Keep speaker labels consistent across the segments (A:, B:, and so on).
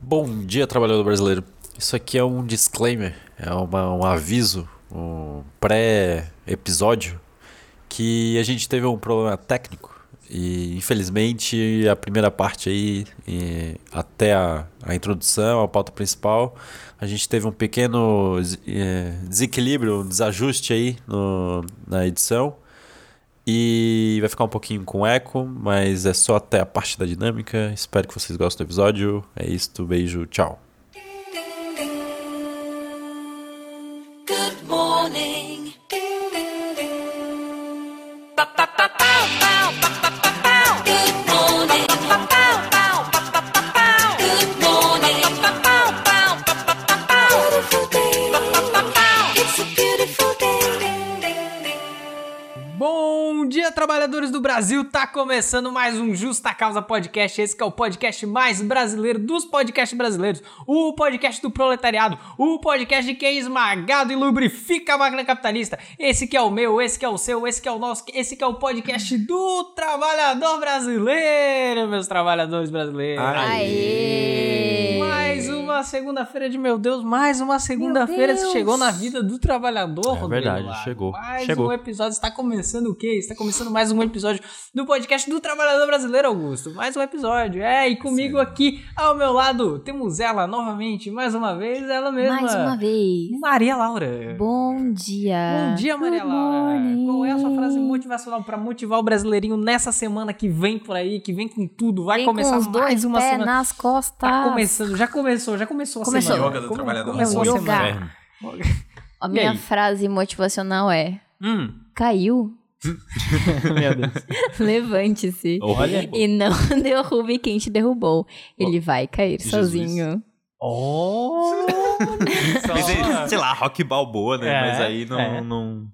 A: Bom dia, trabalhador brasileiro. Isso aqui é um disclaimer, é uma- um aviso, um pré-episódio que a gente teve um problema técnico e infelizmente a primeira parte aí e até a, a introdução, a pauta principal, a gente teve um pequeno des- eh, desequilíbrio, um desajuste aí no- na edição. E vai ficar um pouquinho com eco, mas é só até a parte da dinâmica. Espero que vocês gostem do episódio. É isto, beijo, tchau.
B: Ding, ding. Good morning. Ding, ding, ding. Ba, ba, ba, pow, pow, ba, ba, ba, pow. Good morning. Ba, ba, pow, pow, ba, ba, ba, pow. Good morning. Ba, ba, pow, pow, ba, ba, ba, pow. Beautiful day. Ba, ba, ba, pow. It's a beautiful day. Ding, ding, ding.
C: Bom dia, trabalhadores do Brasil! Tá começando mais um Justa Causa Podcast. Esse que é o podcast mais brasileiro dos podcasts brasileiros. O podcast do proletariado. O podcast de quem é esmagado e lubrifica a máquina capitalista. Esse que é o meu, esse que é o seu, esse que é o nosso. Esse que é o podcast do trabalhador brasileiro, meus trabalhadores brasileiros.
D: Aê!
C: Mais
D: É.
C: uma segunda-feira de meu Deus, mais uma segunda-feira
D: Deus!
C: chegou na vida do trabalhador, Rodrigo.
A: É verdade,
C: Lago.
A: chegou,
C: Mais
A: chegou.
C: um episódio, está começando o quê? Está começando mais um episódio do podcast do Trabalhador Brasileiro, Augusto. Mais um episódio, é, e comigo aqui ao meu lado temos ela novamente, mais uma vez, ela mesma.
D: Mais uma vez.
C: Maria Laura.
D: Bom dia.
C: Bom dia, Maria
D: Good
C: Laura.
D: morning.
C: Qual é a sua frase motivacional para motivar o brasileirinho nessa semana que vem por aí, que vem com tudo, vai
D: Vem
C: começar
D: com os dois
C: mais uma
D: pés
C: semana.
D: nas costas.
C: Tá começando, já começou, já começou a
D: Começou.
C: semana.
D: Yoga
A: do
C: Come-
A: trabalhador.
C: Começou a
D: Yoga.
E: É
C: semana.
D: A
C: E
D: minha
C: aí?
D: frase motivacional é:
C: Hum.
D: caiu,
C: Meu Deus.
D: levante-se.
A: Olha,
D: E não derrube quem te derrubou. Ele vai cair
A: Jesus.
D: sozinho.
C: Oh!
E: Mas, ele, sei lá, rock balboa, né?
C: É,
E: Mas aí não.
C: é.
E: não...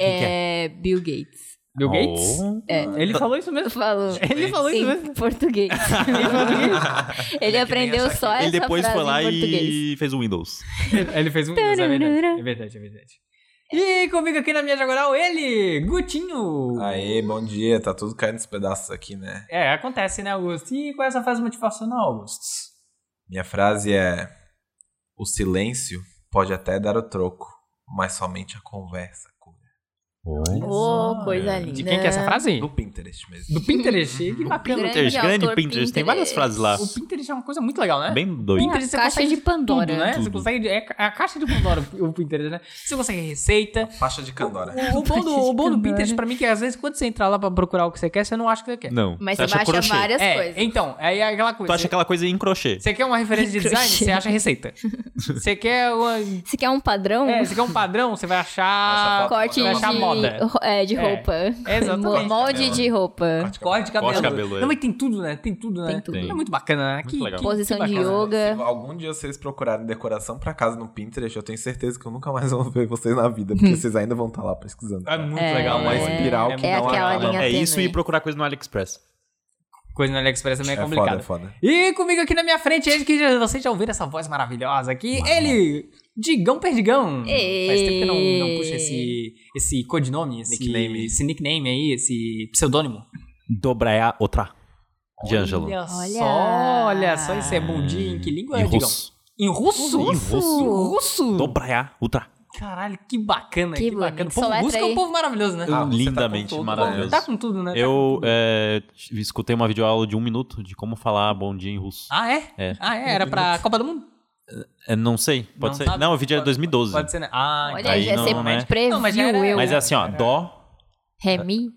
D: É Bill Gates.
C: Bill Gates?
D: É.
C: Ele falou isso mesmo.
D: Falou.
C: Ele falou isso mesmo. é
D: Em português. Ele aprendeu só essa
E: Ele depois
D: frase
E: foi lá
D: em português.
E: e fez o Windows.
C: Ele fez um. Deus, é verdade, é verdade, é verdade. E comigo aqui na minha diagonal, ele, Gutinho.
F: Aê, bom dia. Tá tudo caindo nos pedaços aqui, né?
C: É, acontece, né, Augusto? E qual é essa frase motivacional, Augusto?
F: Minha frase é: O silêncio pode até dar o troco, mas somente a conversa cura.
D: Ô, coisa linda.
C: De quem que é essa frase?
F: No Pinterest
C: Do
F: mesmo.
C: Pinterest. Que bacana.
D: Grande
E: Pinterest, grande
D: autor
E: Pinterest. Tem várias frases lá.
C: O Pinterest é uma coisa muito legal, né?
E: Bem doido.
C: Pinterest, você
D: Caixa
C: consegue
D: de Pandora.
C: Tudo, né? Você
E: Tudo.
C: consegue, é a caixa de Pandora o Pinterest, né? Você consegue receita.
F: Faixa de Candora.
C: O, o bom do, o bom do
D: né?
C: Pinterest pra mim é que às vezes quando você entra lá pra procurar o que você quer, você não acha o que você quer.
E: Não.
D: Mas
E: tu
D: você vai achar
E: crochê.
D: várias
C: é,
D: coisas.
C: então, aí é aquela
E: Tu
C: coisa.
E: acha aquela coisa em crochê.
C: Você quer uma referência de design?
D: Crochê.
C: Você acha receita. Você quer uma.
D: Se quer um padrão,
C: É, você quer um padrão? Você vai achar.
F: Nossa, foto.
D: corte
C: vai
D: de,
C: achar moda.
D: ro- é, de
C: É,
D: roupa.
C: exatamente.
D: Mo- Molde
F: é
D: de roupa.
C: Corte de cabelo.
E: Corte de cabelo, é.
C: Não, mas tem tudo, né? Tem tudo, né?
D: Tem tudo.
C: É muito bacana, né?
E: Muito
C: que,
E: legal.
C: que-
D: Posição
C: que
D: de
C: bacana. né?
D: yoga.
F: Se algum dia vocês procurarem decoração pra casa no Pinterest, eu tenho certeza que eu nunca mais vou ver vocês na vida, porque vocês ainda vão estar lá pesquisando.
C: É muito
D: É.
C: legal,
F: uma
C: mas.
F: espiral que
D: é
F: não
D: aquela
F: acaba.
D: linha
E: É isso
A: né?
D: tênue.
E: e procurar coisa no AliExpress.
C: Coisa no AliExpress também é,
F: É
C: complicada.
F: foda, é foda.
C: E comigo aqui na minha frente, ele que já, vocês já ouviram essa voz maravilhosa aqui, ele, Digão Perdigão.
D: Ei.
C: Faz tempo que eu não, não puxo esse, esse codinome, esse nickname. esse nickname aí, esse pseudônimo.
E: Dobraia outra. De Ângelo.
C: Olha
D: Olha.
C: só, olha só, isso é bom dia em que língua,
E: Em
C: Digão?
E: russo.
C: Em russo?
E: Em russo.
C: Em russo?
E: Dobraia outra.
C: Caralho, que bacana, que,
D: Que
C: bacana. O
D: bonito,
C: povo
D: soletra
C: russo é um
D: aí.
C: povo maravilhoso, né?
F: Ah, você tá com
E: Lindamente
F: tudo,
E: maravilhoso.
C: Tá com tudo, né? Tá com
E: Eu
C: tudo.
E: é, t- escutei uma videoaula de um minuto de como falar bom dia em russo.
C: Ah, é?
E: É.
C: Ah, é? Era pra Copa do Mundo?
E: É, não sei, pode
C: Não
E: ser.
C: sabe?
E: Não, o vídeo é
C: Pode-
E: 2012.
C: Pode ser, né? Ah,
D: Olha,
C: então.
E: Aí
D: já
E: não,
D: você
E: né?
D: previu
C: Não, mas já era-
D: eu.
E: Mas é assim, ó. Dó,
D: Remi.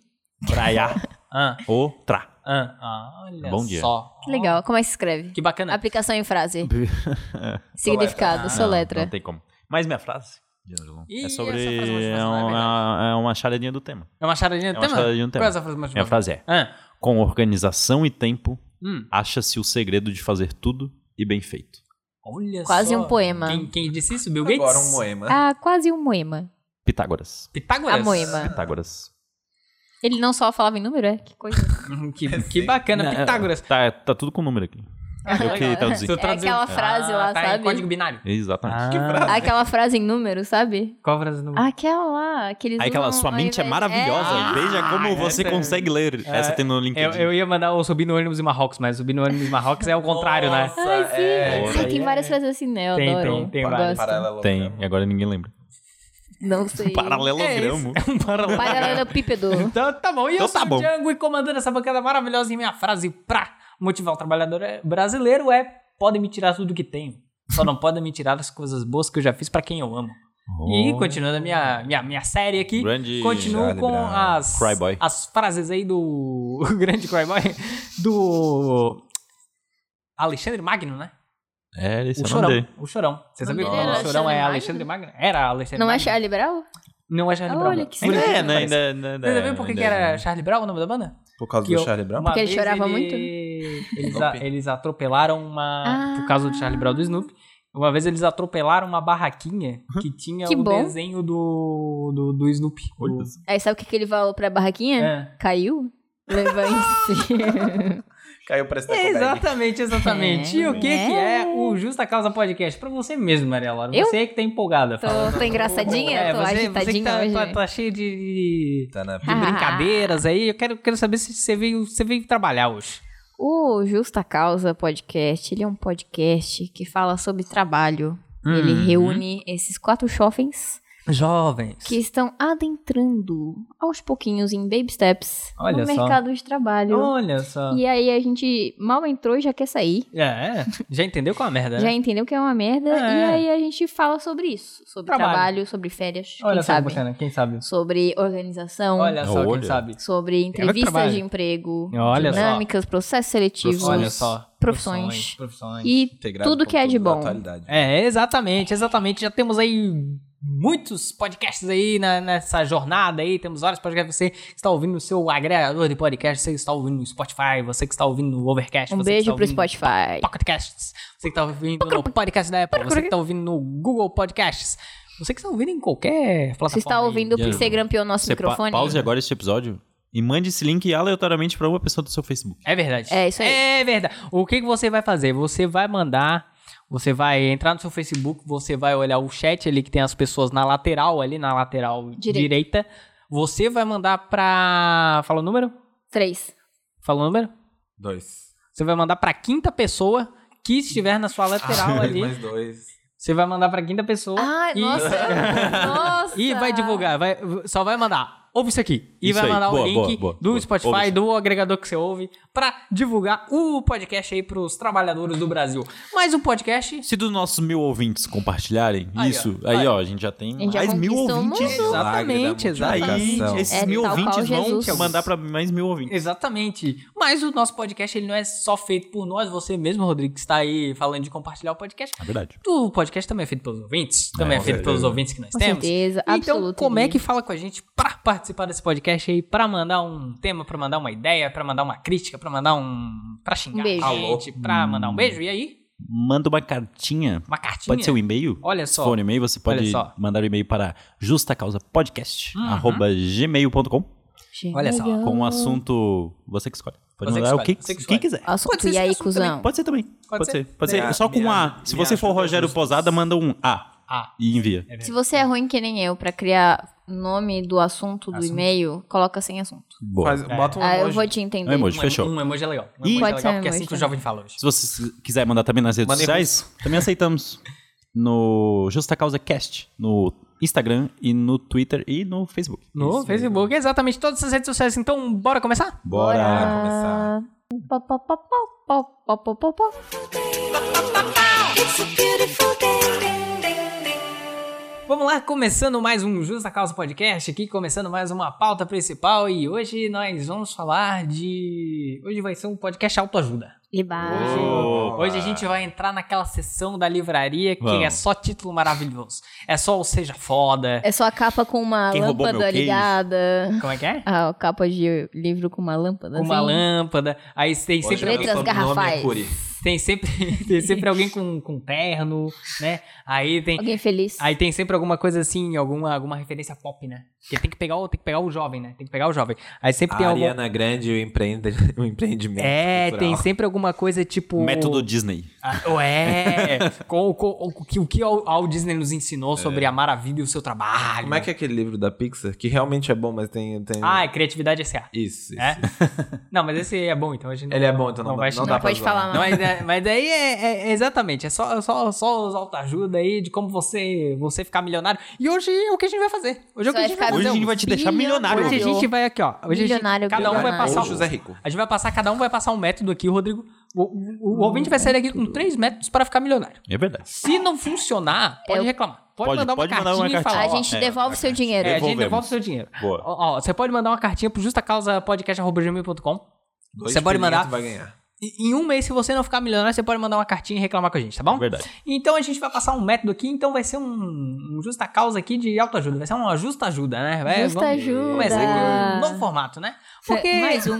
E: braia,
C: Ah,
E: outra.
C: ah, ah, olha
E: Bom dia.
C: só.
D: Que legal. Como é que se escreve?
C: Que bacana.
D: Aplicação em frase.
F: É.
D: Significado,
A: Ah,
E: Não,
D: soletra.
E: Não tem como. Mas minha frase, D'Angelo,
C: Ih,
E: é sobre.
C: essa frase motivacional,
E: É
C: é
E: uma, é uma charadinha do tema.
C: É uma charadinha do
E: É uma
C: tema?
E: charadinha do tema.
C: Qual é essa frase mais
E: Minha frase é:
C: Ah,
E: Com organização e tempo,
C: hum,
E: acha-se o segredo de fazer tudo e bem feito.
C: olha
D: Quase
C: só.
D: um poema.
C: Quem, quem disse isso? Bill Gates?
F: Agora um moema.
D: Ah, quase um moema.
E: Pitágoras.
C: Pitágoras.
D: A moema.
E: Pitágoras.
D: Ele não só falava em número, é? Que coisa.
C: Hum, Que, que bacana,
E: Não,
C: Pitágoras.
E: Tá, tá tudo com número aqui. Eu que traduzi.
C: Você
D: É
C: traduziu.
D: aquela frase lá,
C: tá Em
D: sabe?
C: código binário.
E: Exatamente.
F: Que frase.
D: Aquela frase em número, sabe?
C: Qual frase no
D: Aquela lá, aqueles.
E: Aí aquela sua mente é
C: Ah,
E: maravilhosa. Veja como você
C: essa-
E: consegue ler. Essa tem no
C: é
E: LinkedIn.
C: Eu, eu ia mandar o subir no ônibus em Marrocos, mas subir no ônibus em Marrocos é o contrário, né?
F: Nossa,
D: Ai, sim.
F: é.
D: Ai, tem várias frases assim, né? Eu
C: Tem,
D: adoro.
C: tem, tem
D: Eu
C: várias.
D: gosto.
F: Paralelo.
E: Tem, e agora ninguém lembra.
D: Não sei.
E: Paralelogramo.
C: Um paralelo.
D: Paralelepípedo.
C: Então tá bom. E eu
E: Então
C: sou
E: tá
C: o
E: bom.
C: Django e comandando essa bancada maravilhosa e minha frase pra motivar o trabalhador brasileiro é podem me tirar tudo que tenho. Só não podem me tirar as coisas boas que eu já fiz pra quem eu amo. E continuando a minha, minha, minha série aqui,
E: Grande
C: continuo
F: Charlie
C: com
F: Brown.
C: as,
E: Cryboy.
C: as frases aí do o grande Cryboy, do Alexandre Magno, né?
E: É, esse
C: O
E: é o nome
C: Chorão.
E: dele.
C: O Chorão. Você sabia que o
D: Ele era
C: nome do Chorão é Alexandre
D: Alexandre
C: Magno? Era Alexandre
D: Não é
C: Magno.
D: Charlie Brown?
C: Não é Charlie
D: Olha
C: Brown.
D: que
C: Por
E: Ainda
C: isso
E: é,
C: que
E: né?
C: parece.
E: Ainda, ainda, ainda,
C: Você sabia por que que
E: ainda- é.
C: era Charlie Brown o nome da banda?
F: Por causa
C: Que
F: do
C: eu-
F: Charlie Brown?
C: Uma
D: Porque ele
C: vez
D: chorava muito?
C: Eles,
F: Não
C: a-
F: pe-
C: eles atropelaram uma.
D: Ah.
C: Por causa do Charlie Brown do Snoopy. Uma vez eles atropelaram uma barraquinha que tinha
D: Que
C: o
D: bom.
C: desenho do, do, do Snoopy. O-
D: Aí sabe o que, que ele falou pra barraquinha?
C: É.
D: Caiu? Levante-se.
F: Caiu pra esse Taco Bell.
C: Exatamente, exatamente. E o que, que é o Justa Causa Podcast? Pra você mesmo, Maria Laura.
D: Eu?
C: Você que tá empolgadinha.
D: tô, tô engraçadinha?
C: É,
D: tô
C: você,
D: agitadinha
C: você que tá,
D: hoje. Ah.
C: tá, tá cheia de- de,
F: Tá na
C: de brincadeiras aí. Eu quero, quero saber se você veio, você veio trabalhar hoje.
D: O Justa Causa Podcast, ele é um podcast que fala sobre trabalho.
C: Hum.
D: Ele reúne esses quatro jovens
C: Jovens.
D: que estão adentrando aos pouquinhos em baby steps
C: Olha
D: no
C: só.
D: mercado de trabalho.
C: Olha só.
D: E aí a gente mal entrou e já quer sair.
C: É, já entendeu qual é a merda,
D: Já
C: né?
D: entendeu que é uma merda.
C: É.
D: E aí a gente fala sobre isso. Sobre
C: Trabalho.
D: trabalho, sobre férias,
C: Olha
D: quem
C: só que
D: sabe.
C: bacana, quem sabe?
D: Sobre organização,
C: Olha só,
E: Olha.
C: quem sabe?
D: sobre
C: a ver com
D: entrevistas
C: trabalho.
D: de emprego,
C: Olha só.
D: dinâmicas, processos seletivos,
C: Olha só.
D: profissões.
C: Profissões.
D: E
F: Integrado
D: Tudo
F: com
D: que é de
F: da
D: bom.
F: Atualidade.
C: É, exatamente, exatamente. Já temos aí muitos podcasts aí na- nessa jornada aí. Temos vários podcasts. Você que está ouvindo no seu agregador de podcast, você que está ouvindo no Spotify, você que está ouvindo no Overcast.
D: um
C: você que
D: beijo
C: está
D: pro
C: ouvindo no
D: Spotify.
C: Podcasts. Você que tá ouvindo no podcast da Apple, você que tá ouvindo no Google Podcasts. Você que está ouvindo em qualquer plataforma.
D: Você está
C: aí.
D: ouvindo
E: E aí,
D: porque você grampeou nosso
E: Você pa-
D: microfone? né?
E: pause agora este episódio e mande esse link aleatoriamente pra uma pessoa do seu Facebook.
C: É verdade.
D: É isso aí.
C: É verdade. O que, que você vai fazer? Você vai mandar. Você vai entrar no seu Facebook, você vai olhar o chat ali que tem as pessoas na lateral, ali na lateral
D: Direita.
C: direita. Você vai mandar pra. Fala o número?
D: Três.
C: Fala o número?
F: Dois.
C: Você vai mandar pra quinta pessoa que estiver na sua lateral
F: Dois
C: ali.
F: mais dois.
C: Você vai mandar pra quinta pessoa.
D: Ah,
C: e...
D: nossa. nossa.
C: E vai divulgar, vai, só vai mandar. Ouve isso aqui. E
E: Isso
C: vai
E: aí.
C: mandar o
E: Boa,
C: link
E: boa, boa,
C: do
E: boa. Ouve
C: Spotify,
E: isso.
C: do agregador que você ouve, pra divulgar o podcast aí pros trabalhadores do Brasil. Mas o podcast.
E: Se dos nossos mil ouvintes compartilharem
C: Aí,
E: isso,
C: ó.
E: aí,
C: Aí.
E: ó, a gente já tem
D: A gente já
E: mais mil
D: conquistou o
E: ouvintes.
D: mundo.
C: Exatamente,
F: Milagre da
E: Aí,
F: multiplicação.
E: esses
D: É,
E: mil
D: tal qual
E: ouvintes vão
D: Jesus.
E: mandar pra mais mil ouvintes.
C: Exatamente. Mas o nosso podcast, ele não é só feito por nós, você mesmo, Rodrigo, que está aí falando de compartilhar o podcast.
E: É verdade.
C: O podcast também é feito pelos ouvintes, também é,
E: com
C: feito
E: certeza.
C: pelos ouvintes que nós
D: Com
C: temos.
D: certeza,
C: Então,
D: absoluta,
C: como é
D: Gui.
C: que fala com a gente pra participar desse podcast aí, pra mandar um tema, pra mandar uma ideia, pra mandar uma crítica, pra mandar um, Pra xingar
D: Um beijo.
C: a gente,
E: Hum.
C: pra mandar um beijo e aí
E: Manda uma cartinha.
C: uma cartinha.
E: Pode ser um e-mail?
C: Olha
E: Se
C: só.
E: for um e-mail, você
C: Olha
E: pode
C: só. Uhum.
E: mandar o e-mail para justacausapodcast.gmail.com
D: Chega.
C: Olha só,
E: com o assunto. Você que escolhe. Pode
C: Uhum. Você que
E: mandar o
C: escolhe,
E: que,
C: você que
E: que
C: escolhe.
E: quiser.
D: Assunto,
C: Pode ser
D: e aí,
C: esse assunto
D: cuzão?
E: Pode ser também. Pode,
C: ser.
E: ser. Pode ser.
F: Me
E: Só com
F: a-
E: um
F: me
E: A. Se você
F: ajuda,
E: for Rogério
F: Justus.
E: Posada, manda um A
C: Ah,
E: e envia.
D: Se você é ruim que nem eu pra criar nome do assunto do e-mail, coloca sem assunto.
E: Boa.
F: Faz, bota um
D: Ah, eu
F: emoji.
D: vou te entender.
E: Um emoji,
C: um,
E: fechou.
C: emo- um emoji é legal. Um emoji
E: E-
C: é
D: Pode ser
C: legal,
D: um
C: porque é assim que o
D: emoji.
C: jovem fala hoje.
E: Se você quiser mandar também nas redes
F: Mandem
E: sociais, também aceitamos. No Justa Causa Cast, no Instagram e no Twitter e no Facebook.
C: No Facebook, é exatamente, todas essas redes sociais. Então, bora começar?
F: Vai
E: Bora!
F: começar.
D: Pó, pó, pó, pó, pó, pó, pó, pó, pó.
B: It's a beautiful day.
C: Vamos lá, começando mais um Justa Causa Podcast aqui, começando mais uma pauta principal e hoje nós vamos falar de... Hoje vai ser um podcast autoajuda.
D: Libar.
F: Boa.
C: Hoje a gente vai entrar naquela sessão da livraria que
E: Vamos.
C: é só título maravilhoso. É só o Seja Foda.
D: É só a capa com uma
E: Quem roubou meu
D: lâmpada
E: queijo?
D: ligada.
C: Como é que é?
D: A capa de livro com uma lâmpada.
C: Uma
D: assim.
C: lâmpada. Aí tem
F: Hoje
C: sempre,
F: eu
D: Letras
F: sou- meu nome é
D: um garrafais.
F: Curi.
C: tem sempre, tem sempre alguém com, com terno, né? Aí tem,
D: Alguém feliz.
C: aí tem sempre alguma coisa assim, alguma, alguma referência pop, né? Porque tem que pegar o, tem que pegar o jovem, né? Tem que pegar o jovem. Aí sempre tem
F: A
C: algum,
F: Ariana Grande e o, empreende... o empreendimento.
C: É,
F: cultural.
C: tem sempre alguma coisa tipo.
E: Método Disney.
C: Ah, Ué, com, com- o que- o que o Walt Disney nos ensinou sobre
E: É.
C: amar a vida e o seu trabalho.
F: Como é que é aquele livro da Pixar? Que realmente é bom, mas tem. tem...
C: Ah, é criatividade S.A.
F: isso, isso.
C: É? Não, mas esse é bom, então a gente não-
F: Ele é bom, então não,
C: vai
F: dá- não
C: xingar.
F: dá
D: Não
F: pra
D: pode
F: zoar.
D: falar
C: Não,
D: mal.
C: mas, é- mas daí é, é- é exatamente, é só, só, só os autoajuda aí de como você, você ficar milionário. E hoje é o que a gente vai fazer. Hoje é o que
D: Só
C: a gente
D: vai
C: vai
D: ficar
E: Hoje
C: fazer.
E: a gente vai te deixar milionário.
C: Hoje a gente vai aqui, ó. Hoje a gente-
D: Milionário,
C: cada um vai
D: bilionário.
C: passar.
F: Ou o José Rico.
C: A gente vai passar, cada um vai passar um método aqui, Rodrigo. O, o- o ouvinte vai sair daqui com três métodos para ficar milionário.
E: É verdade.
C: Se não funcionar, pode
D: É, eu-
C: reclamar. Pode,
E: Pode-
C: mandar uma
E: pode mandar
C: cartinha
E: uma
C: e
E: cartinha.
C: falar.
D: A
C: ó,
D: gente
E: é,
D: devolve o seu dinheiro.
C: é, a gente
E: Devolvemos.
C: devolve o seu dinheiro.
E: Boa.
C: Ó, ó, você pode mandar uma cartinha pro justacausapodcast.gmail.com
F: Dois
C: Você pode
F: pilinhos,
C: mandar.
F: tu vai ganhar.
C: E- Em um mês, se você não ficar milionário, você pode mandar uma cartinha e reclamar com a gente, tá bom?
E: É verdade.
C: Então a gente vai passar um método aqui, então vai ser um, um justa causa aqui de autoajuda. Vai ser uma justa ajuda, né? Vai,
D: Justa
C: vamos
D: ajuda.
C: Começar aqui um novo formato, né? Porque. É.
D: Mais um.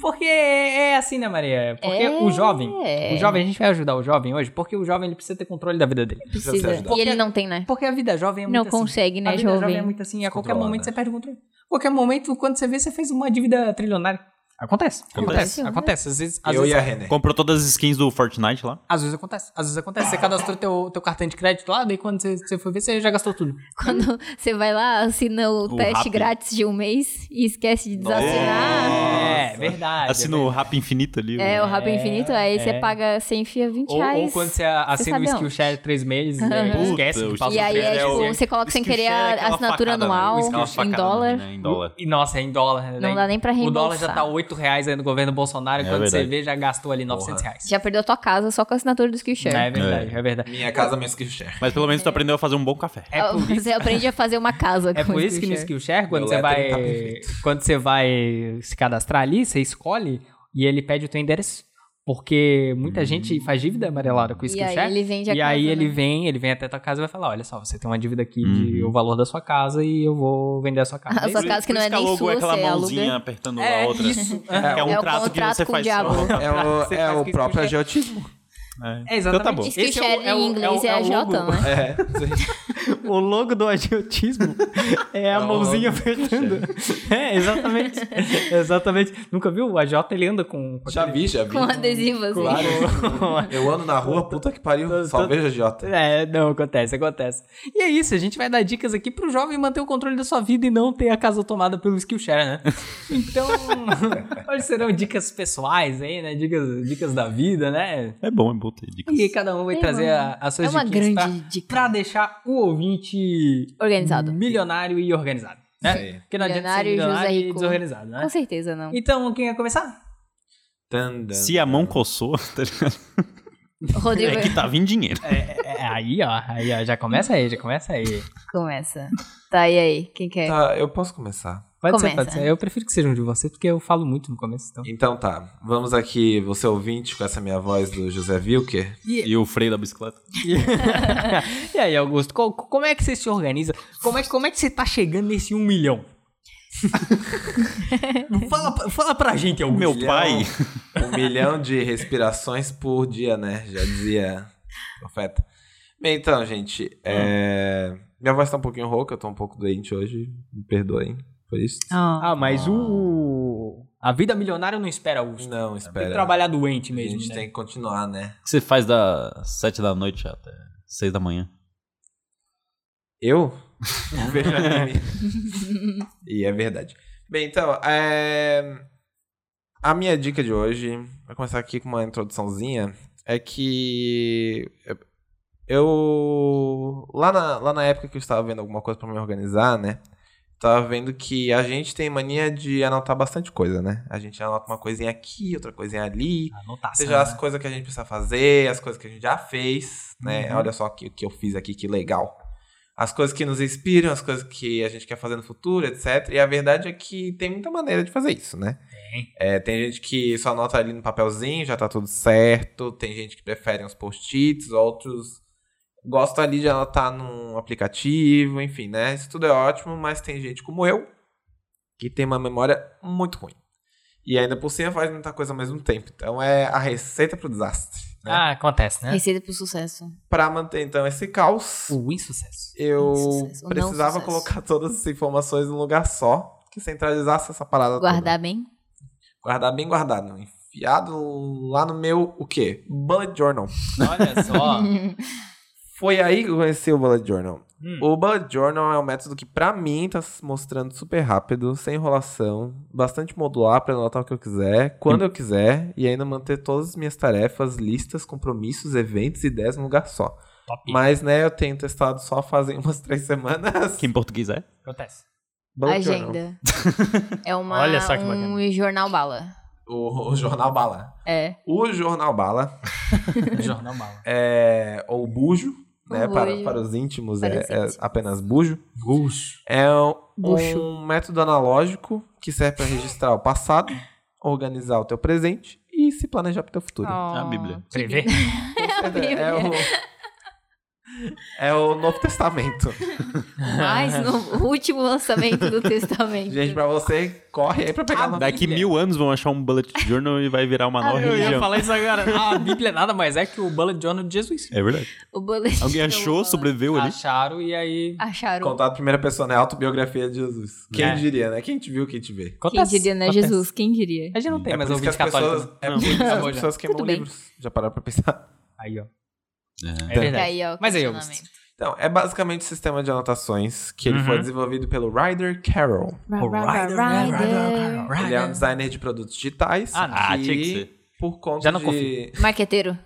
C: porque é assim, né, Maria? Porque
D: É.
C: o jovem. O jovem, a gente vai ajudar o jovem hoje, porque o jovem ele precisa ter controle da vida dele.
F: Precisa
D: Precisa.
F: ajudar.
D: E ele não tem, né?
C: Porque a vida jovem é muito
D: Não
C: assim.
D: consegue,
C: a
D: né,
C: vida jovem é
D: jovem?
C: muito assim, a qualquer
F: Descontrolada.
C: momento você perde o controle. Qualquer momento, quando você vê, você fez uma dívida trilionária. Acontece, acontece,
D: Acontece, né?
C: acontece. Às vezes, às
F: Eu
C: vezes
F: e a René.
E: É. Comprou todas as skins do Fortnite lá.
C: Às vezes acontece, às vezes acontece. Você cadastrou teu, teu cartão de crédito lá, daí quando você, você foi ver, você já gastou tudo.
D: Quando você vai lá, assina o,
E: O
D: teste
E: Rappi.
D: grátis de um mês e esquece de desassinar.
C: É, verdade.
E: Assina
C: é
E: o
C: verdade.
E: Rap Infinito ali.
D: É, o rabo infinito, aí você
C: é.
D: paga, você enfia 20
C: Ou,
D: reais.
C: ou quando você assina o
D: sabe onde?
C: Skillshare três meses,
D: Aham.
C: né,
E: Puta,
C: esquece que
E: o
C: passa
D: E aí,
C: três
D: é,
E: Skillshare
D: tipo,
E: é o-
D: você coloca sem
E: Skillshare
D: querer
E: é
D: a
E: aquela
D: assinatura
E: facada, né?
D: anual
E: O Skillshare é
D: em
E: aquela
D: dólar.
E: facada, né, Em dólar.
C: E nossa, é em dólar. né,
D: Não dá nem pra
C: O
D: reembolsar.
C: dólar já tá 8 reais aí no governo Bolsonaro, e
E: É
C: quando você
E: verdade.
C: vê, já gastou ali 900 reais.
D: Já perdeu a tua casa só com a assinatura do Skillshare.
C: É verdade, é, verdade.
F: Minha casa, meu skillshare.
E: Mas pelo menos tu aprendeu a fazer um bom café.
C: É por isso-
D: você aprende a fazer uma casa
C: É
D: com
C: por
D: o
C: isso que no
D: Skillshare.
C: Skillshare, quando
F: Meu
C: você vai
F: lettering tá perfeito.
C: quando você vai se cadastrar ali, você escolhe e ele pede o teu endereço, porque muita gente faz dívida amarelada com o
D: E aí
C: Skillshare.
D: ele vende a
C: e
D: casa,
C: aí ele
D: né?
C: vem, ele vem até tua casa e vai falar, olha só, você tem uma dívida aqui de o valor da sua casa e eu vou vender a sua casa.
D: A sua
E: Por-
D: casa que
E: por
D: não
E: isso
D: é nem
E: a logo
D: sua,
E: é aquela
D: você aluga.
E: mãozinha apertando
C: É,
E: a outra.
C: isso.
E: É, um
D: É o
E: trato que
D: contrato
E: você
D: com
E: faz
D: o diabo.
E: só.
F: É o,
C: Você
F: é
C: faz
F: o
C: que
F: próprio
C: skillshare.
F: agiotismo.
C: É,
E: Então tá bom.
C: exatamente. Esse
D: Skillshare
C: é o- é o-
D: em inglês é,
C: é o-
D: a
C: é o logo.
D: Jota, né?
F: É.
C: O logo do agiotismo é a
F: o
C: mãozinha
F: logo.
C: apertando. É, exatamente. exatamente. Nunca viu? O agiota, ele anda com... com
F: Já vi, já vi.
D: Com adesivo, assim.
F: Claro.
C: com-
F: Eu ando na rua, puta que pariu. Só vejo agiota.
C: É, não, acontece, acontece. E é isso, a gente vai dar dicas aqui pro jovem manter o controle da sua vida e não ter a casa tomada pelo Skillshare, né? Então, hoje serão dicas pessoais aí, né? Dicas, dicas da vida, né?
E: É bom, é bom ter dicas.
C: E cada um vai
D: É
C: trazer
D: uma-
C: a, as
D: É
C: suas
D: uma
C: dicas
D: grande
C: pra,
D: dica.
C: pra deixar o ouvinte
D: Organizado.
C: Uhum. milionário e organizado, né?
F: Sim.
C: Porque não adianta ser
D: Milionário e
C: milionário
D: José
C: e
D: Rico.
C: desorganizado, né?
D: Com certeza não.
C: Então, quem quer começar?
F: Tan, tan.
C: é-
E: Se a mão coçou, tá ligado?
D: Rodrigo,
E: é que tá vindo dinheiro.
C: É, aí, ó, aí, ó, já começa aí, já começa aí.
D: começa. Tá, e aí? Quem quer?
F: Tá, eu posso começar.
C: Pode ser,
D: Começa.
C: pode ser. Eu prefiro que seja um de vocês, porque eu falo muito no começo, então.
F: Então tá, vamos aqui, você ouvinte, com essa minha voz do José Wilker.
E: E o freio da bicicleta.
C: E aí, Augusto, co- co- como é que você se organiza? Como é, como é que você tá chegando nesse um milhão? fala, pra- fala pra gente, Augusto.
E: Meu
F: milhão-
E: pai.
F: Um milhão de respirações por dia, né? Já dizia o profeta. Bem, então, gente, é, minha voz tá um pouquinho rouca, eu tô um pouco doente hoje, me perdoem por isso.
D: Ah,
C: Ah, mas o. A vida milionária não espera, Augusto.
F: Não,
C: Tem que
F: espera.
C: trabalhar doente
F: a
C: mesmo.
F: gente
C: né?
F: tem que continuar, né?
E: O que você faz das sete da noite até seis da manhã?
F: Eu? Vejo anime. e é verdade. Bem, então, é, a minha dica de hoje, vou começar aqui com uma introduçãozinha, é que eu, lá na, lá na época que eu estava vendo alguma coisa pra me organizar, né, tava vendo que a gente tem mania de anotar bastante coisa, né? A gente anota uma coisinha aqui, outra coisinha ali,
C: Anotação,
F: seja as
C: né?
F: coisas que a gente precisa fazer, as coisas que a gente já fez, né? Olha só o que, o que eu fiz aqui, que legal. As coisas que nos inspiram, as coisas que a gente quer fazer no futuro, etc. E a verdade é que tem muita maneira de fazer isso, né? É, tem gente que só anota ali no papelzinho, já tá tudo certo. Tem gente que prefere uns post-its, outros gostam ali de anotar num aplicativo, enfim, né? Isso tudo é ótimo, mas tem gente como eu que tem uma memória muito ruim. E ainda por cima faz muita coisa ao mesmo tempo. Então é a receita pro desastre. Né?
C: Ah, acontece, né?
D: Receita pro sucesso.
F: Pra manter então esse caos,
C: O insucesso.
F: eu
D: sucesso, o não
F: precisava
D: sucesso.
F: colocar todas as
C: né?
F: informações num lugar só que centralizasse essa parada toda.
D: Guardar bem.
F: Guardar bem guardado. enfiado lá no meu, o quê? Bullet Journal.
C: Olha só.
F: Foi aí que eu conheci o Bullet Journal.
C: Hum.
F: O Bullet Journal é um método que, pra mim, tá se mostrando super rápido, sem enrolação, bastante modular pra anotar o que eu quiser, quando eu quiser, e ainda manter todas as minhas tarefas, listas, compromissos, eventos e ideias num lugar só.
C: Top.
F: Mas, né, eu tenho testado só fazem umas três semanas.
E: Que em português é?
C: Acontece.
F: Bullet Journal.
D: Agenda. é uma,
C: Olha só que bacana.
D: um jornal bala.
F: O, o Jornal Bala.
D: É.
F: O Jornal Bala,
C: Jornal Bala.
F: é, ou Bujo,
D: O
F: né, para,
D: Bujo.
F: para os íntimos
D: Para
F: é,
D: os
F: é
D: íntimos.
F: apenas Bujo,
C: Gush.
F: é um,
D: Bujo.
F: um método analógico que serve para registrar o passado, organizar o teu presente e se planejar para o teu futuro.
E: É a Bíblia.
C: Prever.
F: É, é o, é o Novo Testamento.
D: Mas no último lançamento do testamento.
F: Gente, para você, corre aí para pegar o Novo
D: é.
E: Daqui mil anos vão achar um bullet journal e vai virar uma nova
C: Eu ia
E: religião.
C: falar isso agora. Ah, A Bíblia nada mais é que o Bullet Journal de Jesus.
E: É verdade.
D: o boletim.
E: Alguém
D: eu vou
E: achou,
D: falar.
E: sobreviveu ali.
C: Acharam e aí.
D: Acharam.
F: Contato primeira pessoa, né? Autobiografia de Jesus. Quem
C: É.
F: diria, né? Quem te viu, quem te vê.
D: Quem
C: Acontece,
D: diria, né?
C: acontece.
D: Jesus, quem diria?
C: A gente não tem
F: É
C: mais
F: por isso
C: ouvinte
F: que
C: né?
F: as
C: católico.
F: pessoas, é
E: Não.
F: por isso que
C: Pelo
F: as
C: amor de
F: pessoas queimam
D: Tudo bem.
F: livros. Já pararam pra pensar?
C: Aí, ó.
E: É.
C: É verdade.
D: Tá Aí, ó,
C: Mas aí,
D: questionamento.
F: Então, é basicamente um sistema de anotações que ele foi
C: Uhum.
F: desenvolvido pelo Ryder Carroll.
C: O Rider,
D: Rider.
C: Rider, Rider.
F: Ele é um designer de produtos digitais
C: Ah, não.
E: Ah,
F: que,
E: tinha que ser.
F: por conta
C: Já não
F: de
C: confio.
D: Marqueteiro.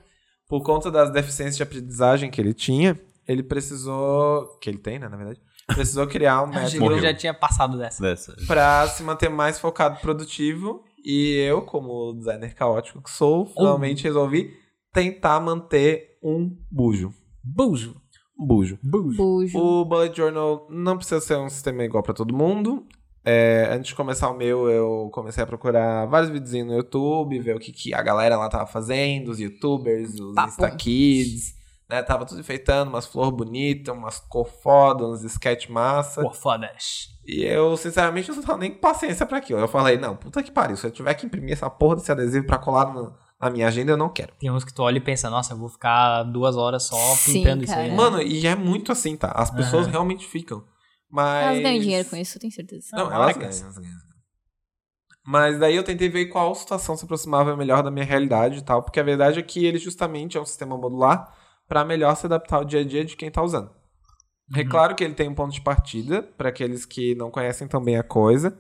F: por conta das deficiências de aprendizagem que ele tinha, ele precisou que ele tem, né, na verdade, precisou
C: Ah,
F: criar um
C: Eu
F: método
E: Morreu.
C: já tinha passado dessa.
E: Dessa.
F: pra se manter mais focado e produtivo. E eu, como designer caótico que sou, finalmente resolvi tentar manter um bujo,
C: Bujo.
F: um bujo.
C: Bujo.
D: Bujo.
F: O Bullet Journal não precisa ser um sistema igual pra todo mundo. É, antes de começar o meu, eu comecei a procurar vários videozinhos no YouTube, ver o que, que a galera lá tava fazendo, os youtubers, os
D: Papo.
F: InstaKids, né? Tava tudo enfeitando, umas flores bonitas, umas cor foda, uns sketch massa.
C: Pô, fodas.
F: E eu, sinceramente, eu não tava nem com paciência pra aquilo. Eu falei, não, puta que pariu, se eu tiver que imprimir essa porra desse adesivo pra colar no- na minha agenda, eu não quero.
C: Tem uns que tu olha e pensa, nossa, eu vou ficar duas horas só
D: Sim,
C: pintando isso
D: cara.
C: aí.
F: Mano, e é muito assim, tá? As pessoas
C: Aham.
F: realmente ficam. Mas.
D: Elas ganham dinheiro com isso, Ah, eu tenho certeza.
F: Não,
C: Não,
F: elas
C: marcas.
F: ganham, elas ganham. Mas daí eu tentei ver qual situação se aproximava melhor da minha realidade e tal, porque a verdade é que ele justamente é um sistema modular para melhor se adaptar ao dia a dia de quem tá usando. É claro que ele tem um ponto de partida para aqueles que não conhecem tão bem a coisa.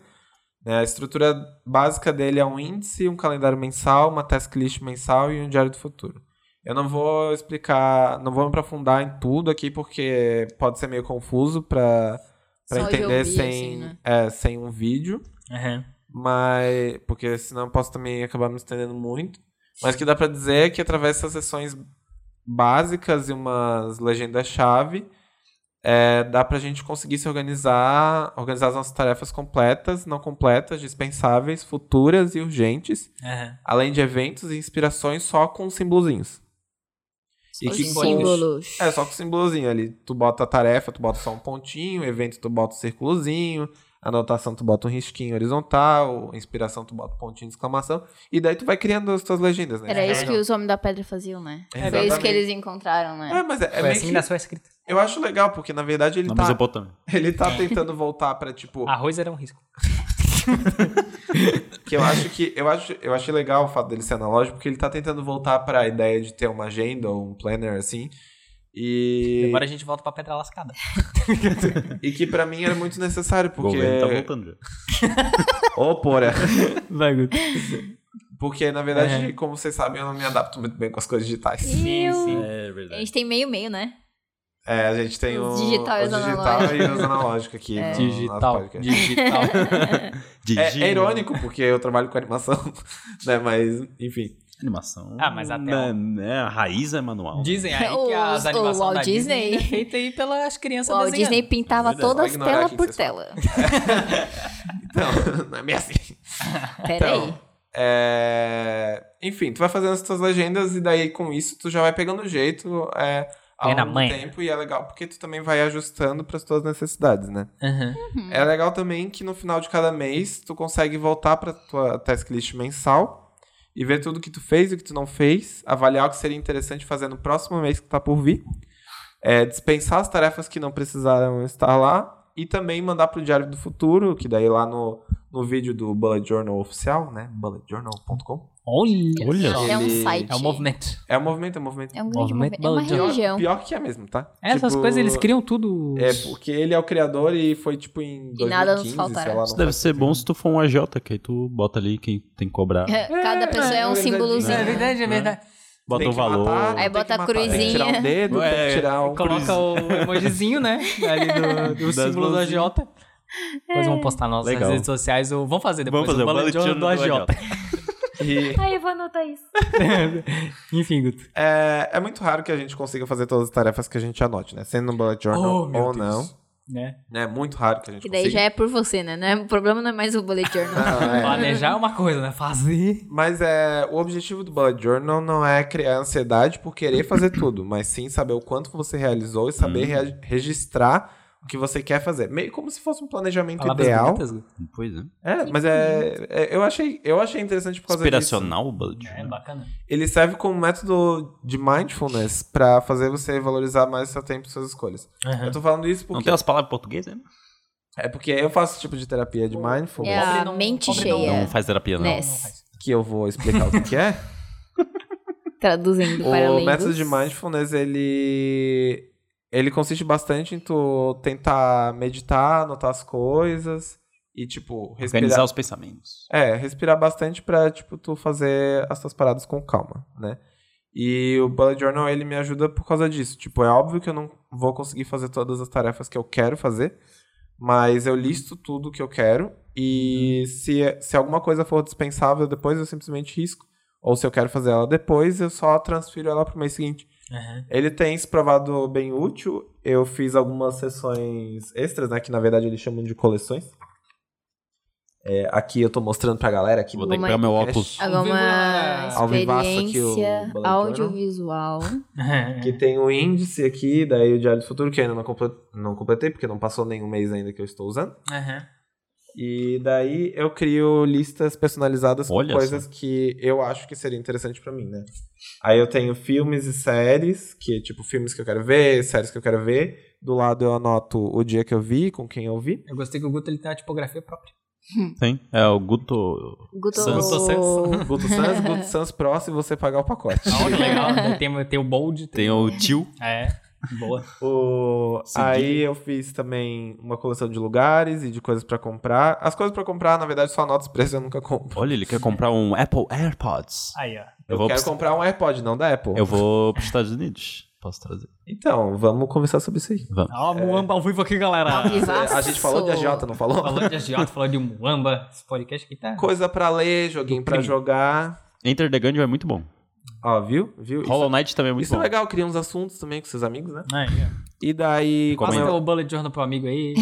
F: né? A estrutura básica dele é um índice, um calendário mensal, uma task list mensal e um diário do futuro. Eu não vou explicar, não vou me aprofundar em tudo aqui porque pode ser meio confuso para
D: Só de
F: entender
D: ouvir,
F: sem,
D: assim, né?
F: é, sem um vídeo,
C: Aham.
F: mas porque senão eu posso também acabar me estendendo muito. Mas o que dá pra dizer é que através dessas sessões básicas e umas legendas-chave, é, dá pra gente conseguir se organizar, organizar as nossas tarefas completas, não completas, dispensáveis, futuras e urgentes,
C: Aham.
F: além de eventos e inspirações só com simbolozinhos. E
D: Os
F: que
D: símbolos.
F: É, só com o simbolozinho ali. Tu bota a tarefa, tu bota só um pontinho, evento tu bota um círculozinho, anotação tu bota um risquinho horizontal, inspiração tu bota um pontinho de exclamação, e daí tu vai criando as tuas legendas, né?
D: Era isso
C: É,
D: que
C: não.
D: os homens da pedra faziam, né? Foi
F: Exatamente.
D: isso que eles encontraram, né?
F: É, mas é, é
C: Foi
F: meio
C: assim que
F: que-
C: nasceu a escrita.
F: eu acho legal, porque na verdade ele
E: Na
F: tá,
E: Mesopotâmia.
F: ele tá tentando voltar pra, tipo,
C: Arroz era um risco.
F: que eu acho que, eu acho, eu achei legal o fato dele ser analógico, porque ele tá tentando voltar pra ideia de ter uma agenda ou um planner, assim, e...
C: Agora a gente volta pra pedra lascada.
F: E que pra mim era muito necessário,
E: O
F: porque...
E: governo tá
C: então
E: voltando já.
F: Ô, porra!
C: Vai, Guto.
F: Porque, na verdade,
C: É.
F: como vocês sabem, eu não me adapto muito bem com as coisas digitais.
C: Sim, sim.
E: É
D: A
E: verdade.
D: gente tem meio-meio, né?
F: É, a gente tem o,
D: Os digital e
F: o
D: os
F: digital
D: analógicos. É.
F: e os analógicos aqui. no nosso
C: Digital.
F: podcast.
C: Digital.
F: É, é irônico, porque eu trabalho com animação, né? Mas, enfim.
E: Animação.
C: Ah, mas até
E: né, né, a raiz é manual.
C: Dizem aí que
D: Os-
C: as
D: o
C: animações
D: Walt
C: da Disney,
D: Disney.
C: é feita aí pelas crianças
D: O Walt
C: desenhando.
D: Disney pintava
E: Verdade.
D: todas
F: Vou ignorar
D: tela
F: aqui que
D: por
F: vocês
D: tela.
F: Não, não é bem assim.
D: Peraí.
F: É, Enfim, tu vai fazendo as tuas legendas e daí com isso tu já vai pegando jeito é, ao
C: Pega na
F: longo do
C: manha.
F: tempo e é legal porque tu também vai ajustando pras tuas necessidades, né?
C: Aham.
F: É legal também que no final de cada mês tu consegue voltar pra tua task list mensal e ver tudo que tu fez e o que tu não fez, avaliar o que seria interessante fazer no próximo mês que tá por vir, é, dispensar as tarefas que não precisaram estar lá e também mandar pro Diário do Futuro, que daí lá no, no vídeo do Bullet Journal oficial, né? bulletjournal.com.
C: Olha,
E: Olha
C: só.
D: É um
F: Ele-
D: site.
C: É um movimento.
F: É um movimento, é um movimento.
D: É um grande
C: Movimento
D: movimento. É uma
C: baladiano.
F: Pior-
D: religião.
F: Pior que é mesmo, tá?
C: Essas
F: Tipo,
C: coisas eles criam tudo.
F: É, porque ele é o criador e foi tipo em
D: E nada nos
F: 2015,
D: faltará.
F: sei lá.
E: Isso
F: não
E: deve
F: faz
E: ser
F: tempo.
E: bom se tu for um AJ, que aí tu bota ali quem tem que cobrar.
D: É, Cada pessoa é um
F: organizadinho.
D: símbolozinho.
C: É verdade, é verdade.
E: Bota
F: Tem
E: o
F: que
E: valor.
F: matar,
D: Aí
F: tem
D: bota
F: que
D: a
F: matar, Tem que
D: cruzinha.
F: tirar um dedo, tem
E: É,
F: que tirar um...
C: Coloca o emojizinho, né? Ali do, do
E: Das
C: símbolo do AJ. Depois vamos postar nas nossas
E: Legal.
C: redes sociais. Ou vamos fazer depois
E: Vamos fazer
C: o
E: o
C: Bullet
E: bullet
C: Journal do
E: journal do
C: AJ.
F: E
D: Ai, eu vou anotar isso.
C: Enfim, Guto.
F: é, é muito raro que a gente consiga fazer todas as tarefas que a gente anote, né? Sendo no bullet
C: Oh,
F: journal
C: meu
F: ou
C: Deus.
F: não.
C: Né?
F: É muito raro que a gente
D: Que daí
F: consiga.
D: já é por você, né? Não é- o problema não é mais o bullet journal.
F: Não, é.
C: Planejar é uma coisa, né? Fazer.
F: Mas é, o objetivo do Bullet Journal não é criar ansiedade por querer fazer tudo, mas sim saber o quanto você realizou e saber rea- registrar o que você quer fazer. Meio como se fosse um planejamento
C: Palavras
F: ideal.
C: bonitas, Guto.
E: Pois é.
F: É, mas é, é- eu, achei, eu achei interessante por causa disso.
E: Inspiracional o bullet.
C: É, bacana.
F: Ele serve como método de mindfulness pra fazer você valorizar mais seu tempo e suas escolhas.
C: É.
F: Eu tô falando isso
E: Não
F: porque
E: tem as palavras em português, né?
F: é porque eu faço esse tipo de terapia de mindfulness
D: É a
C: Pobre não-
D: mente
C: pobre não-
E: Não
F: É.
D: cheia.
E: faz terapia, não.
D: Né?
F: que eu vou explicar o que que é.
D: Traduzindo para
F: O
D: além
F: método
D: dos-
F: de mindfulness, ele. Ele consiste bastante em tu tentar meditar, anotar as coisas e, tipo,
E: Organizar
F: respirar.
E: os pensamentos.
F: É, respirar bastante pra, tipo, tu fazer as tuas paradas com calma, né? E o Bullet Journal, ele me ajuda por causa disso. Tipo, é óbvio que eu não vou conseguir fazer todas as tarefas que eu quero fazer, mas eu listo tudo que eu quero e se, se alguma coisa for dispensável depois, eu simplesmente risco. Ou se eu quero fazer ela depois, eu só transfiro ela pro mês seguinte.
C: Aham.
F: Ele tem se provado bem útil. Eu fiz algumas sessões extras, né? Que na verdade eles chamam de coleções. É, aqui eu tô mostrando pra galera aqui
E: Vou
F: no
E: ter que pegar meu óculos.
D: Alguma
C: Ao
F: vivaço aqui, o né?
D: experiência
F: bullet journal.
D: audiovisual.
F: que tem o índice aqui, daí o Diário do Futuro, que eu ainda não, comple- não completei, porque não passou nenhum mês ainda que eu estou usando.
C: Aham.
F: E daí eu crio listas personalizadas com
E: Olha
F: coisas que eu acho que seria interessante pra mim, né? Aí eu tenho filmes e séries, que tipo, filmes que eu quero ver, séries que eu quero ver. Do lado eu anoto o dia que eu vi, com quem eu vi.
C: Eu gostei que o Guto ele tem uma tipografia própria.
E: Tem. É o Guto.
D: Guto...
E: Sans.
C: Guto Sans.
F: Guto Sans, Guto Sans Pro, se você pagar o pacote.
C: Olha, legal. né? tem, tem o bold.
E: Tem o tio.
C: É. Boa.
F: O-
E: Sim,
F: Aí eu fiz também uma coleção de lugares e de coisas pra comprar. As coisas pra comprar, na verdade, só anoto os preços eu nunca compro.
E: Olha, ele quer comprar um Apple AirPods.
C: Aí, ó.
E: Eu
F: Eu,
E: vou
F: quero
E: pro-
F: comprar um AirPod, não da Apple.
E: Eu vou pros Estados Unidos. Posso trazer.
F: Então, vamos conversar sobre isso aí. É,
E: Vamos.
C: Ó, Muamba ao vivo aqui, galera.
D: Vivaço.
F: A gente falou de AJ, não falou?
C: Falando de agiota, falando de Muamba. Esse podcast aqui tá.
F: Coisa pra ler, joguinho pra
E: crime.
F: jogar.
E: Enter the Gungeon é muito bom.
F: Ó, viu? Viu? Isso,
E: Hollow Knight também é muito
F: isso é
E: bom.
F: legal, cria uns assuntos também com seus amigos, né?
C: Aí, ó.
F: E daí.
E: Como
F: como
E: é?
C: Passa
F: eu-
C: o bullet journal pro amigo aí.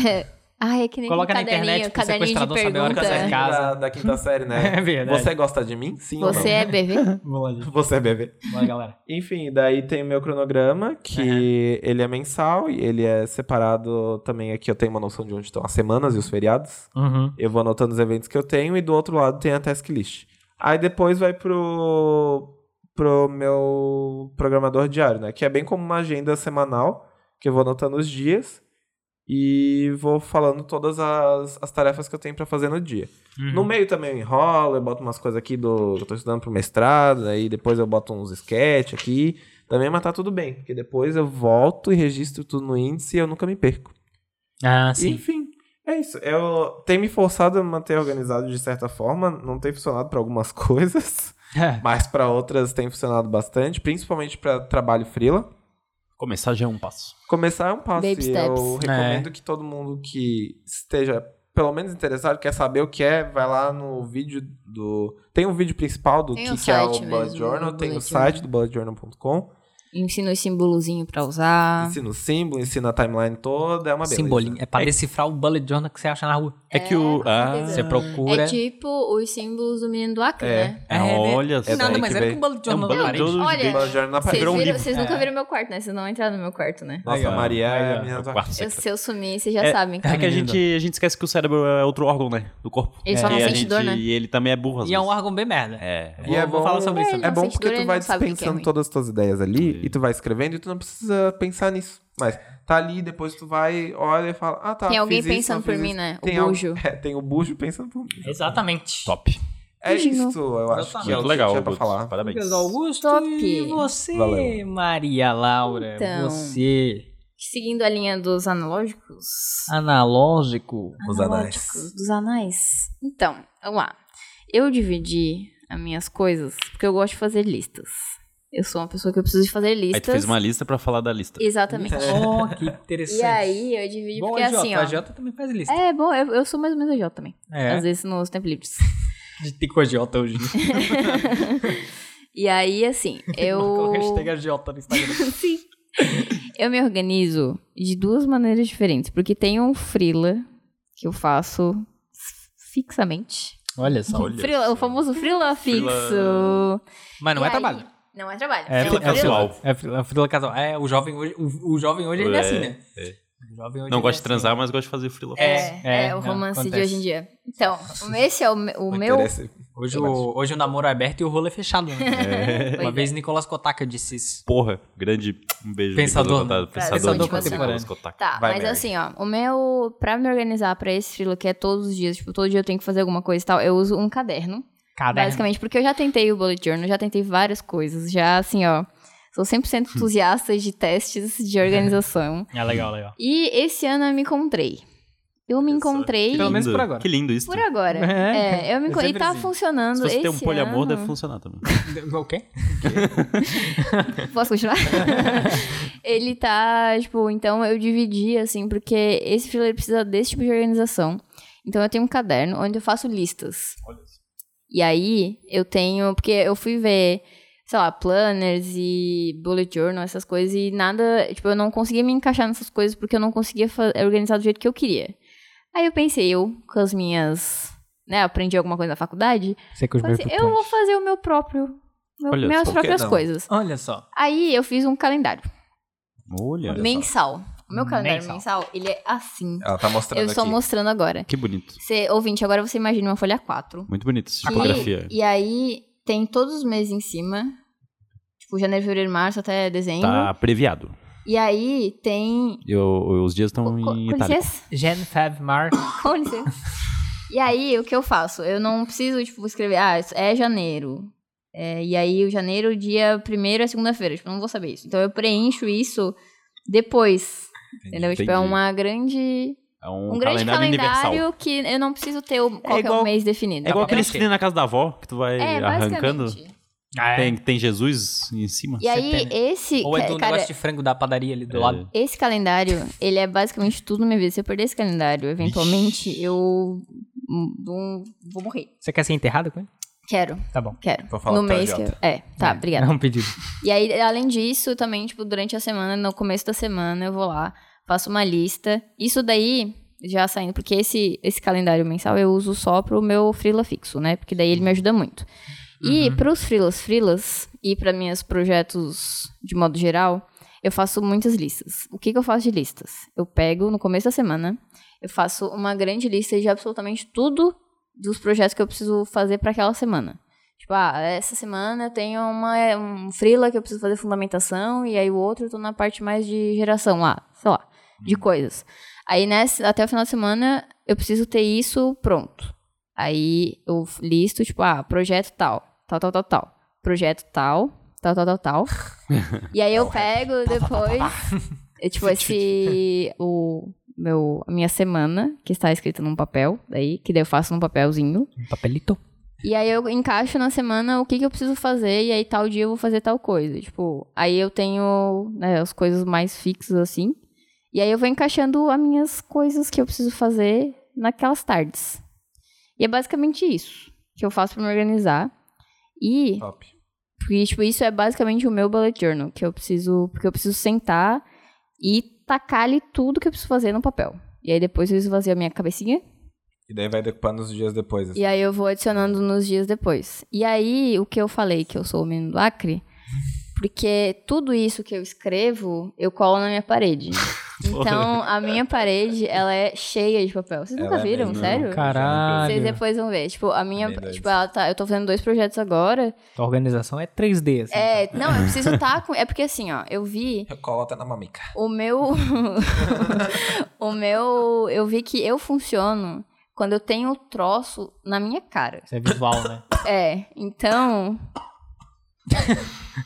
D: Ah, é que nem
C: Coloca
D: um
C: na
D: caderninho,
C: internet pro
D: caderninho de
C: sequestrador saber a hora que
F: o caderninho
C: você
D: pergunta.
C: casa.
F: da, da quinta série, né?
C: É verdade.
F: Você gosta de mim? Sim ou
D: Você é bebê?
C: Vamos lá, gente.
F: não? Você é bebê.
C: Bora, galera.
F: Enfim, daí tem o meu cronograma, que ele é mensal e ele é separado também aqui. Eu tenho uma noção de onde estão as semanas e os feriados.
C: Uhum.
F: Eu vou anotando os eventos que eu tenho e do outro lado tem a task list. Aí depois vai pro, pro meu programador diário, né? Que é bem como uma agenda semanal, que eu vou anotando os dias e vou falando todas as, as tarefas que eu tenho pra fazer no dia.
C: Uhum.
F: No meio também eu enrolo, eu boto umas coisas aqui do. que Eu tô estudando pro mestrado, aí depois eu boto uns sketch aqui. Também, mas tá tudo bem, porque depois eu volto e registro tudo no índice e eu nunca me perco.
C: Ah, sim.
F: Enfim, é isso. Eu tem me forçado a me manter organizado de certa forma, não tem funcionado pra algumas coisas,
C: É,
F: mas pra outras tem funcionado bastante, principalmente pra trabalho freela.
E: Começar já é um passo.
F: Começar é um passo
D: Baby
F: e eu
D: steps.
C: É.
F: recomendo que todo mundo que esteja pelo menos interessado, quer saber o que é, vai lá no vídeo do... Tem um vídeo principal do
D: Tem
F: que,
D: o
F: que é o
D: site
F: Bullet
D: mesmo,
F: Journal,
D: o
F: tem o
D: Bullet
F: site do bulletjournal.com,
D: Ensina os símbolozinho pra usar.
F: ensina o símbolo, ensina a timeline toda, é uma beleza.
C: Simbolinho. É pra decifrar o bullet journal que você acha na rua.
E: É, que
D: com
E: o. Ah,
D: certeza.
C: Você procura.
D: É tipo os símbolos do menino do Acre,
F: É.
D: né?
E: Ah, olha
C: verdade.
E: só.
C: Nada,
F: daí
C: mas
F: que
C: era
F: vem.
C: com bullet
E: É um
C: journal na
E: bullet
C: parede.
E: journal.
D: Olha,
F: Bullet Journal na
D: vocês,
E: virou um
D: viram-
E: livro.
D: vocês nunca
C: É.
D: viram meu quarto, né? Vocês não entraram no meu quarto, né?
F: Nossa,
C: Aí, ó.
F: a Maria é
C: Aí, ó. Tá
F: a menina do
E: Quarto
D: Eu,
E: secreto.
D: se eu sumir, vocês já sabem.
E: tá- É que a
C: Menino.
E: gente, a gente esquece que o cérebro é outro órgão, né? Do corpo.
D: Ele
E: é.
D: só não
E: e, a
D: sente
E: gente,
D: dor, né?
E: e ele também é burro, às
C: E é um
E: vezes.
C: órgão bem merda.
E: É.
F: E
C: Vou-
F: é
C: vou
F: bom-
C: falar sobre isso.
D: ele
F: É
D: não
F: bom
D: sente
F: porque
D: dor,
F: tu
D: ele
F: vai
D: não sabe o que que é
F: dispensando
D: ruim.
F: todas as tuas ideias ali
E: Sim.
F: e tu vai escrevendo e tu não precisa pensar nisso. Mas tá ali, depois tu vai, olha e fala, ah tá.
D: Tem alguém
F: fiz isso,
D: pensando
F: não fiz
D: por mim,
F: isso.
D: né? O
F: Tem al-
D: bujo.
F: É, tem o bujo pensando por mim.
G: Exatamente.
E: Top.
F: É
D: Bujo.
F: isso, eu acho que é o
E: Muito
F: que legal,
E: legal,
F: tinha pra
E: Guto.
F: falar.
E: Parabéns.
C: Lucas Augusto
D: Top.
C: e você,
F: Valeu.
C: Maria Laura.
D: Então.
C: Você,
D: Seguindo a linha dos analógicos.
C: analógico.
F: Os anais.
D: Analógicos, Dos anais. Então, vamos lá. Eu dividi as minhas coisas porque eu gosto de fazer listas. Eu sou uma pessoa que eu preciso de fazer listas.
E: Aí tu fez uma lista pra falar da lista.
D: Exatamente.
C: Oh, que interessante.
D: E aí eu dividi
C: Bom,
D: porque
C: a Jota,
D: assim,
C: a
D: ó.
C: Jota também faz lista.
D: É, bom, eu, eu sou mais ou menos a Jota também.
C: É,
D: Às vezes nos tempos livres.
C: a gente tem com a Jota hoje.
D: E aí, assim,
C: Marca o
D: eu.
C: hashtag a Jota no Instagram.
D: Sim. Eu me organizo de duas maneiras diferentes. Porque tem um freela que eu faço fixamente.
C: Olha só.
E: Olha
D: Freela-
E: só.
D: o famoso freela fixo.
C: Mas não
D: E
C: é
D: aí-
C: trabalho.
D: Não é trabalho.
C: É,
D: um
C: frila
D: freela.
E: casual.
C: É frila, frila casal. É, o jovem hoje, o, o jovem hoje ele é,
E: É,
C: assim, né?
E: é.
C: O jovem hoje
E: Não
C: ele
E: gosto
C: é
E: de transar, mas gosto de fazer frila.
D: né? É, é,
C: É,
D: o
C: não,
D: romance de
C: acontece.
D: hoje em dia. Então, esse é o, me- o
F: Não
D: meu.
F: interessa.
C: assim. Hoje o, hoje o namoro é aberto e o rolo é fechado, né?
D: Pois
C: Uma
D: é.
C: vez Nicolas Kotaka disse isso.
E: Porra, grande um beijo.
C: Pensador,
E: Nicolas Kotak,
D: né?
E: Pensador,
D: Pensador
E: Nicolas
C: contemporâneo.
E: Kotak.
D: Tá,
F: Vai,
D: mas
F: Mary.
D: assim, ó, o meu. Pra me organizar pra esse frilo que é todos os dias, tipo, todo dia eu tenho que fazer alguma coisa e tal, eu uso um caderno.
C: Caderno.
D: Basicamente, porque eu já tentei o Bullet Journal, já tentei várias coisas, já assim, ó. Sou 100% entusiasta de testes de organização.
C: É legal, legal.
D: E esse ano eu me encontrei. Eu me
E: Olha só.
D: encontrei
C: Pelo menos
E: Lindo.
C: por agora.
E: Que lindo isso.
D: por agora.
C: É.
D: É, eu me
C: É
D: encontrei. E
C: sempre
D: tá
C: assim.
D: funcionando.
E: Se você
D: esse
E: tem um poliamor,
D: ano.
E: deve funcionar também.
C: O quê?
D: Posso continuar? ele tá, tipo, então eu dividi, assim, porque esse freelancer precisa desse tipo de organização. Então eu tenho um caderno onde eu faço listas. E aí eu tenho. Porque eu fui ver, sei lá, planners e bullet journal, essas coisas, e nada. Tipo, eu não conseguia me encaixar nessas coisas porque eu não conseguia fa- organizar do jeito que eu queria. Aí eu pensei, eu, com as minhas. Né, aprendi alguma coisa na faculdade.
C: Sei que os
D: falei
C: meus
D: assim, eu vou fazer o meu próprio. meu-
E: Olha,
D: minhas
E: por
F: que
D: próprias
F: não?
D: coisas.
C: Olha só.
D: Aí eu fiz um calendário
E: Olha.
D: mensal. O meu calendário
C: Mensal.
D: mensal, ele é assim.
F: Ela tá mostrando
D: Eu estou
F: aqui.
D: mostrando agora.
E: Que bonito.
D: Você, ouvinte, agora você imagina uma folha 4.
E: Muito bonito essa
D: que-
E: tipografia.
D: E aí tem todos os meses em cima. Tipo, janeiro, fevereiro, março até dezembro.
E: Tá abreviado.
D: E aí tem.
E: E o- os dias
D: Co-
E: estão
D: co-
E: em
D: com
E: Itália.
D: licença?
C: Gen Fav Mar.
D: Com licença. E aí, o que eu faço? Eu não preciso, tipo, escrever, ah, isso é janeiro. É, e aí, o janeiro, o dia primeiro é segunda-feira. Tipo, eu não vou saber isso. Então, eu preencho isso depois. Entendeu? Tipo, é
E: Entendi.
D: uma grande
E: É um,
D: Um grande
E: calendário,
D: calendário,
E: universal.
D: que eu não preciso ter o, qual que é o
E: igual-
D: mês definido.
E: É igual
C: pra
E: aqueles
C: preencher.
E: que tem na casa da avó, que tu vai
D: É,
E: arrancando.
D: basicamente.
C: Ah, é?
E: Tem, tem Jesus em cima.
D: E aí,
C: tem,
D: esse,
C: Ou é do
D: ca- cara,
C: negócio de frango da padaria ali do
E: É.
C: lado.
D: esse calendário, ele é basicamente tudo na minha vida. Se eu perder esse calendário, eventualmente, eu hum, vou, vou morrer.
C: Você quer ser enterrado com ele?
D: Quero,
C: Tá bom.
D: quero.
F: Vou falar
D: no
F: pra
D: mês que eu... É, tá,
C: É
D: obrigada.
C: um pedido.
D: E aí, além disso, também, tipo, durante a semana, no começo da semana, eu vou lá, faço uma lista. Isso daí, já saindo, porque esse, esse calendário mensal eu uso só pro meu freela fixo, né? Porque daí ele me ajuda muito. E pros freelas freelas e para meus projetos de modo geral, eu faço muitas listas. O que, que eu faço de listas? Eu pego no começo da semana, eu faço uma grande lista de absolutamente tudo dos projetos que eu preciso fazer para aquela semana. Tipo, ah, essa semana eu tenho uma, um freela que eu preciso fazer fundamentação, e aí o outro eu tô na parte mais de geração lá, sei lá, de coisas. Aí nessa, até o final de semana eu preciso ter isso pronto. Aí eu listo, tipo, ah, projeto tal, tal, tal, tal, tal. Projeto tal, tal, tal, tal, tal. e aí eu pego depois, eu, tipo, esse, o meu, a minha semana, que está escrita num papel, daí, que daí eu faço num papelzinho.
C: Um papelito.
D: E aí eu encaixo na semana o que, que eu preciso fazer, e aí tal dia eu vou fazer tal coisa. Tipo, aí eu tenho né, as coisas mais fixas assim. E aí eu vou encaixando as minhas coisas que eu preciso fazer naquelas tardes. E é basicamente isso que eu faço pra me organizar. E,
F: Top.
D: porque, tipo, isso é basicamente o meu bullet journal, que eu preciso. Porque eu preciso sentar e tacar ali tudo que eu preciso fazer no papel. E aí depois eu esvazio a minha cabecinha.
F: E daí vai decupando os dias depois. assim.
D: E aí eu vou adicionando nos dias depois. E aí, o que eu falei que eu sou o menino do Acre, porque tudo isso que eu escrevo, eu colo na minha parede. Então, a minha parede, ela é cheia de papel. Vocês nunca
F: Ela é
D: viram,
F: mesmo. É
D: sério? Vocês
C: Caralho.
D: depois vão ver. Tipo, a minha.
F: Verdade.
D: Tipo, ela tá. Eu tô fazendo dois projetos agora.
C: A organização é 3D, assim.
D: É, não, eu preciso estar com. É porque assim, ó, eu vi
F: Recola tá na mamica.
D: o meu. o meu. Eu vi que eu funciono quando eu tenho o troço na minha cara.
C: Isso é visual, né?
D: É, então.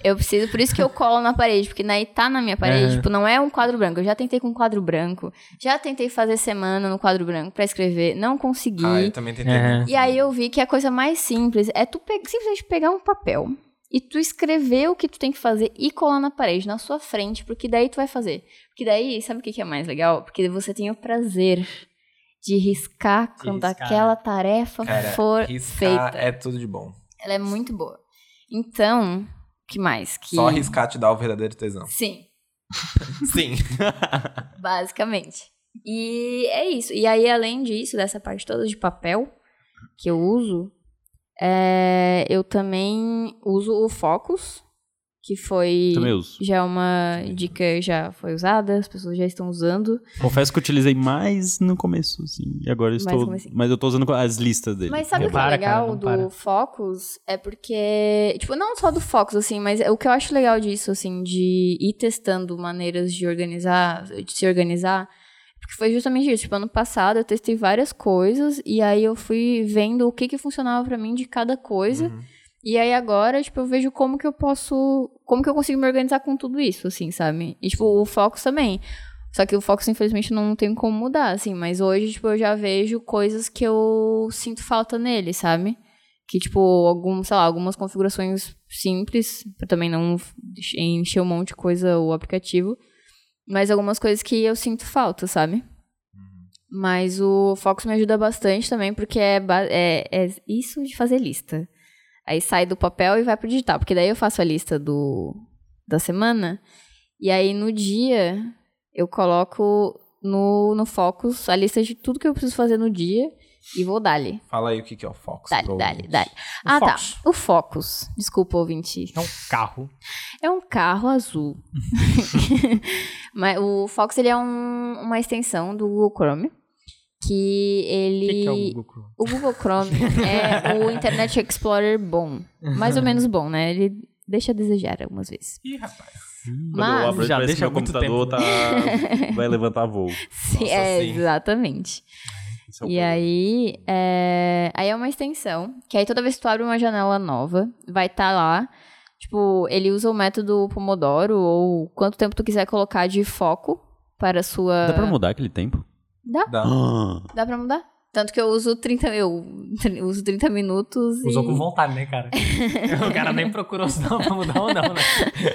D: Eu preciso, por isso que eu colo na parede, porque daí tá na minha parede,
C: É.
D: tipo, não é um quadro branco. Eu já tentei com quadro branco, já tentei fazer semana no quadro branco pra escrever, não consegui.
F: Ah, eu também tentei.
C: Aham.
D: E aí eu vi que a coisa mais simples é tu pe- simplesmente pegar um papel e tu escrever o que tu tem que fazer e colar na parede, na sua frente, porque daí tu vai fazer. Porque daí, sabe o que que é mais legal? Porque você tem o prazer de riscar
C: De
D: quando
C: riscar,
D: aquela tarefa
F: Cara,
D: for
F: riscar
D: feita.
F: é tudo de bom.
D: Ela é muito boa. Então, que mais? Que...
F: Só riscar te dá o verdadeiro tesão.
D: Sim,
F: Sim.
D: basicamente. E é isso. E aí, além disso, dessa parte toda de papel que eu uso, é, eu também uso o Focus, que foi
E: Também uso.
D: já é uma dica que já foi usada, as pessoas já estão usando.
E: Confesso que eu utilizei mais no começo, sim. E agora eu
D: Mais
E: estou.
D: no comecinho.
E: Mas eu tô usando as listas dele.
D: Mas sabe o que é
C: Repara, cara,
D: legal
C: não para.
D: do Focus? É porque, tipo, não só do Focus, assim, mas o que eu acho legal disso, assim, de ir testando maneiras de organizar, de se organizar, porque foi justamente isso. Tipo, ano passado eu testei várias coisas e aí eu fui vendo o que que funcionava pra mim de cada coisa. E aí agora, tipo, eu vejo como que eu posso, como que eu consigo me organizar com tudo isso, assim, sabe? E, tipo, o Focus também. Só que o Fox, infelizmente, eu não tem como mudar, assim. Mas hoje, tipo, eu já vejo coisas que eu sinto falta nele, sabe? Que, tipo, algum, sei lá, algumas configurações simples, pra também não encher um monte de coisa o aplicativo. Mas algumas coisas que eu sinto falta, sabe? Mas o Fox me ajuda bastante também, porque é, ba- é, é isso de fazer lista. Aí sai do papel e vai pro digital, porque daí eu faço a lista do, da semana. E aí no dia eu coloco no, no Focus a lista de tudo que eu preciso fazer no dia e vou dar-lhe.
F: Fala aí o que que é o Fox.
D: Dá-lhe,
F: pro
D: dá-lhe,
F: ouvinte.
D: dá-lhe. Ah,
C: Focus.
D: tá. O Focus. Desculpa, ouvinte.
C: É um carro.
D: É um carro azul. Mas o Focus ele é um- uma extensão do Google Chrome. Que
C: O
D: ele.
C: que, que é o Google Chrome?
D: O Google Chrome é o Internet Explorer bom. Mais ou menos bom, né? Ele deixa a desejar algumas vezes.
F: Ih, rapaz.
E: Quando eu abro,
C: Já
E: já parece
C: deixa
E: que meu
C: muito
E: computador tá... vai levantar voo.
D: Sim,
F: Nossa,
D: é,
F: sim.
D: exatamente.
E: Esse é o
D: E
E: problema.
D: aí é... aí é uma extensão, que aí toda vez que tu abre uma janela nova, vai estar lá. Tipo, ele usa o método Pomodoro ou quanto tempo tu quiser colocar de foco para a sua.
E: Dá pra mudar aquele tempo?
F: Dá.
C: Ah.
D: Dá pra mudar? Tanto que eu uso 30, eu uso 30 minutos
C: Usou
D: e
C: com vontade, né, cara? o cara nem procurou se dá pra mudar ou não, né?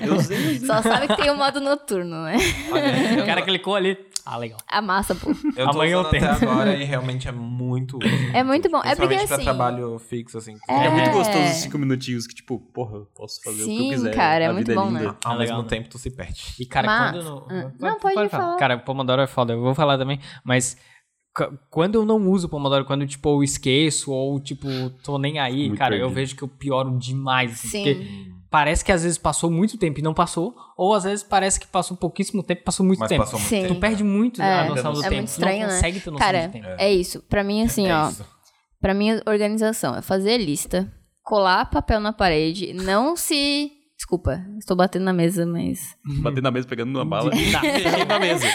E: Eu usei.
D: só sabe que tem o modo noturno, né?
C: O cara clicou ali. Ah, legal.
D: A massa, pô.
F: Eu tô
C: Amanhã eu
F: usando até
C: tento.
F: agora e realmente é muito útil.
D: É muito bom. É porque,
F: Principalmente pra
D: assim,
F: trabalho fixo, assim. que
E: É...
D: É.
E: muito gostoso os cinco minutinhos que, tipo, porra, eu posso fazer o que eu
D: Sim,
E: quiser.
D: cara, é
E: a
D: muito
E: vida
D: bom,
E: é linda.
D: né?
F: Ao
C: É legal,
F: mesmo
C: né?
F: tempo, tu se perde.
C: E, cara,
D: Mas-
C: quando... eu não-
D: Ah, não, pode falar.
C: Cara, o Pomodoro é foda. Eu vou falar também, mas... c- Quando eu não uso o Pomodoro, quando, tipo, eu esqueço ou, tipo, tô nem aí,
E: Muito
C: cara, eu
E: perdido.
C: vejo que eu pioro demais. assim,
D: Sim.
C: Porque parece que às vezes passou muito tempo e não passou, ou às vezes parece que passou pouquíssimo tempo e passou muito
F: Mas
C: tempo.
F: passou muito
D: Sim.
F: tempo.
C: Tu perde muito
D: É,
C: a noção do
F: é
C: tempo.
D: muito
C: tu
D: estranho,
C: não
D: né?
C: consegue ter noção
D: Cara,
C: de tempo.
D: É isso. Pra mim, assim,
F: É
D: ó.
F: isso.
D: Pra mim, organização é fazer lista, colar papel na parede, não se. Desculpa, estou batendo na mesa, mas.
E: Batendo na mesa, pegando numa bala.
C: Tá,
E: na mesa.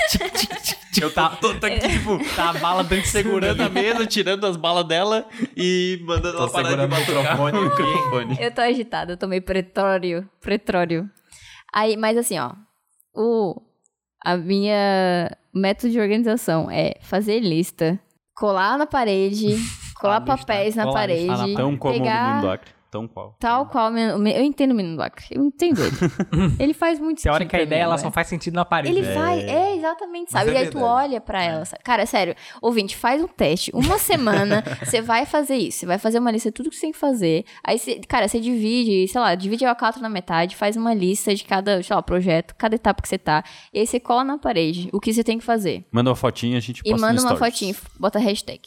E: eu tá, tô, tô aqui, tipo,
C: tá a bala dando
E: segurando a mesa, tirando as balas dela e mandando
F: Tô
E: ela parar de
F: segurando o
E: batucar.
F: microfone
E: o microfone.
D: Eu tô agitada, eu tomei pretório. Pretório. Aí, mas assim, ó. O, a minha método de organização é fazer lista, colar na parede,
C: Colar
D: colar
C: lista,
D: papéis na
C: colar
D: parede.
C: lista tá na parede.
E: Tão como o menino
D: pegar
E: do Acre. Tão qual.
D: Tal qual. o menino- Eu entendo o menino do Acre. Eu entendo ele. ele faz muito
C: Tem
D: sentido.
C: hora é que a
D: pra
C: ideia
D: mim né?
C: ela
D: agora.
C: só faz sentido na parede.
D: Ele
C: né?
D: vai, é, exatamente,
F: Mas
D: sabe?
F: é
D: e aí tu
F: verdade.
D: olha pra ela, sabe? Cara, sério, ouvinte, faz um teste. Uma semana, você vai fazer isso. Você vai fazer uma lista de tudo que você tem que fazer. Aí, você, cara, você divide, sei lá, divide a A4 na metade, faz uma lista de cada, sei lá, projeto, cada etapa que você tá. E aí você cola na parede o que você tem que fazer.
E: Manda uma fotinha, a gente
D: E
E: posta
D: manda
E: no
D: uma
E: stories.
D: fotinho, bota hashtag.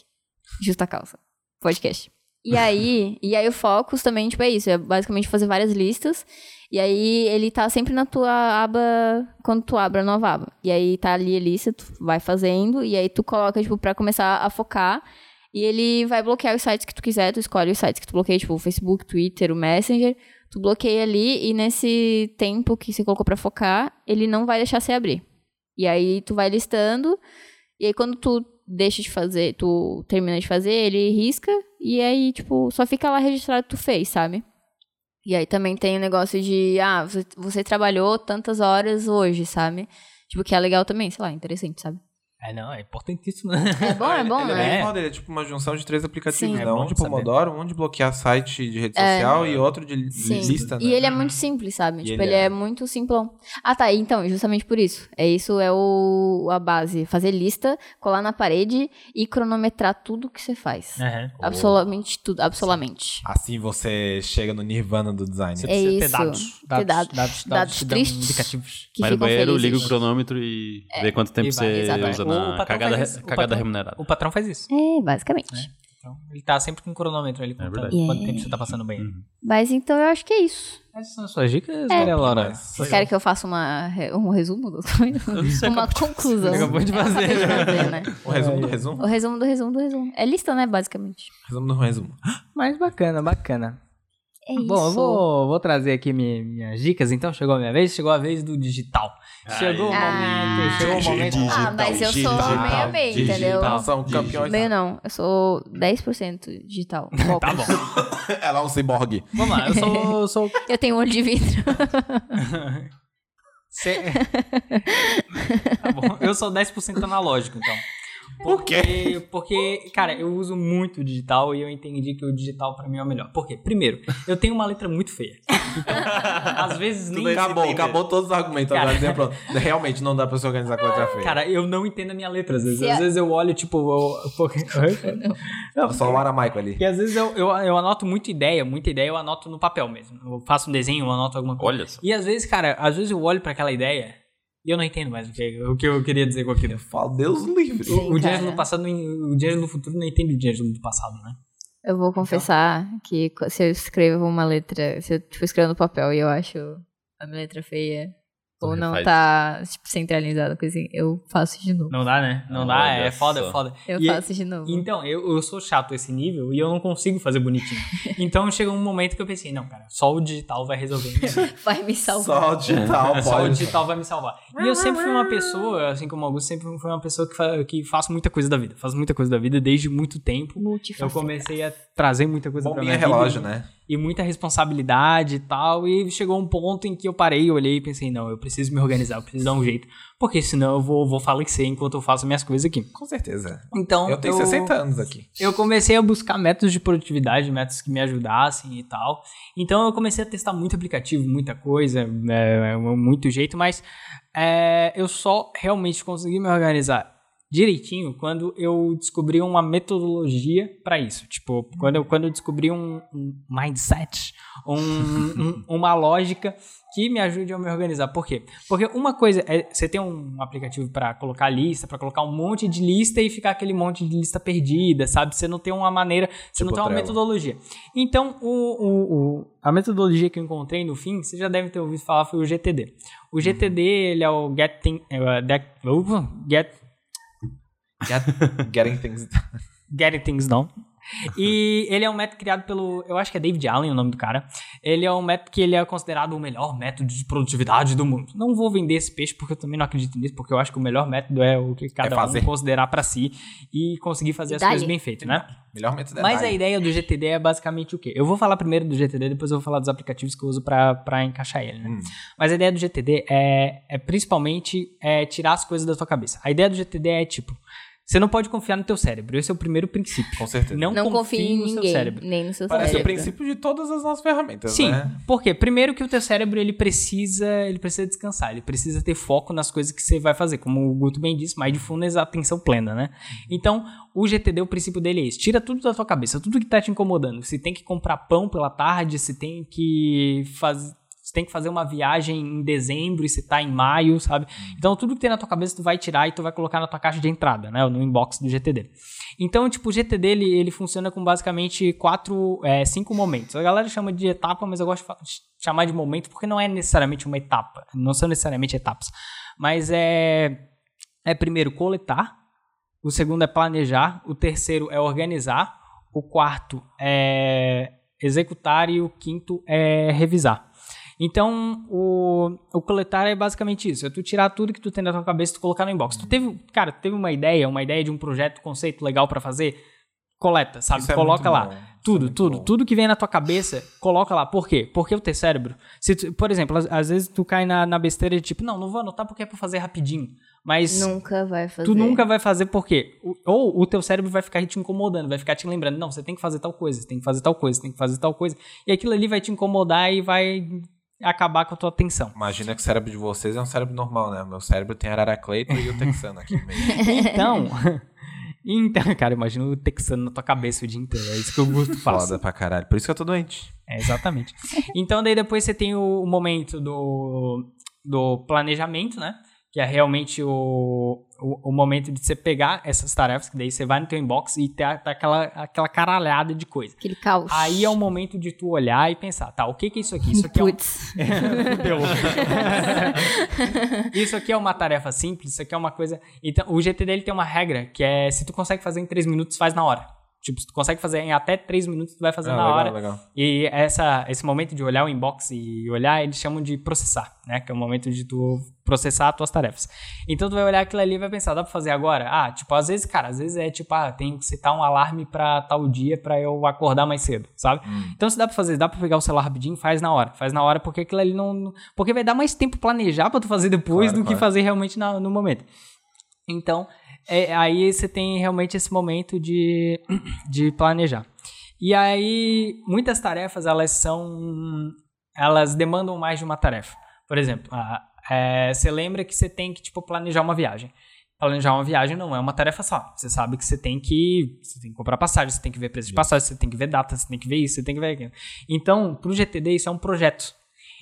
D: Justa causa. Podcast. E aí, e aí o Focus também, tipo, é isso. É basicamente fazer várias listas. E aí ele tá sempre na tua aba quando tu abre a nova aba. E aí tá ali a lista, tu vai fazendo, e aí tu coloca, tipo, pra começar a focar. E ele vai bloquear os sites que tu quiser, tu escolhe os sites que tu bloqueia, tipo, o Facebook, Twitter, o Messenger. Tu bloqueia ali e nesse tempo que você colocou pra focar, ele não vai deixar você abrir. E aí tu vai listando, e aí quando tu deixa de fazer, tu termina de fazer, ele risca, e aí, tipo, só fica lá registrado que tu fez, sabe? E aí também tem o negócio de, ah, você, você trabalhou tantas horas hoje, sabe? Tipo, que é legal também, sei lá, interessante, sabe?
C: É, não, é importantíssimo. né?
D: É bom, é bom,
F: ele
D: né?
F: É
C: É.
F: bem foda, ele é tipo uma junção de três aplicativos,
D: Sim. É.
F: né?
C: É bom
F: um de
C: saber.
F: Pomodoro, um de bloquear site de rede social e outro de li-
D: Sim.
F: lista, né?
D: E ele é muito simples, sabe?
F: E
D: tipo,
F: ele
D: ele
F: é-
D: é... muito simplão. Ah, tá. Então, justamente por isso. É isso, é o, a base. Fazer lista, colar na parede e cronometrar tudo que você faz.
C: Aham.
D: Absolutamente tudo, absolutamente.
F: Assim você chega no nirvana do design.
C: Você
D: É
C: precisa ter
D: isso.
C: dados.
D: Ter
C: Dados, dados,
D: dados.
C: dados,
D: Dados
C: que dão
D: tristes.
C: indicativos.
D: Que
E: Vai no
D: ficam
E: banheiro,
D: felizes.
E: liga o cronômetro e vê quanto tempo
C: E vai,
E: você
D: exatamente.
E: usa
C: O
E: na
C: patrão
E: cagada,
C: faz isso, o
E: cagada
C: patrão-
E: remunerada.
C: O patrão faz isso.
D: É, basicamente.
C: Então, ele tá sempre com o cronômetro ali contando
E: verdade.
C: quanto
D: Yeah.
C: tempo você tá passando no banheiro.
D: Mas então eu acho que é isso.
C: Essas são suas
D: É.
C: dicas, Maria Laura.
D: Vocês querem que eu faça uma, re- um resumo das coisas?
E: Eu não sei,
D: Uma
E: acabou de-
D: conclusão.
C: Você acabou de
D: Eu acabei
C: fazer.
D: de fazer, né?
F: O um resumo do resumo?
D: O resumo do resumo do resumo. É lista, né, basicamente.
F: Resumo do resumo.
C: Mas bacana, bacana.
D: É isso.
C: Ah, Bom, eu vou, vou trazer aqui minha- minhas dicas, então. Chegou a minha vez, chegou a vez do digital. Chegou o
D: Ai.
C: momento, chegou o momento.
D: Ah, mas eu sou meio a meio, entendeu?
F: Não, são campeões.
D: Meio não, eu sou 10% digital.
C: Tá bom.
F: Ela é um ciborgue.
C: Vamos lá, eu sou. eu sou-
D: Eu tenho um olho de vidro.
C: cê- tá bom. Eu sou 10% analógico, então.
F: Por quê?
C: Porque, porque, cara, eu uso muito digital e eu entendi que o digital pra mim é o melhor. Por quê? Primeiro, eu tenho uma letra muito feia. Então, às vezes nem
F: Acabou, acabou todos os argumentos.
C: Cara.
F: Agora, pronto. Realmente não dá pra se organizar com a letra feia.
C: Cara, eu não entendo a minha letra. Às vezes,
D: Se
C: às
D: a-
C: vezes eu olho, tipo, eu- porque-
F: É Só o Aramaico ali.
C: E às vezes eu, eu, eu anoto muita ideia, muita ideia eu anoto no papel mesmo. Eu faço um desenho, eu anoto alguma coisa.
E: Olha só.
C: E às vezes, cara, às vezes eu olho pra aquela ideia e eu não entendo mais o que, o que eu queria dizer com aquilo.
D: É
F: Eu falo, Deus livre.
C: O, o
D: Sim,
C: dinheiro
D: cara.
C: do passado, não- o dinheiro do futuro não entende o dinheiro do passado, né?
D: Eu vou confessar que co- se eu escrevo uma letra, se eu tipo, escrevo no papel e eu acho a minha letra feia,
E: Tu
D: ou não
E: refaz.
D: tá tipo, centralizada, coisa assim, eu faço de novo.
C: Não dá, né? Não dá,
E: Olha
C: é foda,
E: só.
C: é foda.
D: Eu
C: E-
D: faço de novo.
C: Então, eu, eu sou chato esse nível e eu não consigo fazer bonitinho. Então chegou um momento que eu pensei, não, cara, só o digital vai resolver isso.
D: Vai me salvar.
F: Só o digital, pode.
C: Só o digital vai me salvar. E eu sempre fui uma pessoa, assim como o Augusto, sempre fui uma pessoa que, fa que faço muita coisa da vida. Faço muita coisa da vida desde muito tempo. Eu
D: Multifaceta.
C: comecei a trazer muita coisa pra
F: Bombinha
C: minha
F: relógio,
C: vida,
F: né?
C: E muita responsabilidade e tal. E chegou um ponto em que eu parei, olhei e pensei, não, eu preciso me organizar, eu preciso dar um jeito. Porque senão eu vou, vou falecer enquanto eu faço minhas coisas aqui.
F: Com certeza.
C: Então,
F: Eu tenho 60 anos aqui.
C: eu comecei a buscar métodos de produtividade, métodos que me ajudassem e tal. Então eu comecei a testar muito aplicativo, muita coisa, é, é, muito jeito, mas é, eu só realmente consegui me organizar direitinho quando eu descobri uma metodologia para isso. Tipo, quando eu, quando eu descobri um, um mindset, um- um- uma lógica que me ajude a me organizar. Por quê? Porque uma coisa é você ter um aplicativo para colocar lista, para colocar um monte de lista e ficar aquele monte de lista perdida, sabe? Você não tem uma maneira, você
F: Tipo
C: não tem uma
F: Trello.
C: metodologia. Então, o, o- o- a metodologia que eu encontrei no fim, você já deve ter ouvido falar, foi o GTD. O GTD, ele é o Get, Thing- é o Get- ufa, Get
F: Get- Getting things done.
C: Getting Things Done. E ele é um método criado pelo. Eu acho que é David Allen o nome do cara. Ele é um método que ele é considerado o melhor método de produtividade do mundo. Não vou vender esse peixe porque eu também não acredito nisso, porque eu acho que o melhor método é o que cada
F: fazer.
C: um considerar pra si e conseguir fazer
D: E
C: as
D: dá-lhe.
C: coisas bem feitas, né?
F: Melhor método é
C: Mas
F: dar.
C: a ideia do GTD é basicamente o quê? Eu vou falar primeiro do GTD, depois eu vou falar dos aplicativos que eu uso pra pra encaixar ele, né? Mas a ideia do GTD é, é principalmente é, tirar as coisas da tua cabeça. A ideia do GTD é tipo, você não pode confiar no teu cérebro. Esse é o primeiro princípio.
F: Com certeza.
C: Não,
D: Não
C: confie
D: confie em
C: no seu
D: ninguém,
C: cérebro.
D: nem no seu
F: Parece o
D: cérebro.
F: princípio de todas as nossas ferramentas,
C: Sim,
F: né?
C: porque primeiro que o teu cérebro ele precisa, ele precisa descansar, ele precisa ter foco nas coisas que você vai fazer, como o Guto bem disse, mindfulness, atenção plena, né? Então, o GTD, o princípio dele é esse, tira tudo da tua cabeça, tudo que tá te incomodando. Se tem que comprar pão pela tarde, se tem que fazer Você tem que fazer uma viagem em dezembro e se tá em maio, sabe? Então tudo que tem na tua cabeça tu vai tirar e tu vai colocar na tua caixa de entrada, né? Ou no inbox do GTD. Então, tipo, o GTD ele, ele funciona com basicamente quatro, é, cinco momentos. A galera chama de etapa, mas eu gosto de fa- de chamar de momento porque não é necessariamente uma etapa. Não são necessariamente etapas. Mas é. É primeiro coletar, o segundo é planejar, o terceiro é organizar, o quarto é executar e o quinto é revisar. Então, o, o coletar é basicamente isso. É tu tirar tudo que tu tem na tua cabeça e tu colocar no inbox. Tu teve, cara, tu teve uma ideia, uma ideia de um projeto, conceito legal pra fazer? Coleta, sabe?
F: Isso é
C: Coloca
F: muito
C: lá.
F: bom. Isso é
C: Tudo,
F: muito
C: tudo,
F: bom.
C: tudo que vem na tua cabeça, coloca lá. Por quê? Porque o teu cérebro, se tu- por exemplo, às, às vezes tu cai na, na besteira de tipo, não, não vou anotar porque é pra fazer rapidinho. Mas
D: Nunca vai fazer.
C: Tu nunca vai fazer por quê? O- Ou o teu cérebro vai ficar te incomodando, vai ficar te lembrando, não, você tem que fazer tal coisa, você tem que fazer tal coisa, você tem que fazer tal coisa. E aquilo ali vai te incomodar e vai acabar com a tua atenção.
F: Imagina que o cérebro de vocês é um cérebro normal, né? Meu cérebro tem Araracleito e o texano aqui no meio.
C: Então, então, cara, imagina o texano na tua cabeça o dia inteiro. É isso que o Gusto faz.
F: Foda pra caralho. Por isso que eu tô doente.
C: É, exatamente. Então, daí depois você tem o, o momento do, do planejamento, né? Que é realmente o, o, o momento de você pegar essas tarefas, que daí você vai no teu inbox e tá, tá aquela, aquela caralhada de coisa.
D: Aquele caos.
C: Aí é o momento de tu olhar e pensar, tá, o que que é isso aqui? Isso aqui é, um-
D: Putz.
C: Fudeu. isso aqui é uma tarefa simples, isso aqui é uma coisa... Então, o GTD ele tem uma regra, que é se tu consegue fazer em 3 minutos, faz na hora. Tipo, se tu consegue fazer em até 3 minutos, tu vai fazer
F: Ah,
C: na
F: legal,
C: hora.
F: legal.
C: E essa, esse momento de olhar o inbox e olhar, eles chamam de processar, né? Que é o momento de tu processar as tuas tarefas. Então tu vai olhar aquilo ali e vai pensar, dá pra fazer agora? Ah, tipo, às vezes, cara, às vezes é tipo, ah, tenho que setar um alarme pra tal dia pra eu acordar mais cedo, sabe?
F: Hum.
C: Então se dá pra fazer, dá pra pegar o celular rapidinho, faz na hora. Faz na hora porque aquilo ali não... Porque vai dar mais tempo planejar pra tu fazer depois
F: Claro,
C: do que
F: claro.
C: fazer realmente na- no momento. Então, é, aí você tem realmente esse momento de, de planejar. E aí, muitas tarefas, elas são... Elas demandam mais de uma tarefa. Por exemplo, a- é, você lembra que você tem que, tipo, planejar uma viagem. Planejar uma viagem não é uma tarefa só. Você sabe que você tem que, você tem que comprar passagem, você tem que ver preço de passagem, você tem que ver data, você tem que ver isso, você tem que ver aquilo. Então, pro GTD, isso é um projeto.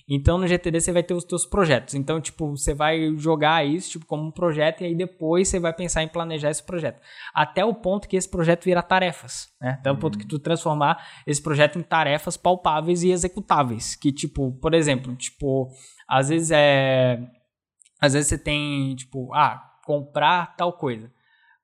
C: Então no GTD você vai ter os teus projetos. Então, tipo, você vai jogar isso tipo, como um projeto e aí depois você vai pensar em planejar esse projeto. Até o ponto que esse projeto vira tarefas, né? Até o ponto que tu transformar esse projeto em tarefas palpáveis e executáveis. Que, tipo, por exemplo, tipo, às vezes é. Às vezes você tem, tipo, ah, comprar tal coisa.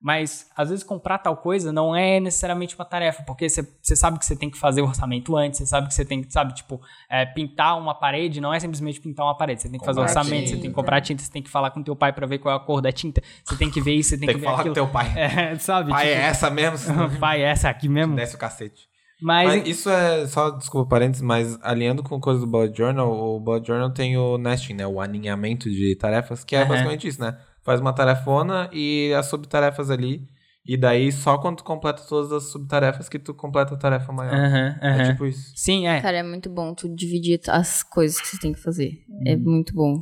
C: Mas, às vezes, comprar tal coisa não é necessariamente uma tarefa, porque você você sabe que você tem que fazer o orçamento antes, você sabe que você tem que, sabe, tipo, é, pintar uma parede não é simplesmente pintar uma parede. Você tem que fazer o
F: Comprar
C: orçamento, você
D: tinta.
C: tem que comprar tinta, você tem que falar com teu pai pra ver qual é a cor da tinta, você tem que ver isso, você tem,
F: Tem
C: que
F: que
C: ver
F: falar com
C: aquilo.
F: teu pai.
C: É, sabe?
F: Pai, é
C: tipo,
F: essa mesmo? Se não
C: pai, é essa aqui mesmo.
F: Desce o cacete.
C: Mas,
F: Mas isso é só, desculpa, parênteses, mas alinhando com coisa do Bullet Journal, o Bullet Journal tem o nesting, né? O alinhamento de tarefas, que é
C: Aham.
F: basicamente isso, né? Faz uma tarefona e as subtarefas ali. E daí, só quando tu completa todas as subtarefas que tu completa a tarefa maior.
C: Aham,
F: É
C: aham.
F: tipo isso.
C: Sim, é.
D: Cara, é muito bom tu dividir as coisas que você tem que fazer. É
C: Hum.
D: muito bom.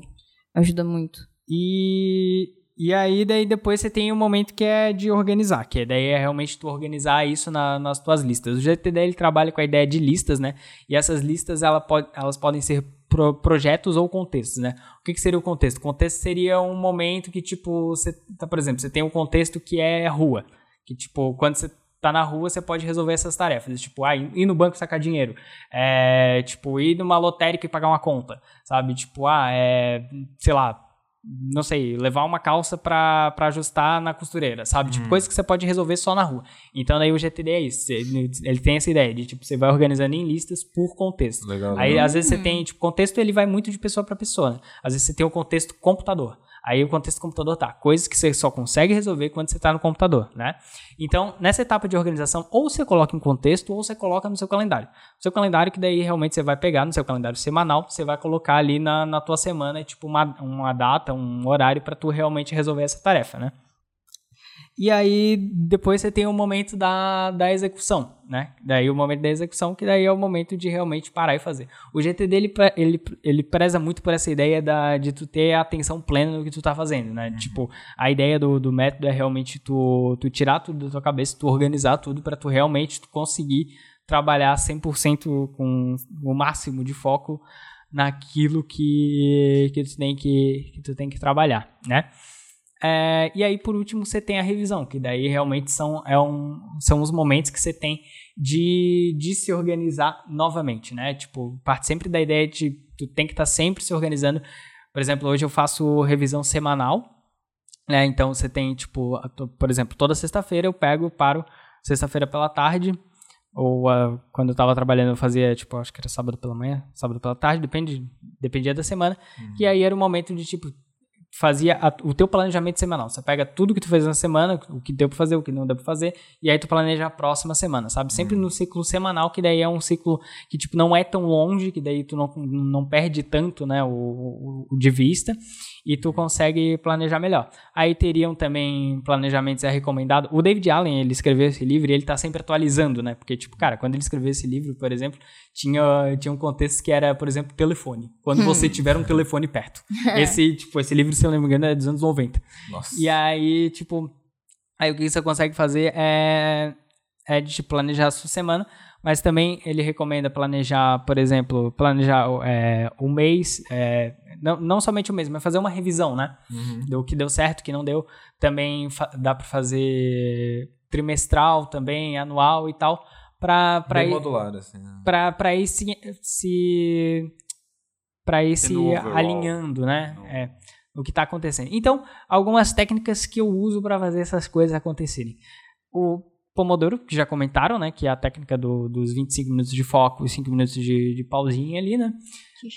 D: Ajuda muito.
C: E, e aí, daí depois você tem o momento que é de organizar, que daí é realmente tu organizar isso na- nas tuas listas. O GTD ele trabalha com a ideia de listas, né? E essas listas ela pode, elas podem ser pro- projetos ou contextos, né? O que, que seria o contexto? O contexto seria um momento que, tipo, você, tá, por exemplo, você tem um contexto que é rua. Que, tipo, quando você tá na rua, você pode resolver essas tarefas. Tipo, ah, ir ir no banco sacar dinheiro. É, tipo, ir numa lotérica e pagar uma conta. Sabe? Tipo, ah, é, sei lá, não sei, levar uma calça pra, pra ajustar na costureira, sabe?
F: Uhum.
C: Tipo, coisa que você pode resolver só na rua. Então, daí o GTD é isso. Ele, ele tem essa ideia de, tipo, você vai organizando em listas por contexto.
F: Legal.
C: Aí, às vezes, você tem, tipo, contexto ele vai muito de pessoa pra pessoa, né? Às vezes você tem o contexto computador. Aí o contexto computador tá, coisas que você só consegue resolver quando você tá no computador, né? Então, nessa etapa de organização, ou você coloca em contexto, ou você coloca no seu calendário. No seu calendário, que daí realmente você vai pegar no seu calendário semanal, você vai colocar ali na, na tua semana, tipo, uma, uma data, um horário pra tu realmente resolver essa tarefa, né? E aí, depois você tem o momento da, da execução, né? Daí o momento da execução, que daí é o momento de realmente parar e fazer. O GTD, ele, pre- ele, ele preza muito por essa ideia da, de tu ter a atenção plena no que tu tá fazendo, né? Tipo, a ideia do, do método é realmente tu, tu tirar tudo da tua cabeça, tu organizar tudo para tu realmente tu conseguir trabalhar 100% com o máximo de foco naquilo que, que, tu, tem que, que tu tem que trabalhar, né? É, e aí, por último, você tem a revisão, que daí realmente são, é um, são os momentos que você tem de, de se organizar novamente, né? Tipo, parte sempre da ideia de tu tem que estar sempre se organizando. Por exemplo, hoje eu faço revisão semanal, né? Então você tem, tipo, a to- por exemplo, toda sexta-feira eu pego, paro sexta-feira pela tarde, ou ah, quando eu tava trabalhando eu fazia, tipo, acho que era sábado pela manhã, sábado pela tarde, depende, dependia da semana. E aí era o momento de, tipo, fazia a- o teu planejamento semanal. Você pega tudo que tu fez na semana, o que deu pra fazer, o que não deu pra fazer, e aí tu planeja a próxima semana, sabe? Sempre no ciclo semanal, que daí é um ciclo que, tipo, não é tão longe, que daí tu não, não perde tanto, né, o, o- o de vista, e tu consegue planejar melhor. Aí teriam também planejamentos é recomendado. O David Allen, ele escreveu esse livro e ele tá sempre atualizando, né? Porque, tipo, cara, quando ele escreveu esse livro, por exemplo, tinha, tinha um contexto que era, por exemplo, telefone. Quando você tiver um telefone perto. Esse, tipo, esse livro, se eu não me engano, é dos anos 90.
F: Nossa.
C: E aí, tipo, aí o que você consegue fazer é, é de planejar a sua semana, mas também ele recomenda planejar, por exemplo, planejar é, o mês, é, não, não somente o mês, mas fazer uma revisão, né?
F: Uhum.
C: Do que deu certo, o que não deu. Também fa- dá pra fazer trimestral também, anual e tal, pra, pra
F: Bem
C: ir
F: modular, assim. né?
C: pra, pra ir se, se para ir se
F: Tendo overall.
C: alinhando, né? É, o que tá acontecendo. Então, algumas técnicas que eu uso para fazer essas coisas acontecerem. O Pomodoro, que já comentaram, né? Que é a técnica do- dos 25 minutos de foco e 5 minutos de, de pausinha ali, né?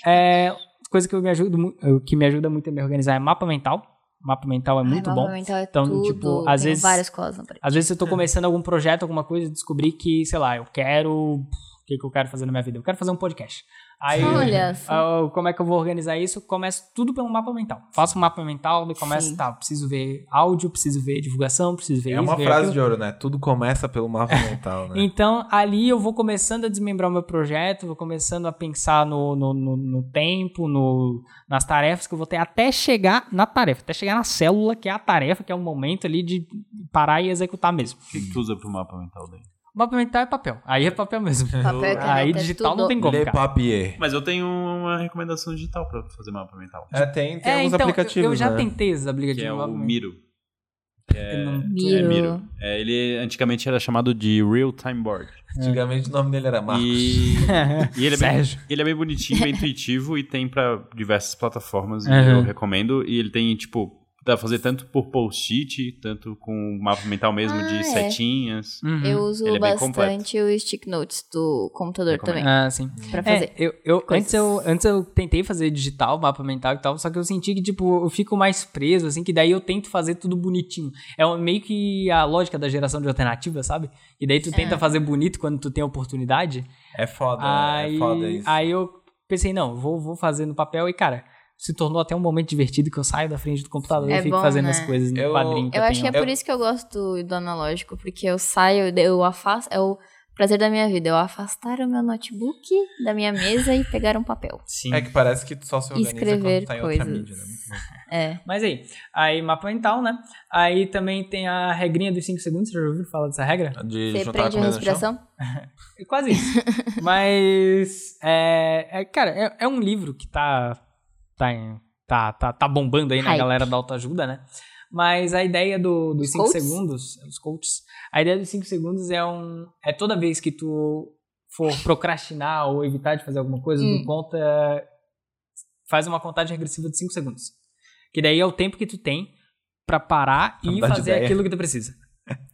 C: É, coisa que, eu me ajudo, mu- eh, que me ajuda muito a me organizar é mapa mental. Mapa mental é muito bom. Então,
D: então, tudo,
C: tipo, às
D: tem
C: vezes-
D: várias coisas pra
C: Às vezes
F: É.
C: eu tô começando algum projeto, alguma coisa, e descobri que, sei lá, eu quero. O que, que eu quero fazer na minha vida? Eu quero fazer um podcast. Aí,
D: Olha só.
C: ah, como é que eu vou organizar isso? Começo tudo pelo mapa mental. Faço um mapa mental, daí começo,
D: Sim.
C: tá, preciso ver áudio, preciso ver divulgação, preciso ver
F: É
C: isso.
F: uma
C: ver
F: frase
C: aquilo.
F: de ouro, né? Tudo começa pelo mapa mental, né?
C: Então, ali eu vou começando a desmembrar o meu projeto, vou começando a pensar no, no, no- no tempo, no, nas tarefas que eu vou ter, até chegar na tarefa, até chegar na célula, que é a tarefa, que é o momento ali de parar e executar mesmo.
E: O que que tu usa pro mapa mental daí?
C: Mapa mental é papel. Aí é papel mesmo.
D: Papel e caneta,
C: Aí
D: é
C: digital
D: tudo.
C: não tem como,
F: Le
C: cara.
F: papier.
E: Mas eu tenho uma recomendação digital pra fazer mapa mental.
F: É, tem, tem
C: É,
F: alguns
C: então, eu-
F: aplicativos,
C: eu já
F: né?
C: tentei esses
E: Que
C: aplicativos.
E: é o
C: mapa mental.
E: Miro.
C: Eu não-
E: É,
D: Miro.
E: Miro. É, ele antigamente era chamado de Real Time Board.
F: Antigamente o nome dele era Marcos.
E: E, e ele, é bem,
C: Sérgio.
E: ele é bem bonitinho, bem intuitivo e tem pra diversas plataformas, e
C: Aham.
E: eu recomendo. E ele tem, tipo, dá pra fazer tanto por post-it, tanto com mapa mental mesmo
D: Ah,
E: de
D: é.
E: setinhas.
C: Uhum.
D: Eu uso
E: Ele é bem
D: bastante o stick notes do computador
E: Recomendo.
D: também.
C: Ah, sim.
D: Pra
C: É,
D: fazer.
C: eu, eu,
D: coisas.
C: antes, eu, antes eu tentei fazer digital, mapa mental e tal, só que eu senti que, tipo, eu fico mais preso, assim, que daí eu tento fazer tudo bonitinho. É um- meio que a lógica da geração de alternativa, sabe? E daí tu tenta fazer bonito quando tu tem a oportunidade.
F: É foda,
C: Aí,
F: é foda isso.
C: aí eu pensei, não, vou, vou fazer no papel e, cara, se tornou até um momento divertido que eu saio da frente do computador
D: É
C: e fico
D: bom,
C: fazendo
D: né?
C: as coisas no
F: Eu-
C: quadrinho que
D: Eu
C: eu,
D: acho
C: tenho.
D: que é por isso que eu gosto do, do analógico, porque eu saio, eu afasto, é o prazer da minha vida, eu afastar o meu notebook da minha mesa e pegar um papel.
C: Sim.
F: É que parece que tu só se organiza
D: Escrever
F: quando tá em outra
D: coisas.
F: mídia, né? Muito bom.
D: É.
C: Mas aí, aí mapa mental, né? Aí também tem a regrinha dos 5 segundos, você já ouviu falar dessa regra?
F: De
D: Você
F: juntar
D: prende a
F: comida no chão?
D: respiração?
C: É quase isso. Mas, é, é, cara, é, é um livro que tá, tá, em- tá, tá, tá bombando aí na
D: Hype.
C: galera da autoajuda, né? Mas a ideia do, dos 5
D: coaches?
C: segundos, os coaches, a ideia dos 5 segundos é um. É toda vez que tu for procrastinar ou evitar de fazer alguma coisa,
D: Hum.
C: tu conta. Faz uma contagem regressiva de 5 segundos. Que daí é o tempo que tu tem pra parar e
F: Mudar de
C: fazer
F: ideia.
C: aquilo que tu precisa.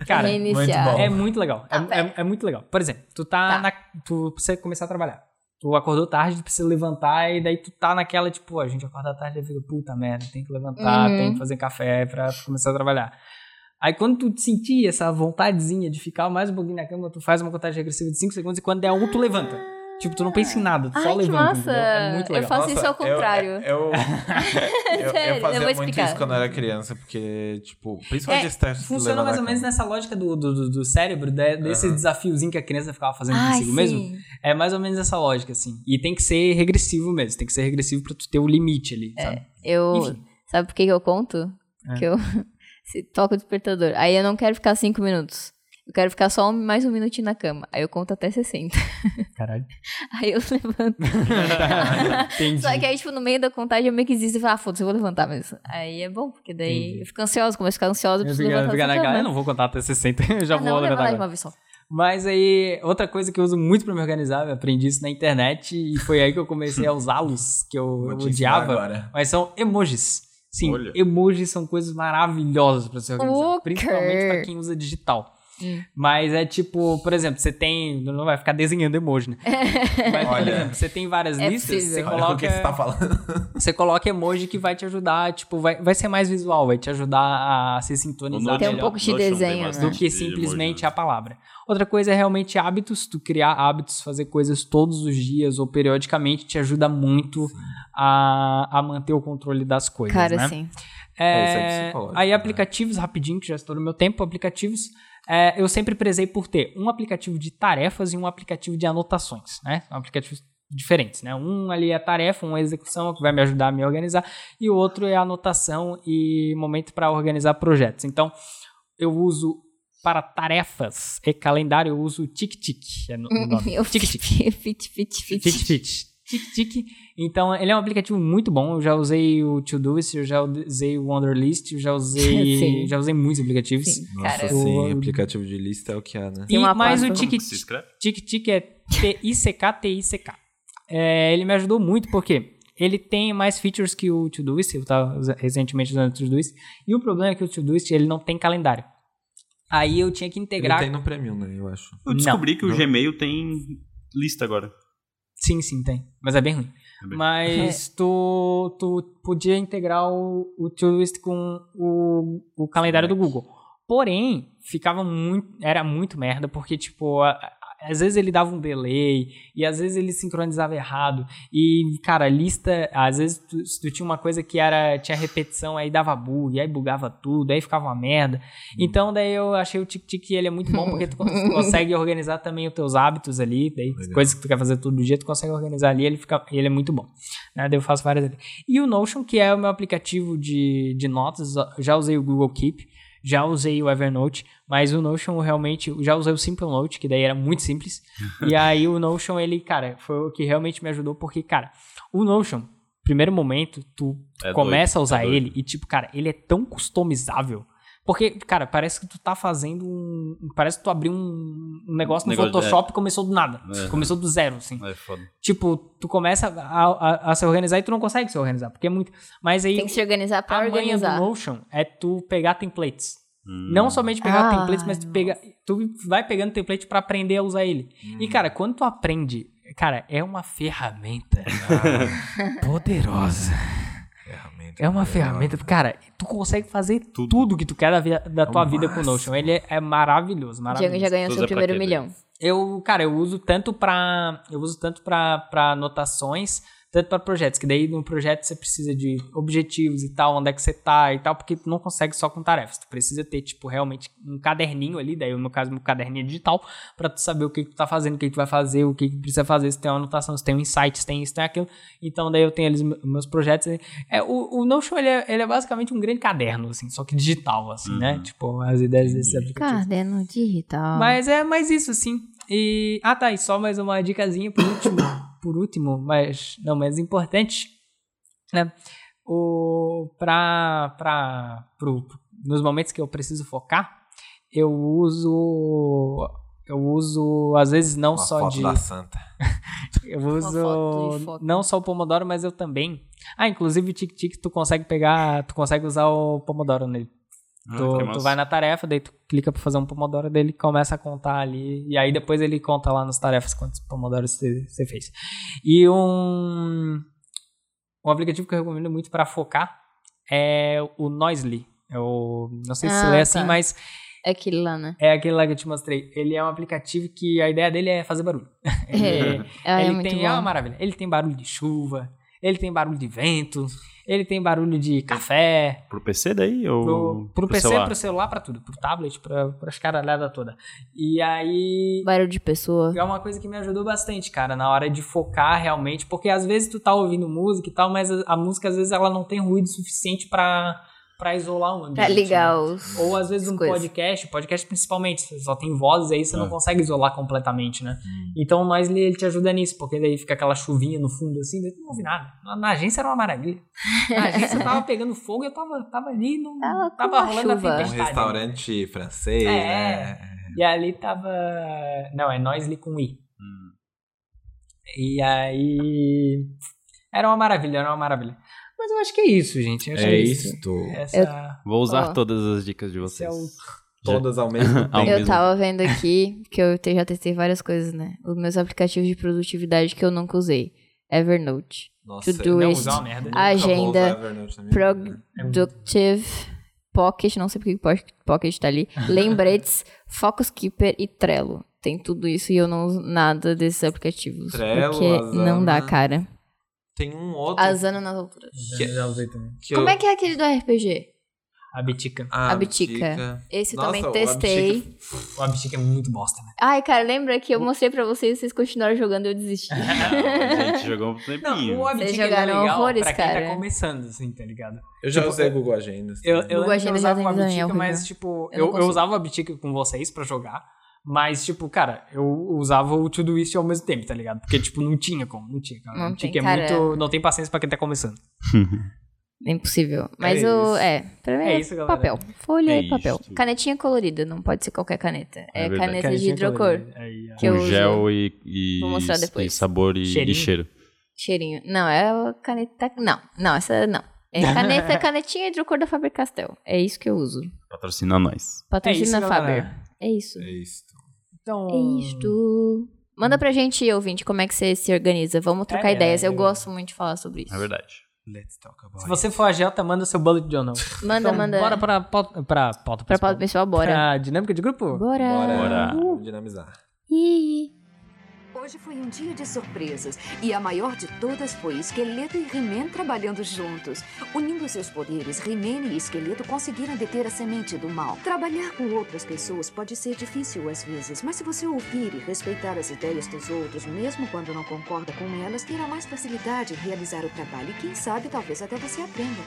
C: Cara,
D: Reiniciar.
F: muito bom.
C: é muito legal.
D: Tá,
C: é- é,
D: pera.
C: é muito legal. Por exemplo, tu tá,
D: Tá.
C: na. Tu precisa começar a trabalhar. Tu acordou tarde, tu precisa levantar, e daí tu tá naquela, tipo, a gente acorda tarde e fica, puta merda, tem que levantar,
D: Uhum.
C: tem que fazer café pra começar a trabalhar. Aí quando tu sentir essa vontadezinha de ficar mais um pouquinho na cama, tu faz uma contagem regressiva de 5 segundos e quando der um, tu levanta. Tipo, tu não pensa em nada, tu só
D: É. Ai, que
C: levanta.
D: massa.
C: entendeu? É muito
D: Eu
C: legal.
D: faço isso ao
F: eu- é,
D: contrário.
F: Eu, eu, eu
D: Sério, eu vou
F: fazia muito
D: explicar.
F: isso quando eu era criança, porque, tipo, principalmente
C: É,
F: esse teste de
C: Funciona
F: levar
C: mais
F: na
C: ou menos
F: cama.
C: nessa lógica do, do, do- do cérebro, de- desse
F: Aham.
C: desafiozinho que a criança ficava fazendo
D: Ai,
C: consigo
D: sim.
C: mesmo. É mais ou menos essa lógica, assim. E tem que ser regressivo mesmo. Tem que ser regressivo pra tu ter o limite ali,
D: É.
C: sabe?
D: Eu,
C: Enfim.
D: sabe por que que eu conto?
C: É.
D: Que eu se toco o despertador. Aí eu não quero ficar cinco minutos. Eu quero ficar só um- mais um minutinho na cama. Aí eu conto até 60.
C: Caralho.
D: Aí eu levanto.
C: Entendi.
D: Só que aí, tipo, no meio da contagem eu meio que desisto e falo, ah, foda-se, eu vou levantar mesmo. Aí é bom, porque daí
C: Entendi.
D: eu fico ansiosa, começo a ficar ansiosa,
C: Eu
D: eu preciso
C: fico- eu
D: levantar
C: fico
D: dessa
C: na cara,
D: cama.
C: eu não vou contar até 60, eu já
D: assim, tá ah,
C: vou
D: não, eu levanto
C: levantar
D: lá de
C: agora.
D: uma vez só.
C: Mas aí, outra coisa que eu uso muito pra me organizar, eu aprendi isso na internet e foi aí que eu comecei a usá-los, que eu,
F: Vou
C: eu
F: te ensinar
C: odiava.
F: Agora.
C: Mas são emojis. Sim,
E: Olha.
C: emojis são coisas maravilhosas pra se organizar.
D: Uker.
C: Principalmente pra quem usa digital.
D: Hum.
C: Mas é tipo, por exemplo, você tem. Não vai ficar desenhando emoji, né? Mas, por
F: Olha.
C: exemplo, você tem várias
D: É
C: listas, você
D: possível.
F: Olha o que
C: coloca,
F: você tá falando.
C: você coloca emoji que vai te ajudar, tipo, vai, vai ser mais visual, vai te ajudar a se sintonizar
D: Tem um
C: melhor
D: pouco de desenho,
C: do que simplesmente a palavra. Outra coisa é realmente hábitos, tu criar hábitos, fazer coisas todos os dias ou periodicamente te ajuda muito a, a manter o controle das coisas,
D: Cara,
C: né?
D: sim.
C: É,
F: É, isso é psicológico,
C: aí
F: né?
C: aplicativos, rapidinho, que já estou no meu tempo, aplicativos. é, eu sempre prezei por ter um aplicativo de tarefas e um aplicativo de anotações, né? São aplicativos diferentes, né? Um ali é a tarefa, um é a execução, que vai me ajudar a me organizar, e o outro é a anotação e momento para organizar projetos. Então, eu uso para tarefas e calendário, eu uso o TicTic, é no- o nome.
D: Eu
C: Tic, tic.
D: fit, fit, fit, fit.
C: Fitbit. Tic-tic. Então, ele é um aplicativo muito bom. Eu já usei o Todoist, eu já usei o Wonderlist, eu já usei,
D: Sim.
C: já usei muitos aplicativos.
D: Sim,
F: Nossa,
D: cara.
F: sim,
C: eu-
F: aplicativo de lista é o que há, né?
C: E
D: Tem uma
C: mais o
D: pasta-
C: Tic-
E: se escreve?
C: Tic-Tic é T-I-C-K, T-I-C-K. É, ele me ajudou muito porque ele tem mais features que o Todoist, eu estava recentemente usando o Todoist, e o problema é que o Todoist ele não tem calendário. Aí eu tinha que
F: Ele
C: integrar...
F: tem no Premium, né? Eu acho.
C: Não.
E: Eu descobri que o
F: Não.
E: Gmail tem lista agora.
C: Sim, sim, tem. Mas é bem ruim.
E: É bem-
C: Mas tu, tu podia integrar o, o Todoist com o, o calendário do Google. Porém, ficava muito. Era muito merda, porque, tipo, a- a- às vezes ele dava um delay, e às vezes ele sincronizava errado. E, cara, a lista. Às vezes tu, se tu tinha uma coisa que era. Tinha repetição, aí dava bug, aí bugava tudo, aí ficava uma merda. Então, daí eu achei o Tic-Tic ele é muito bom, porque tu cons- consegue organizar também os teus hábitos ali, daí
F: Legal.
C: coisas que tu quer fazer todo dia, tu consegue organizar ali, ele, fica, ele é muito bom. Né? Daí eu faço várias ali. E o Notion, que é o meu aplicativo de, de notas, já usei o Google Keep, já usei o Evernote, mas o Notion eu realmente, já usei o Simple Note, que daí era muito simples. e aí o Notion, ele, cara, foi o que realmente me ajudou, porque, cara, o Notion, primeiro momento, tu
E: É
C: começa a
E: doido,
C: usar
E: é doido.
C: ele e, tipo, cara, ele é tão customizável. Porque, cara, parece que tu tá fazendo um. Parece que tu abriu um um negócio no
E: Negócio de-
C: Photoshop e começou do nada.
E: É.
C: Começou do zero, assim.
E: É foda.
C: Tipo, tu começa a, a- a se organizar e tu não consegue se organizar, porque é muito. Mas aí
D: Tem que se organizar pra
C: a manha do
D: organizar.
C: Notion é tu pegar templates. Não somente pegar
D: Ah,
C: templates, mas tu, pega, tu vai pegando template pra aprender a usar ele. E, cara, quando tu aprende, cara, é uma ferramenta poderosa.
F: Ferramenta.
C: É uma ferramenta, cara, tu consegue fazer tudo, que tu quer da, vida- da tua vida com o Notion. Ele é, é maravilhoso,
D: Diego
C: maravilhoso.
D: já ganhou
E: Usa
D: seu
E: pra
D: primeiro
E: quê,
D: milhão.
C: Eu, cara, eu uso tanto pra eu uso tanto para para anotações, tanto pra projetos, que daí no projeto você precisa de objetivos e tal, onde é que você tá e tal, porque tu não consegue só com tarefas, tu precisa ter tipo realmente um caderninho ali, daí no caso meu caderninho é digital, pra tu saber o que que tu tá fazendo, o que que tu vai fazer, o que que precisa fazer, se tem uma anotação, se tem um insight, se tem isso, tem aquilo. Então daí eu tenho ali os me- meus projetos. É, o, o Notion ele é, ele é basicamente um grande caderno assim, só que digital assim, né? Tipo, as ideias desses aplicativos.
D: Caderno digital.
C: Mas é mais isso, assim. E. Ah, tá. E só mais uma dicasinha por último. por último, mas não menos importante. Né? O, pra, pra, pro, nos momentos que eu preciso focar, eu uso. Eu uso, às vezes, não
F: Uma
C: só
F: foto
C: de.
F: da santa.
C: Eu
D: foto e
C: uso
D: foco.
C: não só o Pomodoro, mas eu também. Ah, inclusive o Tic Tic tu consegue pegar, tu consegue usar o Pomodoro nele.
E: Ah,
C: Tu,
E: que
C: tu
E: massa.
C: vai na tarefa, daí tu clica pra fazer um Pomodoro, daí ele começa a contar ali. E aí depois ele conta lá nas tarefas quantos Pomodoros você você fez. E um, um aplicativo que eu recomendo muito pra focar é o Noisly. Eu não sei se
D: Ah,
C: lê assim,
D: tá.
C: mas
D: É aquilo lá, né?
C: é aquele lá que eu te mostrei. Ele é um aplicativo que a ideia dele é fazer barulho. Ele-
D: Ah, é
C: ele
D: muito
C: tem, é uma
D: bom.
C: maravilha. Ele tem barulho de chuva, ele tem barulho de vento, ele tem barulho de café,
E: Pro PC daí? Ou
C: pro, pro PC,
E: celular?
C: pro celular, pra tudo, pro tablet, pra, pras caralhadas toda. E aí.
D: Barulho de pessoa.
C: É uma coisa que me ajudou bastante, cara, na hora de focar realmente, porque às vezes tu tá ouvindo música e tal, mas a, a música às vezes ela não tem ruído suficiente pra pra isolar o ambiente.
D: Pra
C: né?
D: ligar os.
C: Ou às vezes
D: as
C: um
D: coisas.
C: podcast, podcast principalmente, você só tem vozes aí, você não
E: É.
C: consegue isolar completamente, né?
F: Hum.
C: Então o Noisely ele te ajuda nisso, porque daí fica aquela chuvinha no fundo assim, daí tu não ouve nada. Na, na agência era uma maravilha. Na agência eu tava pegando fogo e eu tava, tava ali, não,
D: Tava
C: tava,
D: com uma
C: rolando a
D: chuva.
F: Um
C: tempestade.
F: restaurante francês,
C: né? É.
F: né?
C: E ali tava. Não, é Noisely com I.
F: Hum.
C: E aí. Era uma maravilha, era uma maravilha. Mas eu acho que é isso, gente. Eu acho que
E: É isso.
C: Essa...
E: Vou usar
D: Ó.
E: todas as dicas de
C: Esse
E: vocês.
C: é o-
F: Todas ao mesmo tempo.
E: Ao
D: eu
E: mesmo
D: tava vendo aqui, que eu te- já testei várias coisas, né? Os meus aplicativos de produtividade que eu nunca usei. Evernote.
F: Nossa,
D: to do
F: eu
C: Não,
D: Twist.
C: usar uma merda.
F: nunca vou usar
D: Agenda.
F: Evernote na minha
D: Prog-
F: vida.
D: Productive, Pocket, não sei porque que Poc- Pocket tá ali. Lembretes, Focus Keeper e Trello. Tem tudo isso e eu não uso nada desses aplicativos.
F: Trello,
D: porque não dá,
F: Asana.
D: cara.
F: Tem um outro
D: Asana nas alturas.
C: Já, já usei também.
F: que
D: Como
F: eu...
D: é que é aquele do RPG?
C: A Bitica.
F: Ah,
D: A Bitica. Esse eu
F: Nossa,
D: também
F: o
D: testei.
F: Abchica-
C: O A Bitica é muito bosta, né?
D: Ai, cara, lembra que eu mostrei pra vocês, vocês continuaram jogando e eu desisti.
E: Ah, A gente jogou um tempinho.
C: Não, o A
D: Vocês
C: Bitica ele é
D: jogaram
C: legal
D: horrores,
C: pra quem
D: cara.
C: tá começando, assim, tá ligado?
F: Eu já
C: Tipo,
F: usei Google assim. Agendas.
C: Eu,
F: também.
C: eu,
D: Google
C: lembro que eu
D: Agenda já
C: usava
D: tem
C: uma
D: desenho, é
C: Bitica, mas,
D: horrível.
C: tipo,
D: Eu não
C: eu, eu,
D: consigo.
C: usava a Bitica com vocês pra jogar, mas, tipo, cara, eu usava o Todoist ao mesmo tempo, tá ligado? Porque, tipo, não tinha como, não tinha, cara.
D: Não
C: Não
D: tem,
C: é
D: cara.
C: muito. Não tem paciência pra quem tá começando.
D: É impossível. Mas
F: É
D: o.
F: isso.
D: É, pra mim
C: É
D: é,
C: isso, galera.
D: papel. Folha
E: É
D: e papel.
E: isso.
D: Canetinha colorida, não pode ser qualquer caneta. É,
E: verdade.
D: caneta de
C: Canetinha
D: hidrocor.
C: colorida, aí,
D: que eu
E: Com
D: uso.
E: gel e, e,
D: Vou mostrar
E: e
D: depois.
E: sabor e, e
C: Cheirinho.
E: cheiro.
D: Cheirinho. Não, é a caneta. Não, não, essa não. É caneta, canetinha hidrocor da Faber Castell. É isso que eu uso.
E: Patrocina nós.
C: É isso,
D: Patrocina
C: galera.
D: Faber. É isso.
F: É isso.
C: Então,
D: É isto. Manda pra gente, ouvinte, como é que você se organiza. Vamos trocar
C: É,
D: ideias. Eu
C: eu-
D: gosto muito de falar sobre isso.
E: É verdade.
F: Let's talk about
C: se você for a Gelta, manda seu bullet journal.
D: Manda,
C: Então,
D: manda.
C: Bora pra pauta, pra pauta
D: Pra
C: principal.
D: pauta pessoal, bora.
C: Pra dinâmica de grupo?
D: Bora.
F: Bora.
E: Bora.
F: Vamos dinamizar.
D: Ih.
G: Hoje foi um dia de surpresas e a maior de todas foi Esqueleto e He-Man trabalhando juntos. Unindo seus poderes, He-Man e Esqueleto conseguiram deter a semente do mal. Trabalhar com outras pessoas pode ser difícil às vezes, mas se você ouvir e respeitar as ideias dos outros, mesmo quando não concorda com elas, terá mais facilidade em realizar o trabalho e quem sabe talvez até você aprenda.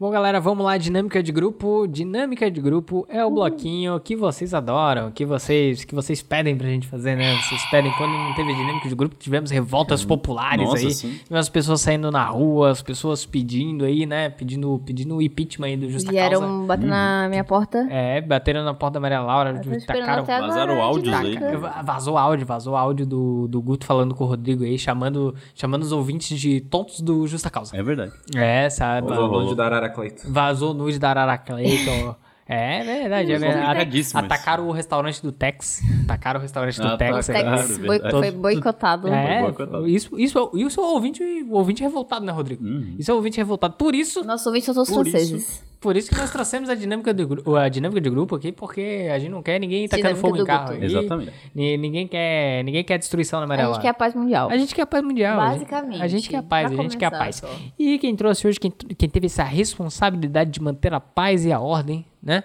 C: Bom, galera, vamos lá, dinâmica de grupo. Dinâmica de grupo é o
D: Uhum.
C: bloquinho que vocês adoram, que vocês que vocês pedem pra gente fazer, né? Vocês pedem quando não teve dinâmica de grupo, tivemos revoltas populares
E: Uhum. Nossa,
C: aí.
E: sim.
C: Tivemos as pessoas saindo na rua, as pessoas pedindo aí, né? Pedindo, pedindo o impeachment aí do Justa Causa.
D: Vieram bater na minha porta.
C: É, bateram na porta da Maria Laura,
E: Tá
D: Eu tô esperando
C: tacaram
D: até agora. Tá
E: vazaram áudios aí,
D: idiota.
E: cara.
C: Vazou áudio, vazou áudio do, do Guto falando com o Rodrigo aí, chamando, chamando os ouvintes de tontos do Justa Causa.
E: É verdade.
C: É, sabe?
F: Vamos longe da Arara Clayton.
C: Vazou nude da Arara Clayton. É verdade, é verdade.
E: Obrigadíssimo.
C: Atacaram o restaurante do Tex. Atacaram o restaurante do
E: Ah,
C: Tex.
E: tá, cara.
C: É,
D: Tex
E: verdade.
D: boi- foi
E: Todo-
D: boicotado.
E: É. boicotado.
C: isso, isso, é o- isso é o ouvinte, o ouvinte revoltado, né, Rodrigo?
E: Uhum.
C: Isso é o ouvinte revoltado. Por isso,
D: Nosso ouvinte são todos
E: Por isso-
D: franceses.
C: por isso que nós trouxemos a dinâmica, de, gru- a dinâmica de grupo aqui, porque a gente não quer ninguém tacando
D: Dinâmica
C: fogo
D: do
C: em carro.
D: grupo.
C: aí.
E: Exatamente.
C: Ni- Ninguém quer, ninguém quer destruição na
D: A
C: Maria
D: gente quer a paz mundial.
C: a gente quer a paz mundial. a gente-
D: Basicamente.
C: A gente quer a paz,
D: Pra
C: a gente quer a
D: começar
C: paz.
D: só.
C: E quem trouxe hoje, quem, quem teve essa responsabilidade de manter a paz e a ordem, né?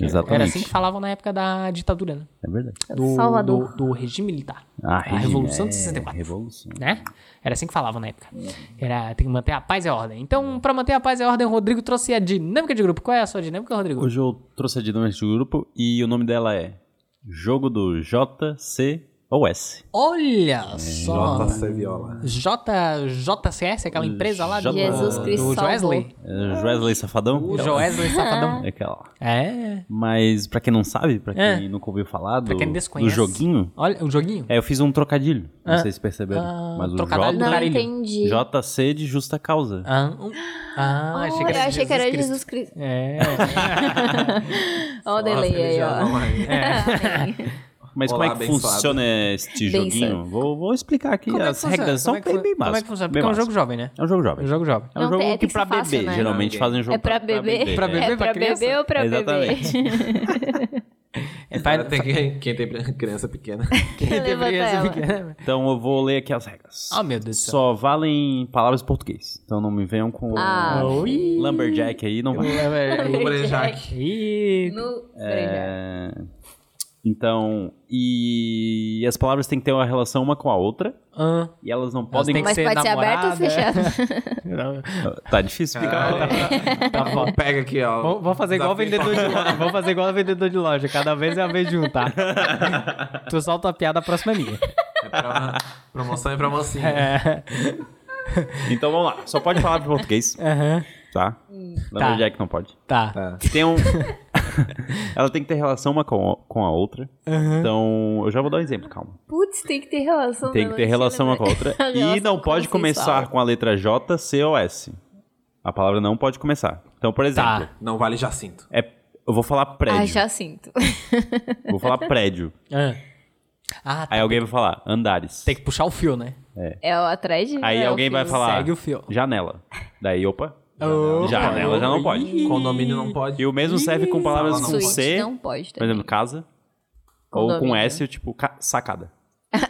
E: Exatamente.
C: Era assim que falavam na época da ditadura, né?
E: É verdade.
C: Do,
D: Salvador.
C: Do, do regime militar.
E: Ah,
C: a Revolução
E: é,
C: de 64.
E: Revolução.
C: Né? Era assim que falavam na época. Era, tem que manter a paz e a ordem. Então, pra manter a paz e a ordem, o Rodrigo trouxe a dinâmica de grupo. Qual é a sua dinâmica, Rodrigo?
E: Hoje eu trouxe a dinâmica do grupo e o nome dela é Jogo do JC ou S.
C: Olha só!
F: Nossa, Viola.
C: É, J, JCS, aquela empresa lá do,
D: Jesus Cristo
C: do
D: salvou.
C: Joesley.
E: É, Joesley Safadão?
C: O
E: Aquela-
C: Joesley Safadão.
E: É aquela.
C: É.
E: Mas pra quem não sabe, pra quem
C: É.
E: nunca ouviu falar do,
C: Pra quem
E: do
C: desconhece.
E: joguinho,
C: Olha, o joguinho.
E: é, eu fiz um trocadilho.
C: Ah.
E: Não sei se perceberam.
C: Ah,
E: mas o
C: trocadilho
E: J,
D: Não
C: Caralho.
D: entendi.
E: JC de justa causa.
C: Ah, um- ah,
D: Olha,
C: achei que era,
D: eu achei que era
C: Cristo.
D: Jesus Cristo.
C: É.
D: Olha o delay aí, ó.
F: É.
E: Mas
F: Olá,
E: como é que
F: abençoado.
E: funciona este
D: Benção.
E: joguinho? Vou, vou explicar aqui.
C: Como é que
E: As
C: funciona?
E: regras são
C: Como é que
E: bem,
C: fu-
E: bem
C: Como é
E: básicas.
C: que funciona?
E: bem
C: Porque é um jogo
E: básicas.
C: jovem, né?
E: É um jogo
C: É
E: jovem.
C: um jogo jovem.
E: É um
D: Não,
E: jogo
D: tem- tem
E: que
D: que
E: pra
D: ser fácil,
E: beber.
D: né?
E: Geralmente
F: Não,
E: fazem jogo
D: É pra beber?
E: beber. né?
C: Pra beber pra
D: É pra
C: criança?
D: beber ou pra beber?
E: Exatamente.
C: É, faz-
F: Agora tem quem, quem tem criança pequena.
C: quem tem
D: Levanta
C: criança
D: ela.
C: pequena.
E: Então eu vou ler aqui as regras.
C: Ah, meu Deus do céu.
E: Só valem palavras em português. Então não me venham com
D: Ah,
C: ui.
E: Lumberjack aí, não vai.
C: É, é, é.
F: Lumberjack.
C: Ih,
D: No... peraí, já.
E: É, Então, e as palavras têm que ter uma relação uma com a outra,
C: Ah,
E: e elas não podem...
C: têm que
D: Mas
C: ser
D: pode ser aberto
C: namorada.
D: ou fechado?
C: não.
E: Tá difícil explicar.
C: Tá bom.
F: Pega aqui, ó.
C: Vou, vou fazer igual
F: Desafio
C: vendedor de loja. Vou fazer igual vendedor de loja. Cada vez é a vez de um, tá? tu solta a piada, a próxima é minha.
F: É pra- Promoção e pra mocinha.
C: É.
E: Então vamos lá, só pode falar pro português,
C: aham,
E: tá? Lumberjack não pode.
C: Tá.
E: Tem um... Ela tem que ter relação uma com com a outra. Então, eu já vou dar um exemplo, calma.
D: Putz, tem que ter relação.
E: Tem que ter relação
D: né?
E: uma com a outra. E não pode começar com a letra J, C ou S. A palavra não pode começar. Então, por exemplo,
C: Tá.
F: Não vale Jacinto.
E: é, eu vou falar prédio.
D: Ah, já sinto.
E: Vou falar prédio.
C: Ah. Ah,
E: Aí alguém vai falar andares.
C: tem que puxar o fio, né?
D: É o atrás de.
E: Aí
D: é o
E: alguém vai
D: fio.
E: falar
F: Tá.
C: Segue o fio.
E: janela. Daí, opa,
C: Oh,
E: janela já não pode.
F: Condomínio não pode.
E: E o mesmo serve com palavras com
D: Suíte
E: C,
D: não pode
E: por
D: também.
E: exemplo, casa. Ou com
D: Condomínio.
E: S, tipo, ca- sacada.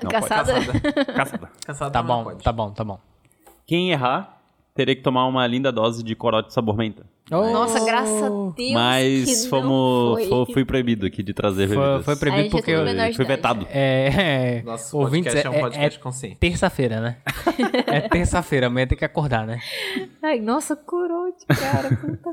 E: Não
D: Caçada.
E: pode. Caçada.
F: Cansado
C: Tá
F: não
C: bom,
F: pode.
C: tá bom, tá bom.
E: Quem errar, teria que tomar uma linda dose de corote sabor menta.
D: Nossa,
C: Oh.
D: graças a Deus.
E: Mas
D: que não
E: fomos,
D: foi.
E: fo- fui proibido aqui de trazer
C: Foi,
E: bebidas.
C: foi
D: A gente
C: proibido
D: é
C: porque.
D: tudo
C: eu-
D: menor de
E: Fui
D: idade.
E: vetado.
C: É. é
F: Nosso
C: ouvintes,
F: podcast é um
C: é,
F: podcast consciente.
C: terça-feira, né? é terça-feira, amanhã tem que acordar, né?
D: Ai, nossa, corote, cara. Puta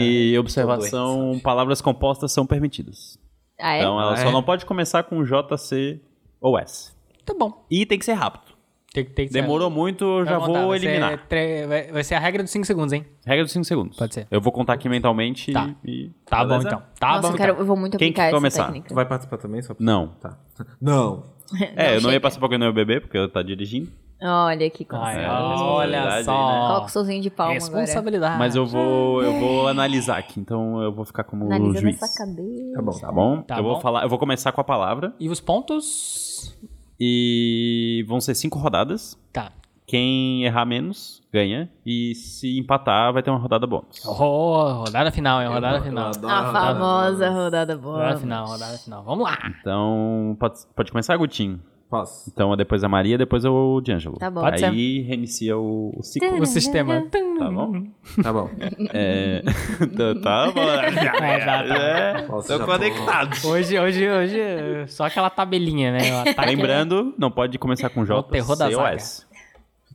C: é
E: E observação, palavras compostas são permitidas.
D: Ah, é?
E: Então ela
C: Ah,
E: só
C: é?
E: não pode começar com J, C ou S.
C: Tá bom.
E: E tem que ser rápido.
C: Tem, que- tem que ser-
E: Demorou muito, eu já
C: Vai contar,
E: vou
C: vai ser
E: eliminar.
C: tre- vai, vai ser a regra dos 5 segundos, hein?
E: Regra dos 5 segundos.
C: Pode ser.
E: Eu vou contar aqui mentalmente e-
C: Tá.
E: e...
C: Tá
E: Beleza?
C: bom, então. Tá
D: nossa,
C: bom.
D: eu, quero, eu vou muito
E: Quem
D: aplicar
E: que
D: essa
E: começar?
F: Tu
D: técnica.
F: vai participar também? Só pra-
E: Não.
F: Tá. Não.
E: É, eu não
D: chega.
E: ia passar pra quem não ia beber, porque eu tá dirigindo.
D: Olha que
C: Ai,
D: coisa.
E: É,
C: então. olha
E: responsabilidade,
C: só.
D: Coloca o solzinho de palma agora.
C: Responsabilidade.
E: Mas eu vou, eu
D: É.
E: vou analisar aqui, então eu vou ficar como
D: Analisando
E: juiz.
D: essa cadeira.
F: Tá bom.
E: Tá bom?
C: Tá
E: eu
C: bom.
E: vou falar, eu vou começar com a palavra
C: E os pontos?
E: e vão ser cinco rodadas.
C: Tá.
E: Quem errar menos ganha. E se empatar, vai ter uma rodada bônus.
C: Oh, rodada final, hein? Rodada
F: Eu
C: final.
F: adoro
D: A
F: rodada.
D: famosa rodada boa.
C: Rodada final, rodada final. Vamos lá.
E: Então, pode, pode começar, Gutinho.
F: Posso.
E: Então, depois a Maria, depois o D'Angelo.
D: Tá bom.
E: Aí
D: Pode
C: ser.
E: reinicia o, o ciclo,
C: O sistema.
E: tá bom?
F: Tá bom.
E: É... tá, tá bom.
C: É, já tá.
E: É,
F: Nossa, já
E: tô
F: tô-
E: conectado.
C: Hoje, hoje, hoje, eh, só aquela tabelinha, né? Ela tá
E: Lembrando, não pode começar com J,
C: terror da
E: C ou
C: zaga.
E: S.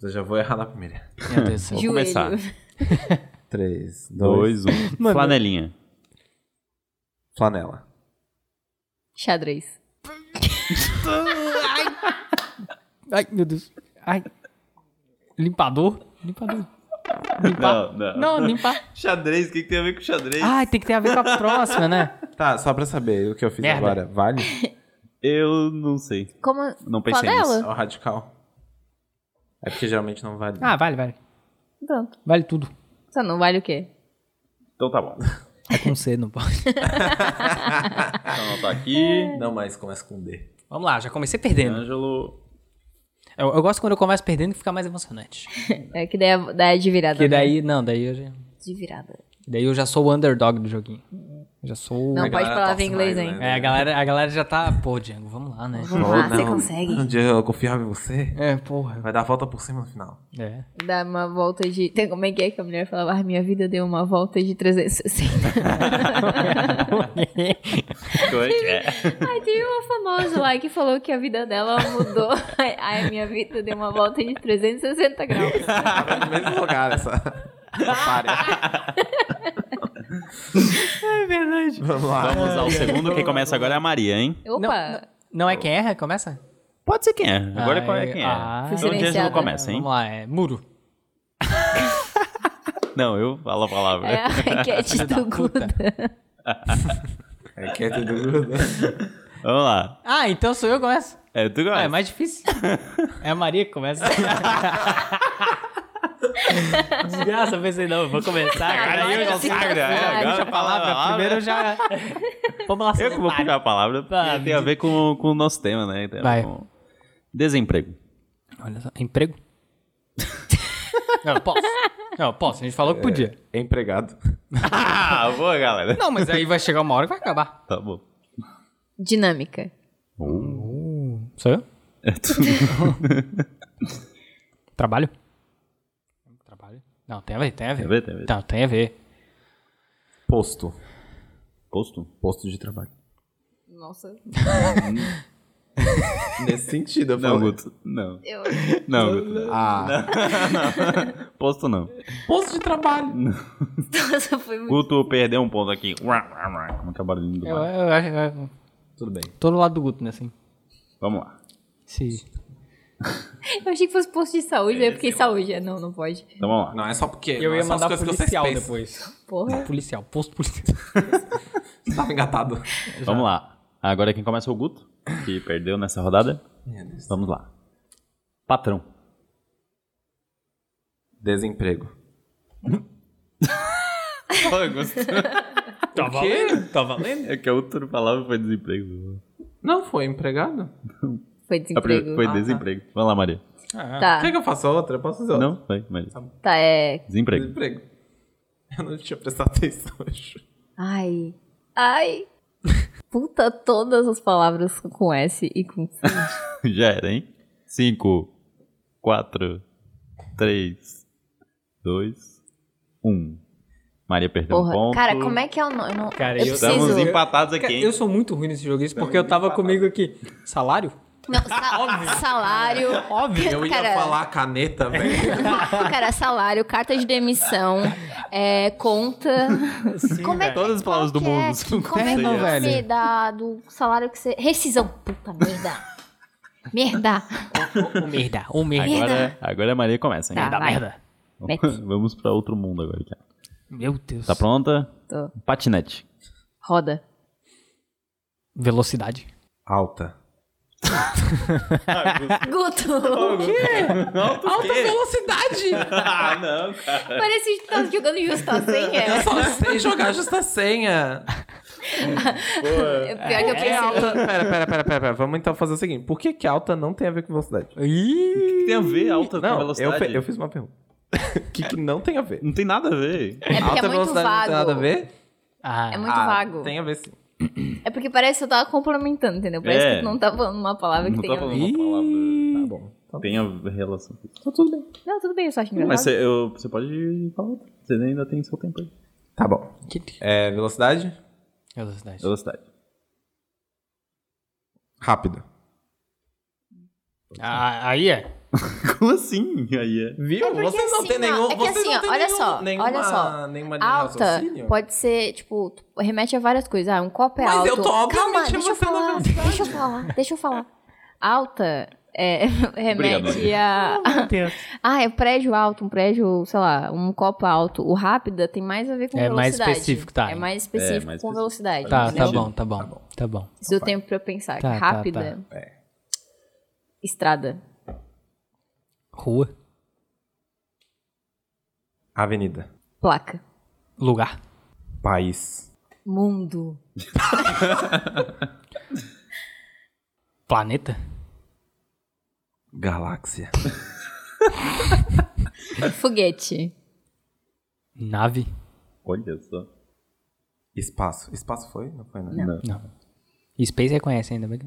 F: Eu já vou errar na primeira.
C: aqui. Meu Deus do céu.
E: Vou
D: Joelho.
E: começar.
F: Três, dois.
E: Dois, um. Flanelinha.
F: Flanela.
D: Xadrez.
C: Ai, meu Deus. Ai. Limpador? Limpador. Limpar?
E: Não,
C: Não, limpar.
E: Xadrez, o que, que tem a ver com xadrez?
C: Ai, tem que ter a ver com a próxima, né?
F: Tá, só pra saber o que eu fiz
C: Merda.
F: agora. Vale?
E: Eu não sei.
D: Como.
E: Não pensei
D: Flanela?
F: É o radical. É porque geralmente não vale.
C: Ah, vale, vale.
D: Pronto.
C: Vale tudo.
D: Só não vale o quê?
E: Então tá bom.
C: É com C, não pode.
E: Então tá aqui.
F: Não, mas começa com D.
C: Vamos lá, já comecei perdendo.
E: Ângelo.
C: Eu, eu gosto quando eu começo perdendo que fica mais emocionante.
D: É que daí é- daí é de virada.
C: Porque
D: né?
C: daí, não, daí eu já,
D: De virada.
C: daí eu já sou o underdog do joguinho. Eu já sou.
D: Não
C: o-
D: pode
F: galera
D: falar
F: torce
D: em inglês,
F: mais,
D: hein?
F: né?
C: É, a galera, a galera já tá. Pô, Django, vamos lá, né?
D: Vamos lá, você consegue.
F: Um dia eu confiava em você.
C: É, porra.
F: Vai dar a volta por cima no final.
C: É.
D: Dá uma volta de. Tem como é que é que a mulher falava? Ah, minha vida deu uma volta de 360.
C: É.
E: É.
D: Ai, teve uma famosa lá que falou que a vida dela mudou. Ai, Ai, minha vida deu uma volta de 360 graus.
F: Tava no mesmo lugar essa. Otária.
C: É verdade.
F: Vamos lá.
E: Vamos ao segundo. Quem começa agora é a Maria, hein?
D: Opa!
C: Não é quem erra? Começa?
E: Pode ser quem é. Agora
C: Ah,
E: qual é
C: é-
E: quem é.
C: ah. Fui
E: então o D'Angelo
D: silenciada.
E: começa, hein?
C: Vamos lá, é muro.
E: Não, eu falo a palavra.
D: É a enquete do Guda.
F: É que é tudo.
E: Vamos lá.
C: Ah, então sou eu que começo?
E: É, tu
C: Ah,
E: começa.
C: é mais difícil. É a Maria que começa. Desgraça, eu pensei, não, é eu vou começar. Cara,
D: Agora
C: eu já
D: sim,
C: sei.
D: agora,
C: Agora puxa a palavra. Primeiro eu já. é Vamos lá,
E: Eu que vou puxar a palavra,
C: Ah,
E: porque tem a ver com, com o nosso tema, né? Tem a ver
C: Vai.
E: com Desemprego.
C: Olha só, emprego? não, posso. Não, posso. A gente falou que podia.
F: Empregado.
E: Ah, boa, galera.
C: É. Não, mas aí vai chegar uma hora que vai acabar.
E: Tá bom.
D: Dinâmica.
C: Sou eu?
E: É tu.
C: Trabalho? Trabalho? Não, tem a ver, tem a ver.
E: Tem a ver, tem a ver.
C: Não, tem a ver.
F: Posto.
E: Posto?
F: Posto de trabalho.
D: Nossa.
F: Nesse sentido, eu
E: Não,
F: falo.
E: Guto. Não.
D: Eu...
E: Não, Guto. não.
F: Ah,
E: Posto não.
F: posto de trabalho.
D: Nossa, foi muito...
E: Guto perdeu um ponto aqui. Uá, uá, uá, Como que é o barulhinho do
C: Eu,
E: bar?
C: eu, acho- eu-
E: Tudo bem.
C: tô do lado do Guto, né? Assim.
E: Vamos lá.
C: Sim.
D: eu achei que fosse posto de saúde, aí eu fiquei saúde. É, Não, não pode.
E: Então vamos lá.
F: Não, é só porque.
C: Eu
F: não é
C: ia
F: só as
C: mandar
F: coisas que vocês
C: policial
F: pensam.
C: depois.
D: Porra.
C: Policial, posto policial.
F: Tava Tá engatado.
E: Vamos lá. Agora quem começa é o Guto, que perdeu nessa rodada.
F: Meu Deus.
E: Vamos lá. Patrão.
F: Desemprego.
C: Tá valendo? Tá valendo?
E: É que a outra palavra foi desemprego.
F: Não foi empregado?
D: Foi
E: A primeira
D: desemprego.
E: Foi
F: Ah, tá.
E: desemprego. Vamos lá, Maria.
D: Tá,
F: Quer que eu faça outra? Eu posso fazer outra?
E: Não? Foi, Maria.
D: tá, é...
E: Desemprego.
F: Desemprego. Eu não tinha prestado atenção, acho.
D: Ai. Ai. Puta, todas as palavras com S e com C.
E: Já era, hein? 5, 4, 3, 2, 1. Maria perdeu um
D: Porra.
E: ponto.
D: Cara, como é que é o nome? Eu não-
C: Cara,
D: eu
C: eu-
D: preciso...
E: Estamos empatados aqui, hein?
C: Eu sou muito ruim nesse jogo, isso porque eu tava comigo aqui. Salário?
D: Não, sa- salário...
C: Óbvio.
F: Eu ia
D: Cara.
F: falar caneta, velho.
D: Cara, salário, carta de demissão, é, conta... Como é que-
E: Todas as palavras do
D: qual que
E: mundo
D: é
E: são
D: que- Como é que
C: Inferno,
D: você
C: velho.
D: dá do salário que você... Rescisão. Puta merda. Merda.
C: Um merda, um merda.
E: Agora, agora a Maria começa, hein?
D: é? Tá, vai. Mete.
E: Vamos pra outro mundo agora. Cara.
C: Meu Deus.
E: Tá pronta?
D: Tô.
E: Patinete.
D: Roda.
C: Velocidade.
F: Alta.
D: Guto.
C: Alta velocidade!
E: Ah,
D: Parece que tá jogando assim, é. justa senha.
F: É
E: É.
F: Só sei jogar justa senha.
D: Pior que eu
F: É
D: pensei.
F: alta. Pera, pera, pera, pera, pera. Vamos então fazer o seguinte. Por que que alta não tem a ver com velocidade?
C: Ih,
E: Tem a ver alta
F: Não, eu,
E: velocidade?
F: fe- eu fiz uma pergunta. O que, que não tem a ver?
E: Não tem nada a ver.
D: É porque
F: alta
D: é muito
F: velocidade não tem nada a
D: vago.
F: ver?
C: Ah,
D: É muito
F: Ah,
D: vago.
F: Tem a ver sim.
D: É porque parece que eu tava complementando, entendeu? Parece
E: É.
D: que tu não tá falando uma palavra que
E: Não
D: tem
E: tá
D: a
E: falando
D: ver.
E: uma palavra.
F: Tá bom. Tá
E: Tem a relação.
F: tudo bem.
D: Não, tudo bem, eu só acho engraçado.
E: Mas você, eu- você pode falar outra. Você ainda tem seu tempo aí.
F: Tá bom. É, velocidade?
C: Velocidade.
E: Velocidade.
F: Rápido.
C: Ah, aí é.
E: Como assim? Aí é.
F: Viu?
D: É porque
F: vocês não
D: assim,
F: têm
D: ó,
F: nenhum.
D: é que
F: vocês
D: assim,
F: não
D: ó,
F: têm
D: olha
F: nenhum-
D: só,
F: nenhuma,
D: olha só.
F: Nenhuma linha de
D: Alta
F: raciocínio?
D: pode ser, tipo, tu- remete a várias coisas. Ah, um copo é
F: Mas
D: alto.
F: eu tô
D: Calma,
F: obviamente
D: deixa eu
F: mostrando a
D: falar.
F: velocidade.
D: Deixa eu falar, deixa eu falar. Alta é,
E: Obrigado,
D: remete
E: amiga.
D: a.
C: Meu Deus.
D: Ah, é prédio alto, um prédio, sei lá, um copo alto. O rápida tem mais a ver com
C: É mais
D: velocidade.
C: específico, tá.
D: É mais específico
E: É, mais
D: com
E: específico.
D: velocidade.
C: Tá, tá
D: entendeu?
C: bom, tá bom. Tá bom.
D: Isso deu tempo pra eu pensar.
C: Tá, tá,
D: Rápida.
E: É.
D: Estrada.
C: Rua.
F: Avenida.
D: Placa.
C: Lugar.
F: País.
D: Mundo.
C: Planeta.
F: Galáxia.
D: Foguete.
C: Nave.
E: Olha só.
F: Espaço. Espaço foi? Não foi, né?
E: Não.
C: Não. Space reconhece ainda, bem.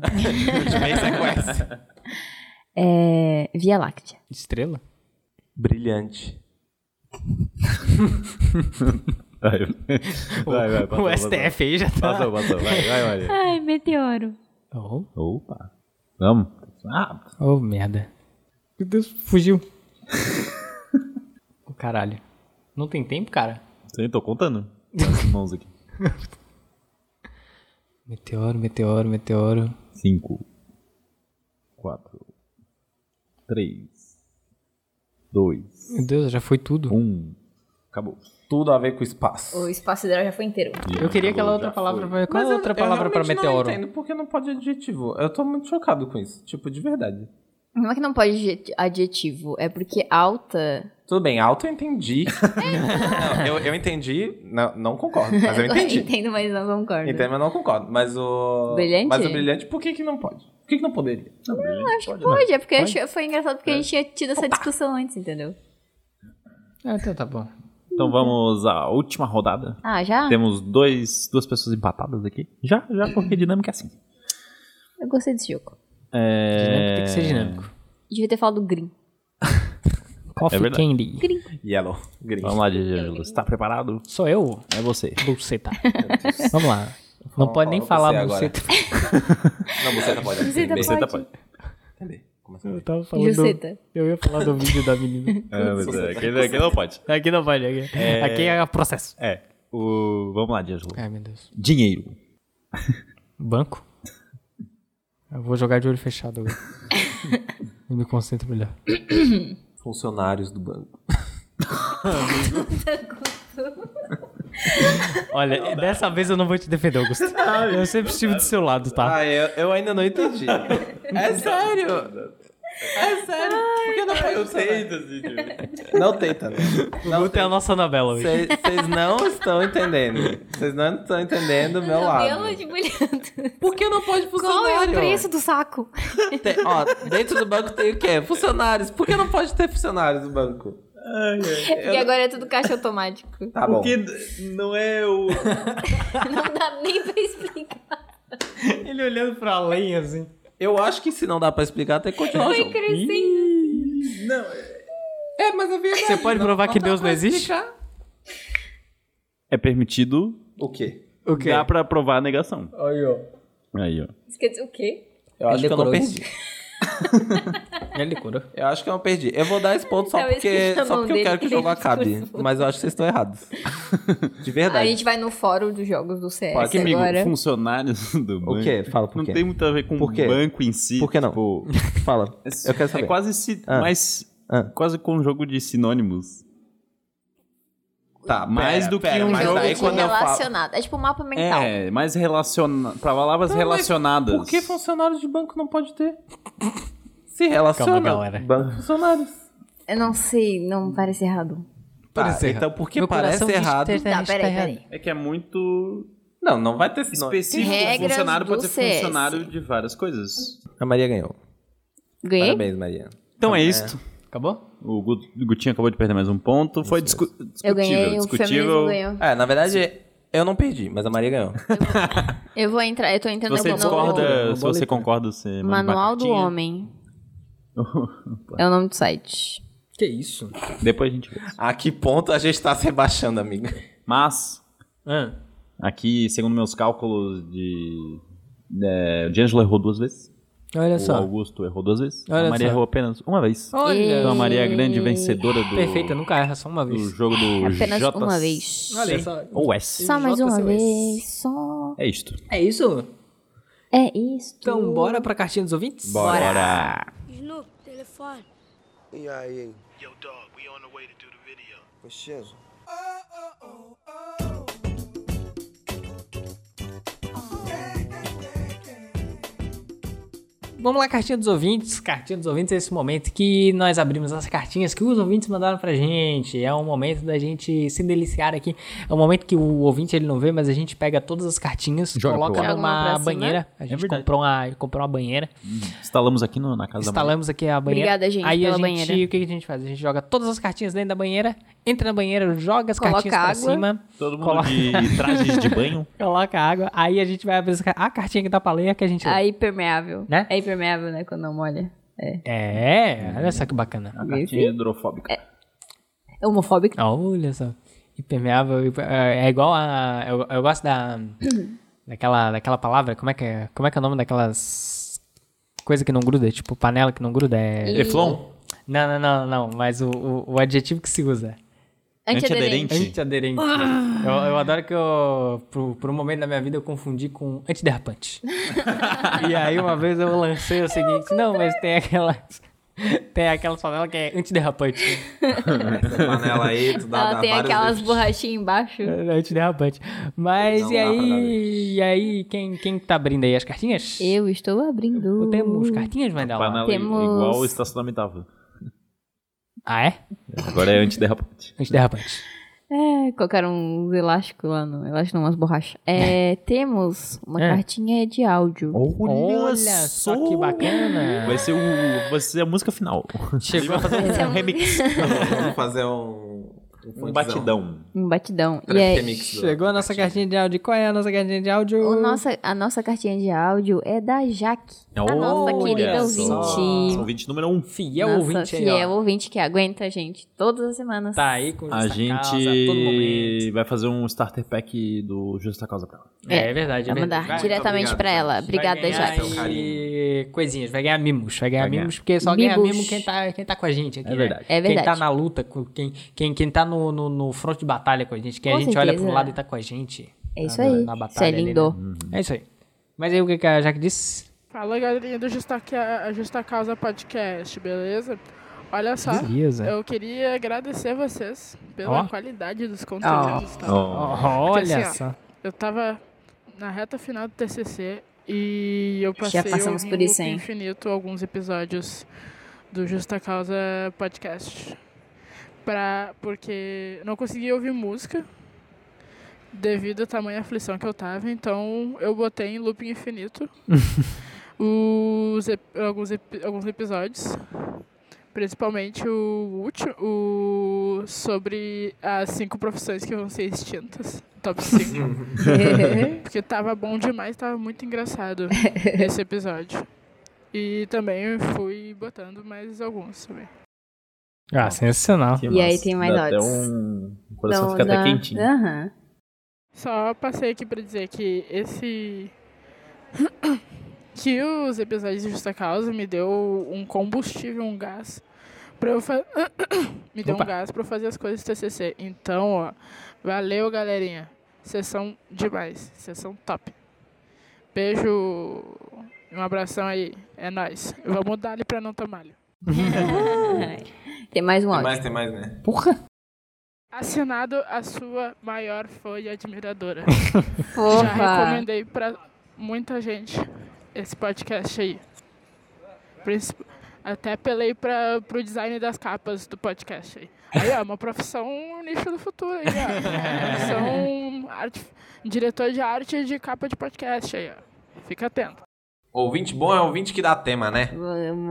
D: É, Via Láctea.
C: Estrela.
F: Brilhante.
E: Vai, vai, vai.
C: o STF aí já tá.
E: Passou, passou. Vai, vai, Maria.
D: Ai, meteoro.
C: Oh,
E: Opa. Vamos. Ah,
C: oh, merda. Meu Deus, fugiu. O caralho. Não tem tempo, cara?
E: eu tô contando. As mãos aqui.
C: Meteoro, meteoro, meteoro.
E: 5, 4, 3, 2,
C: Meu Deus, já foi tudo.
E: 1. Acabou.
F: Tudo a ver com espaço.
D: O espaço sideral já foi inteiro.
C: Eu queria aquela outra
E: Já
C: palavra. Pra...
E: foi.
C: Qual é a outra palavra pra meteoro?
F: Eu não entendo porque não pode adjetivo. Eu tô muito chocado com isso. Tipo, de verdade.
D: Não é que não pode adjet- adjetivo, é porque alta.
F: Tudo bem, alto eu entendi. Não, eu, eu entendi, não, não concordo, mas eu entendi.
D: Entendo, mas não concordo.
F: Entendo, mas Então, não concordo. Mas o.
D: Brilhante?
F: Mas o brilhante, por que, que não pode? Por que, que não poderia?
E: Não, brilhante,
D: Acho que
E: não.
D: pode, é porque eu achei- foi engraçado
F: É.
D: porque a gente tinha tido essa discussão antes, entendeu?
C: Ah, então tá bom.
E: Então vamos à última rodada.
D: Ah, já?
E: Temos dois, duas pessoas empatadas aqui. Já, já, porque dinâmica é assim.
D: Eu gostei desse jogo.
E: É...
C: Dinâmico tem que ser dinâmico.
D: Devia ter falado green.
C: Coffee
E: É verdade.
C: Candy.
F: Yellow. Green.
E: tá Vamos lá, Diego. Está preparado?
C: Sou eu,
E: É você.
C: buceta. Vamos lá. Não
F: Fala-
C: pode nem
F: fala
C: falar
F: você
C: buceta.
F: Não, você não pode. é
D: Buceta
F: entender.
E: Você tá
D: Pode.
F: Entender. Como assim?
C: Eu tava falando. do-
D: Luceta.
C: Eu ia falar do vídeo da menina.
E: É, mas é, aquele, aquele não pode.
C: Aqui não pode. Aqui é, aqui é processo.
E: É. O... Vamos lá, Diego.
C: Ai, meu Deus.
E: Dinheiro.
C: Banco? Eu vou jogar de olho fechado agora. Eu me concentro melhor.
F: Funcionários do banco.
C: Olha, dessa vez eu não vou te defender, Augusto. Eu sempre estive do seu lado, tá?
F: Ah, eu, eu ainda não entendi. É sério? É sério? Por que não pode funcionar? Não tenta, né? Não
C: Tem É a nossa Anabela hoje.
F: Vocês não estão entendendo. Vocês não estão entendendo o meu
D: Cabelo
F: lado.
D: de brilhante.
F: Por que não pode
D: Qual é o
F: funcionário?
D: preço do saco?
F: Tem- ó, dentro do banco tem o quê? Funcionários. Por que não pode ter funcionários do banco?
D: Porque agora é tudo caixa automático.
F: Tá bom.
E: não é o.
D: Não dá nem pra explicar.
C: Ele olhando pra além, assim.
F: Eu acho que se não dá pra explicar, tem que continuar
D: Foi
F: junto.
D: crescendo.
F: É, mas a verdade.
C: Você pode provar que Deus não existe?
E: É permitido.
F: O quê?
C: O
E: Dá pra provar a negação.
C: Olha, ó.
E: Aí, ó.
D: Isso quer dizer o quê?
F: Eu acho que eu
C: decorou
F: não perdi.
C: Ele curou.
F: Eu acho que eu não perdi. Eu vou dar esse ponto só
D: Talvez
F: porque,
D: que na
F: só
D: mão
F: porque eu
D: dele
F: quero que o jogo
D: ele
F: acabe.
D: discursou.
F: Mas eu acho que vocês estão errados. De
D: A
F: verdade.
D: gente vai no fórum dos jogos do CS
E: Aqui, É amigo,
D: agora.
E: funcionários do banco.
F: O quê? Fala por
E: Não
F: quê?
E: tem muito a ver com
F: Por
E: o
F: quê?
E: banco em si.
F: Por que não?
E: Tipo,
F: Fala. Eu quero saber.
E: É quase si...
F: Ah.
E: mais.
F: Ah.
E: Quase com um jogo de sinônimos.
F: Tá,
E: mais do que um
D: Jogo
E: jogo
F: aí
D: de
F: quando eu falo-
D: relacionado. É tipo um mapa mental.
E: É, mais relaciona... palavras relacionadas.
F: Por que funcionário de banco não pode ter? Se relaciona.
C: Calma, galera.
F: Banco funcionários.
D: Eu não sei, não parece errado.
F: Tá,
C: Parece
F: então por que
C: Meu
F: parece
C: coração diz
F: errado?
C: ter-
D: Tá, peraí, peraí.
E: É que é muito
F: Não, não vai ter sinônimo.
E: específico.
D: Regras
E: funcionário pode
D: do
E: ser
D: CS.
E: funcionário de várias coisas.
F: A Maria ganhou.
D: Ganhei?
F: Parabéns, Maria.
E: Então é isto.
C: Acabou?
E: O Gu- o Gutinho acabou de perder mais um ponto. Foi discu discutível.
D: Eu ganhei, o feminismo
E: discutível.
D: ganhou.
F: É, na verdade, eu não perdi, mas a Maria ganhou.
D: Eu vou entrar, eu tô
E: Se
D: entrando
E: você
D: no
E: discorda, se você
C: boletim.
E: concorda, você. manda uma
D: Manual do
E: cartinha.
D: Homem. É o nome do site.
C: Que isso?
E: Depois a gente vê.
F: a que ponto a gente tá se baixando, amiga?
E: Mas,
C: Ah,
E: aqui, segundo meus cálculos de. É, o D'Angelo errou duas vezes.
C: olha
E: O
C: só.
E: Augusto errou duas vezes.
C: Olha
E: a Maria
C: só.
E: errou apenas uma vez.
C: Olha.
E: Então a Maria é a grande vencedora do,
C: Perfeita, nunca erra só uma
E: do
C: vez.
E: jogo do
D: Apenas
E: J-
D: uma vez.
C: Olha só.
E: Ou S.
D: Só mais uma
C: JCOS.
D: vez. Só.
E: É isto.
C: É isso?
D: É isso.
C: Então bora pra cartinha dos ouvintes?
E: Bora.
B: Snoop, telefone.
H: E aí?
I: Yo, dog, we on the way to do the video.
H: Preciso?
C: Vamos lá, cartinha dos ouvintes. Cartinha dos ouvintes é esse momento que nós abrimos as cartinhas que os ouvintes mandaram pra gente. É um momento da gente se deliciar aqui. É um momento que o ouvinte ele não vê, mas a gente pega todas as cartinhas,
E: Joga pro
C: coloca
E: ar.
D: Joga uma pra
C: numa
D: cima.
C: banheira. É, A gente
E: verdade.
C: comprou, uma, comprou uma banheira.
E: Instalamos aqui no- na casa
C: Instalamos aqui a banheira.
D: Obrigada, gente,
C: Aí a
D: pela
C: gente,
D: banheira.
C: o que que a gente faz? A gente joga todas as cartinhas dentro da banheira, entra na banheira, joga as
D: Coloca
C: cartinhas pra
D: água.
C: cima,
E: da Maria. Todo mundo
C: Coloca-
E: de trajes de banho.
C: coloca água, aí a gente vai abrir as ca- a cartinha que dá pra ler é a que a gente lê.
D: É impermeável.
C: Né?
D: É impermeável, né? Quando não molha. É.
C: É, olha só que bacana.
E: A cartinha hidrofóbica.
D: É homofóbico.
C: Olha só. Impermeável. hiper- É é igual a. Eu, eu gosto da. daquela, daquela palavra. Como é, que é, como é que é o nome daquelas. Coisa que não gruda? Tipo, panela que não gruda? É...
E: Eflon?
C: Não, não, não, não. Mas o, o, o adjetivo que se usa.
E: Antiaderente.
D: Antiaderente.
C: Antiaderente.
D: Ah!
C: eu, eu adoro que eu. Por, por um momento da minha vida eu confundi com antiderrapante. e aí uma vez eu lancei o seguinte: não, mas tem aquelas. Tem aquelas panelas que é antiderrapante.
F: Panela aí, tu dá,
D: Ela tem aquelas borrachinhas embaixo.
C: É Antiderrapante. Mas
F: Não
C: e
F: dá pra dar
C: aí? E aí, quem, quem tá abrindo aí as cartinhas?
D: Eu estou abrindo.
C: Temos cartinhas, vai dar lá.
E: Panela
D: Temos-
E: igual o estacionamento. Ava.
C: Ah, é?
E: Agora é antiderrapante.
C: Antiderrapante.
D: É, colocaram uns elásticos lá no. Elástico não, umas borrachas. É, temos uma
C: É.
D: cartinha de áudio.
C: Olha só que bacana.
E: Vai ser, o, vai ser a música final.
D: é
C: Chegou a fazer um remix.
F: Vamos fazer um. funkzão.
E: Um batidão.
D: Um batidão.
F: Pra
D: e é,
F: remix do-
C: Chegou a nossa cartinha de áudio. Qual é a nossa cartinha de áudio?
D: o nossa, a nossa cartinha de áudio é da Jaque. a nossa
C: Olha
D: querida
C: só.
D: ouvinte.
E: Ouvinte número um.
C: Fiel
D: nossa
C: ouvinte aí,
D: fiel
C: ó.
D: ouvinte que aguenta a gente todas as semanas.
C: Tá aí com o
E: A
C: Justa Causa a todo momento.
E: gente vai fazer um starter pack do Justa Causa pra ela.
D: É,
C: É, é verdade. É
D: Vai mandar
C: verdade. Vai-
D: diretamente
F: obrigado,
D: pra ela.
F: Jaque.
D: Obrigada,
C: vai ganhar
D: Jaque.
F: Jaque.
C: aí Coisinhas, vai ganhar mimos. Vai ganhar
E: Vai ganhar.
C: mimos, porque só ganha
D: Mimos.
C: mimo quem tá, quem tá com a gente aqui.
E: É
C: né?
E: verdade.
D: É
C: Quem tá
D: verdade.
C: na luta, com- quem, quem, quem tá no, no, no fronte de batalha com a gente, quem a
D: Com
C: gente olha pro
D: certeza.
C: lado e tá com a gente.
D: É
C: na-
D: isso
C: na-
D: aí.
C: na
D: Isso
C: batalha
D: é
C: ali,
D: lindo.
C: né? É isso aí. Mas aí o que, que a Jaque disse?
J: Fala galerinha do Justa, Ca- Justa Causa Podcast, beleza? Olha só,
C: Tá. Beleza.
J: eu queria agradecer a vocês pela
C: Ó.
J: qualidade dos conteúdos. tá?
C: Olha
J: Porque assim,
C: só.
J: Eu tava na reta final do TCC e eu passei
D: Já passamos
J: ouvindo
D: por isso,
J: loop
D: hein?
J: infinito alguns episódios do Justa Causa Podcast. Pra, porque não conseguia ouvir música devido à tamanha aflição que eu tava, então eu botei em looping infinito os, ep- alguns, ep- alguns episódios, principalmente o último, o sobre as cinco profissões que vão ser extintas, top 5. Porque tava bom demais, tava muito engraçado esse episódio. E também fui botando mais alguns também.
C: Ah, sensacional.
E: Que
D: E aí
E: massa.
D: tem mais
E: Dá até
D: odds.
E: um... O coração
D: Então,
E: fica
D: dá-
E: até quentinho.
D: Aham.
J: Só passei aqui pra dizer que esse. que os episódios de Justa Causa me deu um combustível, um gás. Pra eu fa... me deu
C: Opa.
J: um gás pra eu fazer as coisas do TCC. Então, ó, valeu, galerinha. Vocês são demais. Vocês são top. Beijo. Um abração aí. É nóis. Vamos dar ali pra não tomar.
D: Tem mais um
F: Tem
D: áudio.
F: mais, tem mais, né?
C: Porra.
J: Assinado a sua maior fã e admiradora. Já
D: Porra.
J: recomendei pra muita gente esse podcast aí. Princip- Até apelei pra, pro design das capas do podcast aí. Aí, ó, uma profissão um nicho do futuro aí, ó. Profissão arte- diretor de arte de capa de podcast aí, ó. Fica atento.
F: Ouvinte bom é ouvinte que dá tema, né?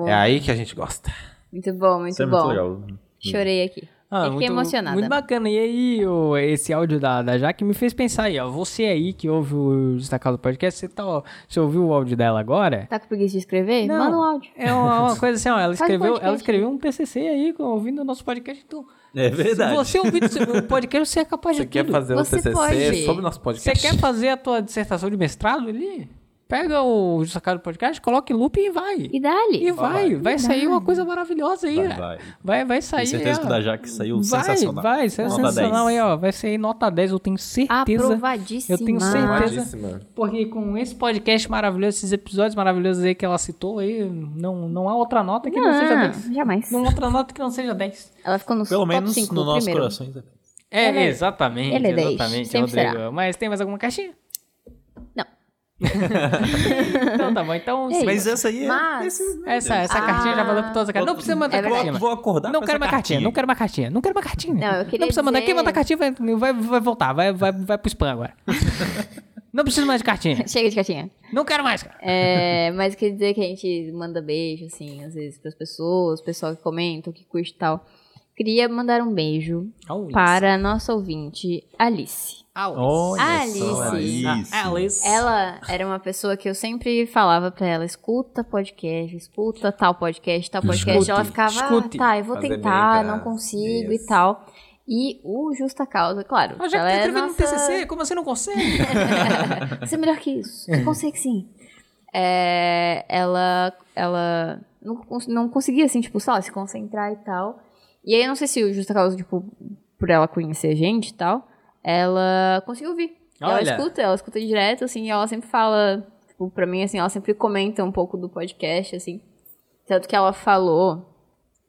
F: É aí que a gente gosta.
D: Muito bom, muito
E: Isso é muito
D: bom.
E: legal.
D: Chorei aqui.
C: Ah,
D: Eu fiquei emocionada.
C: Muito bacana. E aí, o- esse áudio da, da Jaque me fez pensar aí, ó. Você aí que ouve o Destacado Podcast, você, tá, ó, você ouviu o áudio dela agora?
D: Tá com preguiça de escrever?
C: Não.
D: Manda um áudio.
C: É uma, uma coisa assim, ó. Ela
D: Faz um
C: escreveu,
D: podcast.
C: ela escreveu um TCC aí, com- ouvindo o nosso podcast. Então,
E: É
C: se
E: verdade.
C: você ouvir o seu- o podcast, você é capaz
F: Você
C: de
F: quer
C: tudo.
F: fazer o
D: Você
F: TCC
D: pode.
F: sobre o nosso
C: Você
F: podcast?
C: quer fazer a tua dissertação de mestrado ali? Pega o Destacado Podcast, coloca em loop e vai.
D: E dá-lhe.
C: E vai, vai sair uma coisa maravilhosa aí.
E: Vai,
C: velho.
E: vai.
C: Vai, vai sair.
E: Tenho certeza
C: ó.
E: que o da Jaque saiu
C: vai,
E: sensacional.
C: Vai, isso é
E: Nota
C: sensacional
E: 10.
C: aí, ó. Vai sair nota 10, eu tenho certeza.
D: Aprovadíssima.
C: Eu tenho certeza.
F: Claríssima.
C: Porque com esse podcast maravilhoso, esses episódios maravilhosos aí que ela citou aí, não, não há outra nota que não, seja 10.
D: Não, Ah. jamais.
C: Não há outra nota que não seja 10.
D: Ela ficou no
E: Pelo
D: top
E: menos
D: cinco
E: no nosso
D: primeiro.
E: corações. é.
C: É,
D: Ele é-
C: exatamente.
D: ele é 10,
C: Exatamente,
D: sempre
C: Rodrigo.
D: será.
C: Mas tem mais alguma caixinha?
D: Não.
C: então tá bom. Então,
D: É
C: sim,
E: Mas essa aí é...
D: Mas-
C: essa, essa
D: Ah.
C: cartinha já valeu pra todas as cartas. Não precisa mandar
D: É
C: cartinha.
D: verdade.
C: mais.
E: Vou acordar
C: Não
E: com
C: quero
E: essa
C: uma cartinha, não quero uma cartinha, não quero uma cartinha.
D: Não, eu queria
C: precisa mandar.
D: dizer-
C: Quem mandar cartinha vai, vai, vai voltar, vai, vai, vai pro spam agora. não preciso mais de cartinha.
D: Chega de caixinha.
C: Não quero mais, cara.
D: É, mas quer dizer que a gente manda beijo, assim, às vezes pras pessoas, pessoal que comenta, que curte e tal. Queria mandar um beijo
C: Olha
D: para a nossa ouvinte, Alice.
C: só.
E: Olha
D: Alice.
E: só, Alice.
C: Ah, Alice.
D: Ela era uma pessoa que eu sempre falava pra ela: escuta podcast, escuta tal podcast, tal podcast.
C: Escute,
D: ela ficava,
C: escute.
D: ah, tá, eu vou
F: Fazer
D: tentar,
F: bem pra-
D: não consigo
F: Isso.
D: e tal. E o Justa Causa, claro.
C: Mas já que
D: ela
C: tá
D: é
C: escrevendo no
D: nossa-
C: TCC, como você não consegue?
D: Isso é melhor que isso. Você consegue sim. É, ela ela não, cons- não conseguia, assim, tipo, sei lá, se concentrar e tal. E aí eu não sei se o Justa Causa, tipo, por ela conhecer gente e tal, ela conseguiu ouvir. E Ela
C: Olha.
D: escuta, ela escuta direto, assim, e ela sempre fala, tipo, pra mim, assim, ela sempre comenta um pouco do podcast, assim. Tanto que ela falou.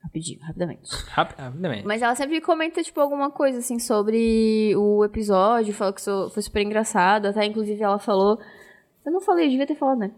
D: Rapidinho, rapidamente.
C: Rapidamente.
D: Mas ela sempre comenta, tipo, alguma coisa, assim, sobre o episódio, falou que so- foi super engraçado, até inclusive ela falou... Eu não falei, eu devia ter falado, né?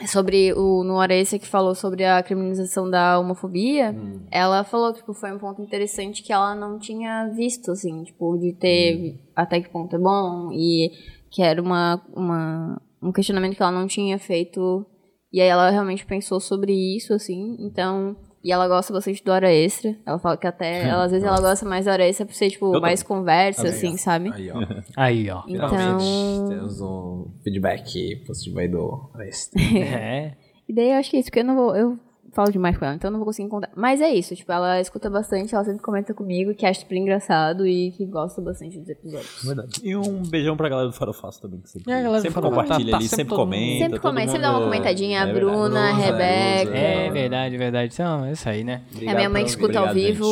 D: É Sobre o No Hora Extra que falou sobre a criminalização da homofobia, ela falou que tipo, foi um ponto interessante que ela não tinha visto, assim, tipo, de ter até que ponto é bom, e que era uma, uma, um questionamento que ela não tinha feito, e aí ela realmente pensou sobre isso, assim, então E ela gosta bastante do hora extra. Ela fala que até, ela- às vezes, ela gosta mais da hora extra pra ser, tipo,
F: Eu
D: mais
F: também.
D: conversa,
F: Também,
D: assim,
F: ó.
D: sabe?
F: Aí, ó.
C: Aí, ó.
D: Então-
F: Finalmente temos um feedback positivo aí do Oreste.
C: É.
D: E daí eu acho que é isso, porque eu não vou. Eu falo demais com ela, então eu não vou conseguir contar. Mas é isso, tipo, ela escuta bastante, ela sempre comenta comigo, que acha super engraçado e que gosta bastante dos episódios.
E: Verdade. E um beijão pra galera do Farofaço também. Que sempre
D: É, a galera do
E: sempre
D: Farofaço.
E: compartilha
D: Tá-
E: ali,
D: tá
E: sempre
D: sempre todo mundo-
E: comenta.
D: Sempre comenta,
E: todo
D: sempre dá uma
E: mundo- É
D: comentadinha, a
E: verdade.
D: Bruna, a
E: Bruno,
D: Rebeca.
C: É verdade, verdade. Então, é isso aí, né?
D: é minha mãe que escuta ao vivo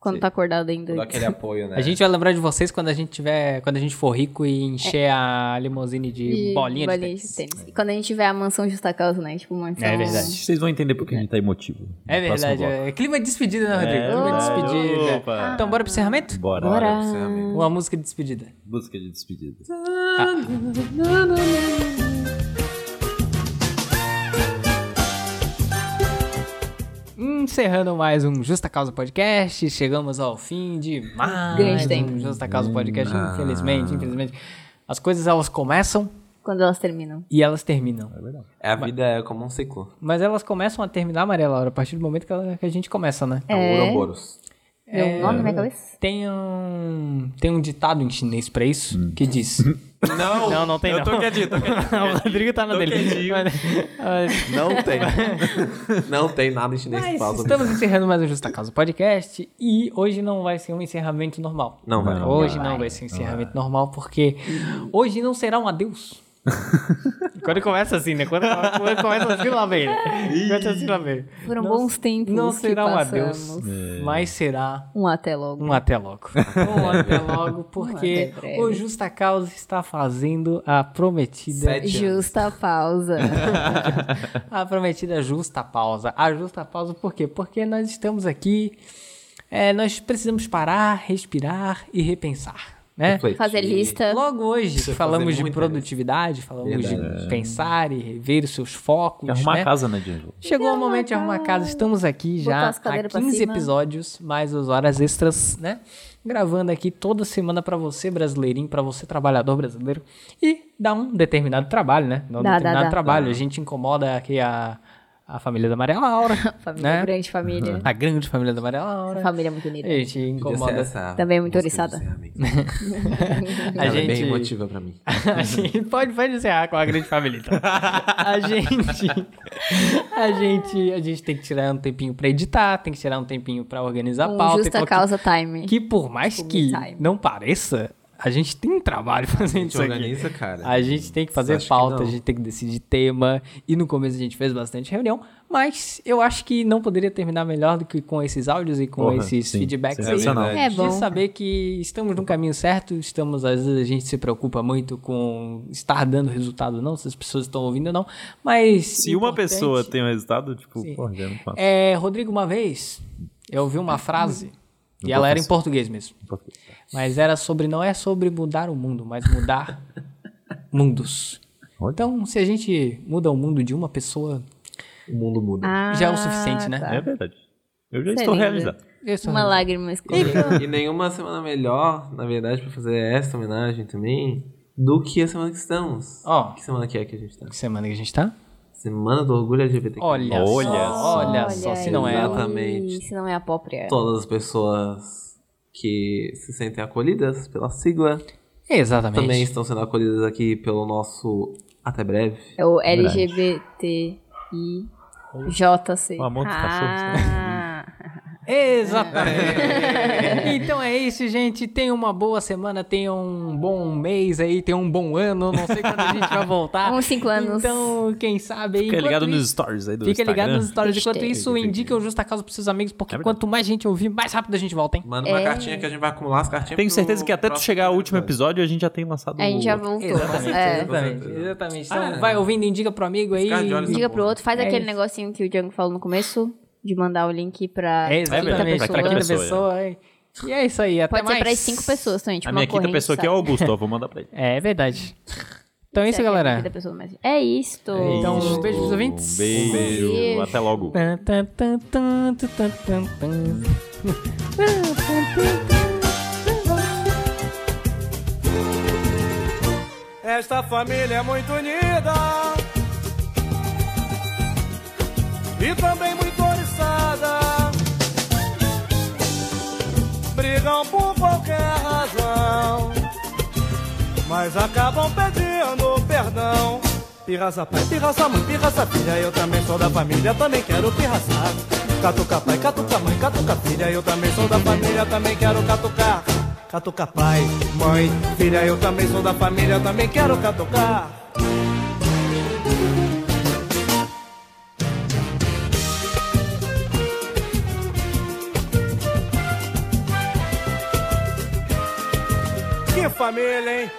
D: quando tá acordada ainda.
E: É.
F: apoio, né?
C: A gente vai lembrar de vocês quando a gente tiver, quando a gente for rico e encher a limusine de,
D: E
C: bolinha de
D: bolinha É. de tênis. E quando a gente tiver a mansão justa causa, né? Tipo, mansão.
C: É verdade.
E: Vocês vão entender porque a gente tá emotivo. No
C: É
E: próximo
C: verdade.
E: bloco.
C: É. Clima de despedida, né, Rodrigo?
E: É
C: Clima de
E: verdade.
C: despedida.
E: Opa.
C: Então, bora pro encerramento?
E: Bora.
D: Bora.
C: Uma música de despedida.
E: Busca de despedida.
C: Encerrando mais um Justa Causa Podcast, chegamos ao fim de mais
D: Grande
C: um
D: tempo.
C: Justa Causa Podcast. Infelizmente, infelizmente, as coisas elas começam
D: Quando elas terminam.
C: e elas terminam.
F: A vida é como um ciclo.
C: Mas elas começam a terminar, Maria Laura, a partir do momento que, ela- que a gente começa, né?
F: É o
D: É.
F: Ouroboros.
D: Deu um nome na minha cabeça?
C: Tem um tem um ditado em chinês pra isso que diz.
F: Não,
C: Não, não tem
F: eu
C: não.
F: tô quietinho, tô quietinho.
C: o Rodrigo tá na
F: Tô
C: dele.
F: quietinho.
C: Mas-
F: Não tem. Não tem nada em chinês que fala
C: Mas
F: sobre isso.
C: estamos encerrando mais um Justa Causa Podcast e hoje não vai ser um encerramento normal.
F: Não vai.
C: Hoje não vai ser um encerramento normal, porque hoje não será um adeus. quando começa assim, né? Quando, quando começa assim lá bem. Começa assim lá bem.
D: Foram
C: Não-
D: bons tempos.
C: Não
D: que
C: será um
D: passamos.
C: adeus, mas será
D: Um até logo.
C: um até logo. Um até logo, porque
D: até breve.
C: o Justa Causa está fazendo a prometida
F: Sete anos.
D: Justa pausa.
C: A prometida justa pausa. A justa pausa por quê? Porque nós estamos aqui, é, nós precisamos parar, respirar e repensar, né?
F: Refletir.
D: Fazer lista.
C: Logo hoje,
F: Isso é
C: falamos
F: fazer
C: de
F: muita
C: produtividade, falamos de pensar e rever os seus focos,
E: E arrumar
C: né?
E: a casa, né, Diego?
C: Chegou o momento de arrumar a casa. Estamos aqui já
D: Botar
C: há
D: as cadeiras
C: 15
D: pra cima.
C: episódios, mais as horas extras, né? Gravando aqui toda semana pra você, brasileirinho, pra você, trabalhador brasileiro. E dá um determinado trabalho, né? Dá um
D: Dá, dá,
C: determinado
D: dá.
C: trabalho. A gente incomoda aqui a, a família da Maria Laura.
D: Família,
C: né?
D: grande
F: Uhum.
D: família.
C: A grande família da Maria Laura.
D: Família é muito
C: A
D: unida.
C: gente
F: Podia ser
C: incomoda.
F: essa
D: Também é muito
F: música de
D: oriçada.
F: encerramento.
C: A
F: Ela é
C: gente...
F: bem emotiva pra mim.
C: A gente pode, pode encerrar com a grande família. então. A gente, a gente, a gente tem que tirar um tempinho pra editar, tem que tirar um tempinho pra organizar a
D: Um
C: pauta. e
D: justa
C: colocar-
D: causa time.
C: Que por mais
D: Tipo,
C: que
D: me time.
C: não pareça, a gente tem trabalho
F: A
C: fazendo
F: gente
C: isso aqui.
F: organiza, cara.
C: A gente tem que
F: Acho
C: fazer
F: que
C: pauta,
F: não.
C: a gente tem que decidir tema. E no começo a gente fez bastante reunião, mas eu acho que não poderia terminar melhor do que com esses áudios e com
E: Porra,
C: esses
E: sim,
C: feedbacks aí
E: sensacional.
D: É
C: de
D: bom.
C: saber que estamos no caminho certo, estamos, às vezes a gente se preocupa muito com estar dando resultado ou não, se as pessoas estão ouvindo ou não, mas...
E: Se uma
C: importante-
E: pessoa tem um resultado, tipo,
C: Sim.
E: porra, já não faço.
C: É, Rodrigo, uma vez eu ouvi uma frase, e ela era em português mesmo,
E: tá.
C: mas era sobre, não é sobre mudar o mundo, mas mudar mundos.
E: Olha.
C: Então, se a gente muda o mundo de uma pessoa,
F: O mundo muda.
D: Ah,
C: já é o suficiente, né?
D: tá.
E: É verdade. Eu já
D: Isso é
E: estou
D: lindo.
E: realizado.
C: Eu sou-
D: Uma lágrima escorreu.
F: E nenhuma semana melhor, na verdade, pra fazer essa homenagem também, do que a semana que estamos.
C: Ó,
F: Que semana que é que a gente tá?
C: que semana que a gente tá?
F: Semana do Orgulho LGBTQ.
C: Olha,
E: Olha
C: só, olha só, se não é ela.
F: Exatamente.
D: Se não é a própria.
F: Todas as pessoas que se sentem acolhidas pela sigla
C: Exatamente.
F: também estão sendo acolhidas aqui pelo nosso Até Breve.
D: É o LGBTIJC.
E: O amor dos
D: ah,
C: né? Exatamente. então é isso, gente. Tenham uma boa semana, tenham um bom mês aí, tenham um bom ano. Não sei quando a gente vai voltar.
D: Uns cinco anos.
C: Então, quem sabe aí.
E: Fica
C: enquanto
E: ligado
C: isso-
E: nos stories aí do
C: Fica
E: Instagram.
C: ligado nos stories. Enquanto
D: Hashtag.
C: isso, indique o Justa Causa pros seus amigos, porque
E: É verdade.
C: quanto mais gente ouvir, mais rápido a gente volta, hein?
F: Manda uma cartinha que a gente vai acumular as cartinhas.
E: Tenho
F: pro
E: certeza que até tu
F: próximo
E: chegar ao último episódio, a gente já tem lançado
D: a gente já voltou. É.
C: exatamente. exatamente. Então,
E: Ah.
C: vai ouvindo, indica pro amigo aí.
F: Ficar de olhos
D: Diga pro outro, faz
C: É
D: aquele
C: isso.
D: negocinho que o Django falou no começo, de mandar o link pra
C: É,
D: quinta
C: exatamente.
D: pessoa.
C: Pra quinta
E: pessoa,
C: pessoa. hein? E é isso aí. Até
D: Pode
C: mais.
D: ser pras cinco pessoas também, tipo
E: A minha
D: uma
E: quinta
D: corrente,
E: pessoa aqui é o
D: sabe?
E: Augusto, ó, vou mandar pra ele.
C: É verdade. Então é isso,
D: Será que a
C: galera.
D: quinta pessoa mais- É isto.
C: Então, um beijo pros
E: Um
C: ouvintes.
E: beijo,
D: Beijo.
E: até logo.
C: Tan, tan, tan, tan, tan, tan, tan, tan.
K: Esta família é muito unida e também muito oriçada.
J: brigam por qualquer razão, mas acabam pedindo perdão. Pirraça pai, pirraça mãe, pirraça filha, eu também sou da família, também quero pirraçar. Catuca pai, catuca mãe, catuca filha, eu também sou da família, também quero catucar. Catuca pai, mãe, filha, eu também sou da família, também quero catucar. Que família, hein?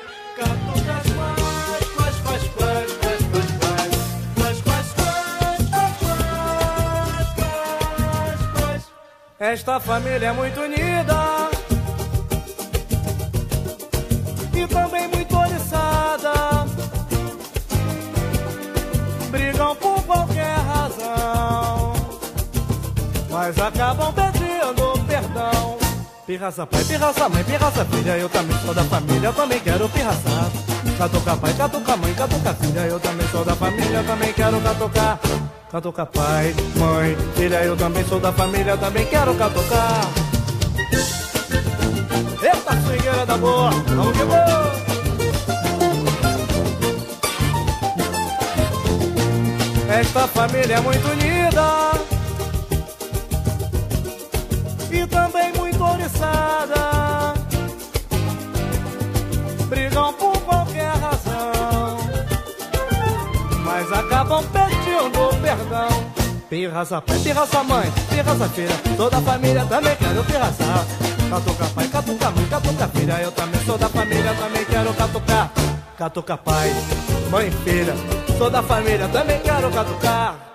J: Esta família é muito unida e também muito oriçada. Brigam por qualquer razão, mas acabam pedindo perdão. Pirraça pai, pirraça mãe, pirraça filha, eu também sou da família, também quero pirraçar. Catuca pai, catuca mãe, catuca filha, eu também sou da família, também quero catucar. Catuca pai, mãe, filha, eu também sou da família, também quero catucar. Eita, swingueira da boa, vamos que vamos! Esta família é muito unida e também muito oriçada. Brigam por qualquer razão, mas acabam pedindo perdão. Pirraça pai, pirraça mãe, pirraça filha, toda a família também quero pirraçar. Catuca pai, catuca mãe, catuca filha, eu também sou da família, também quero catucar. Catuca pai, mãe filha, sou da família, também quero catucar.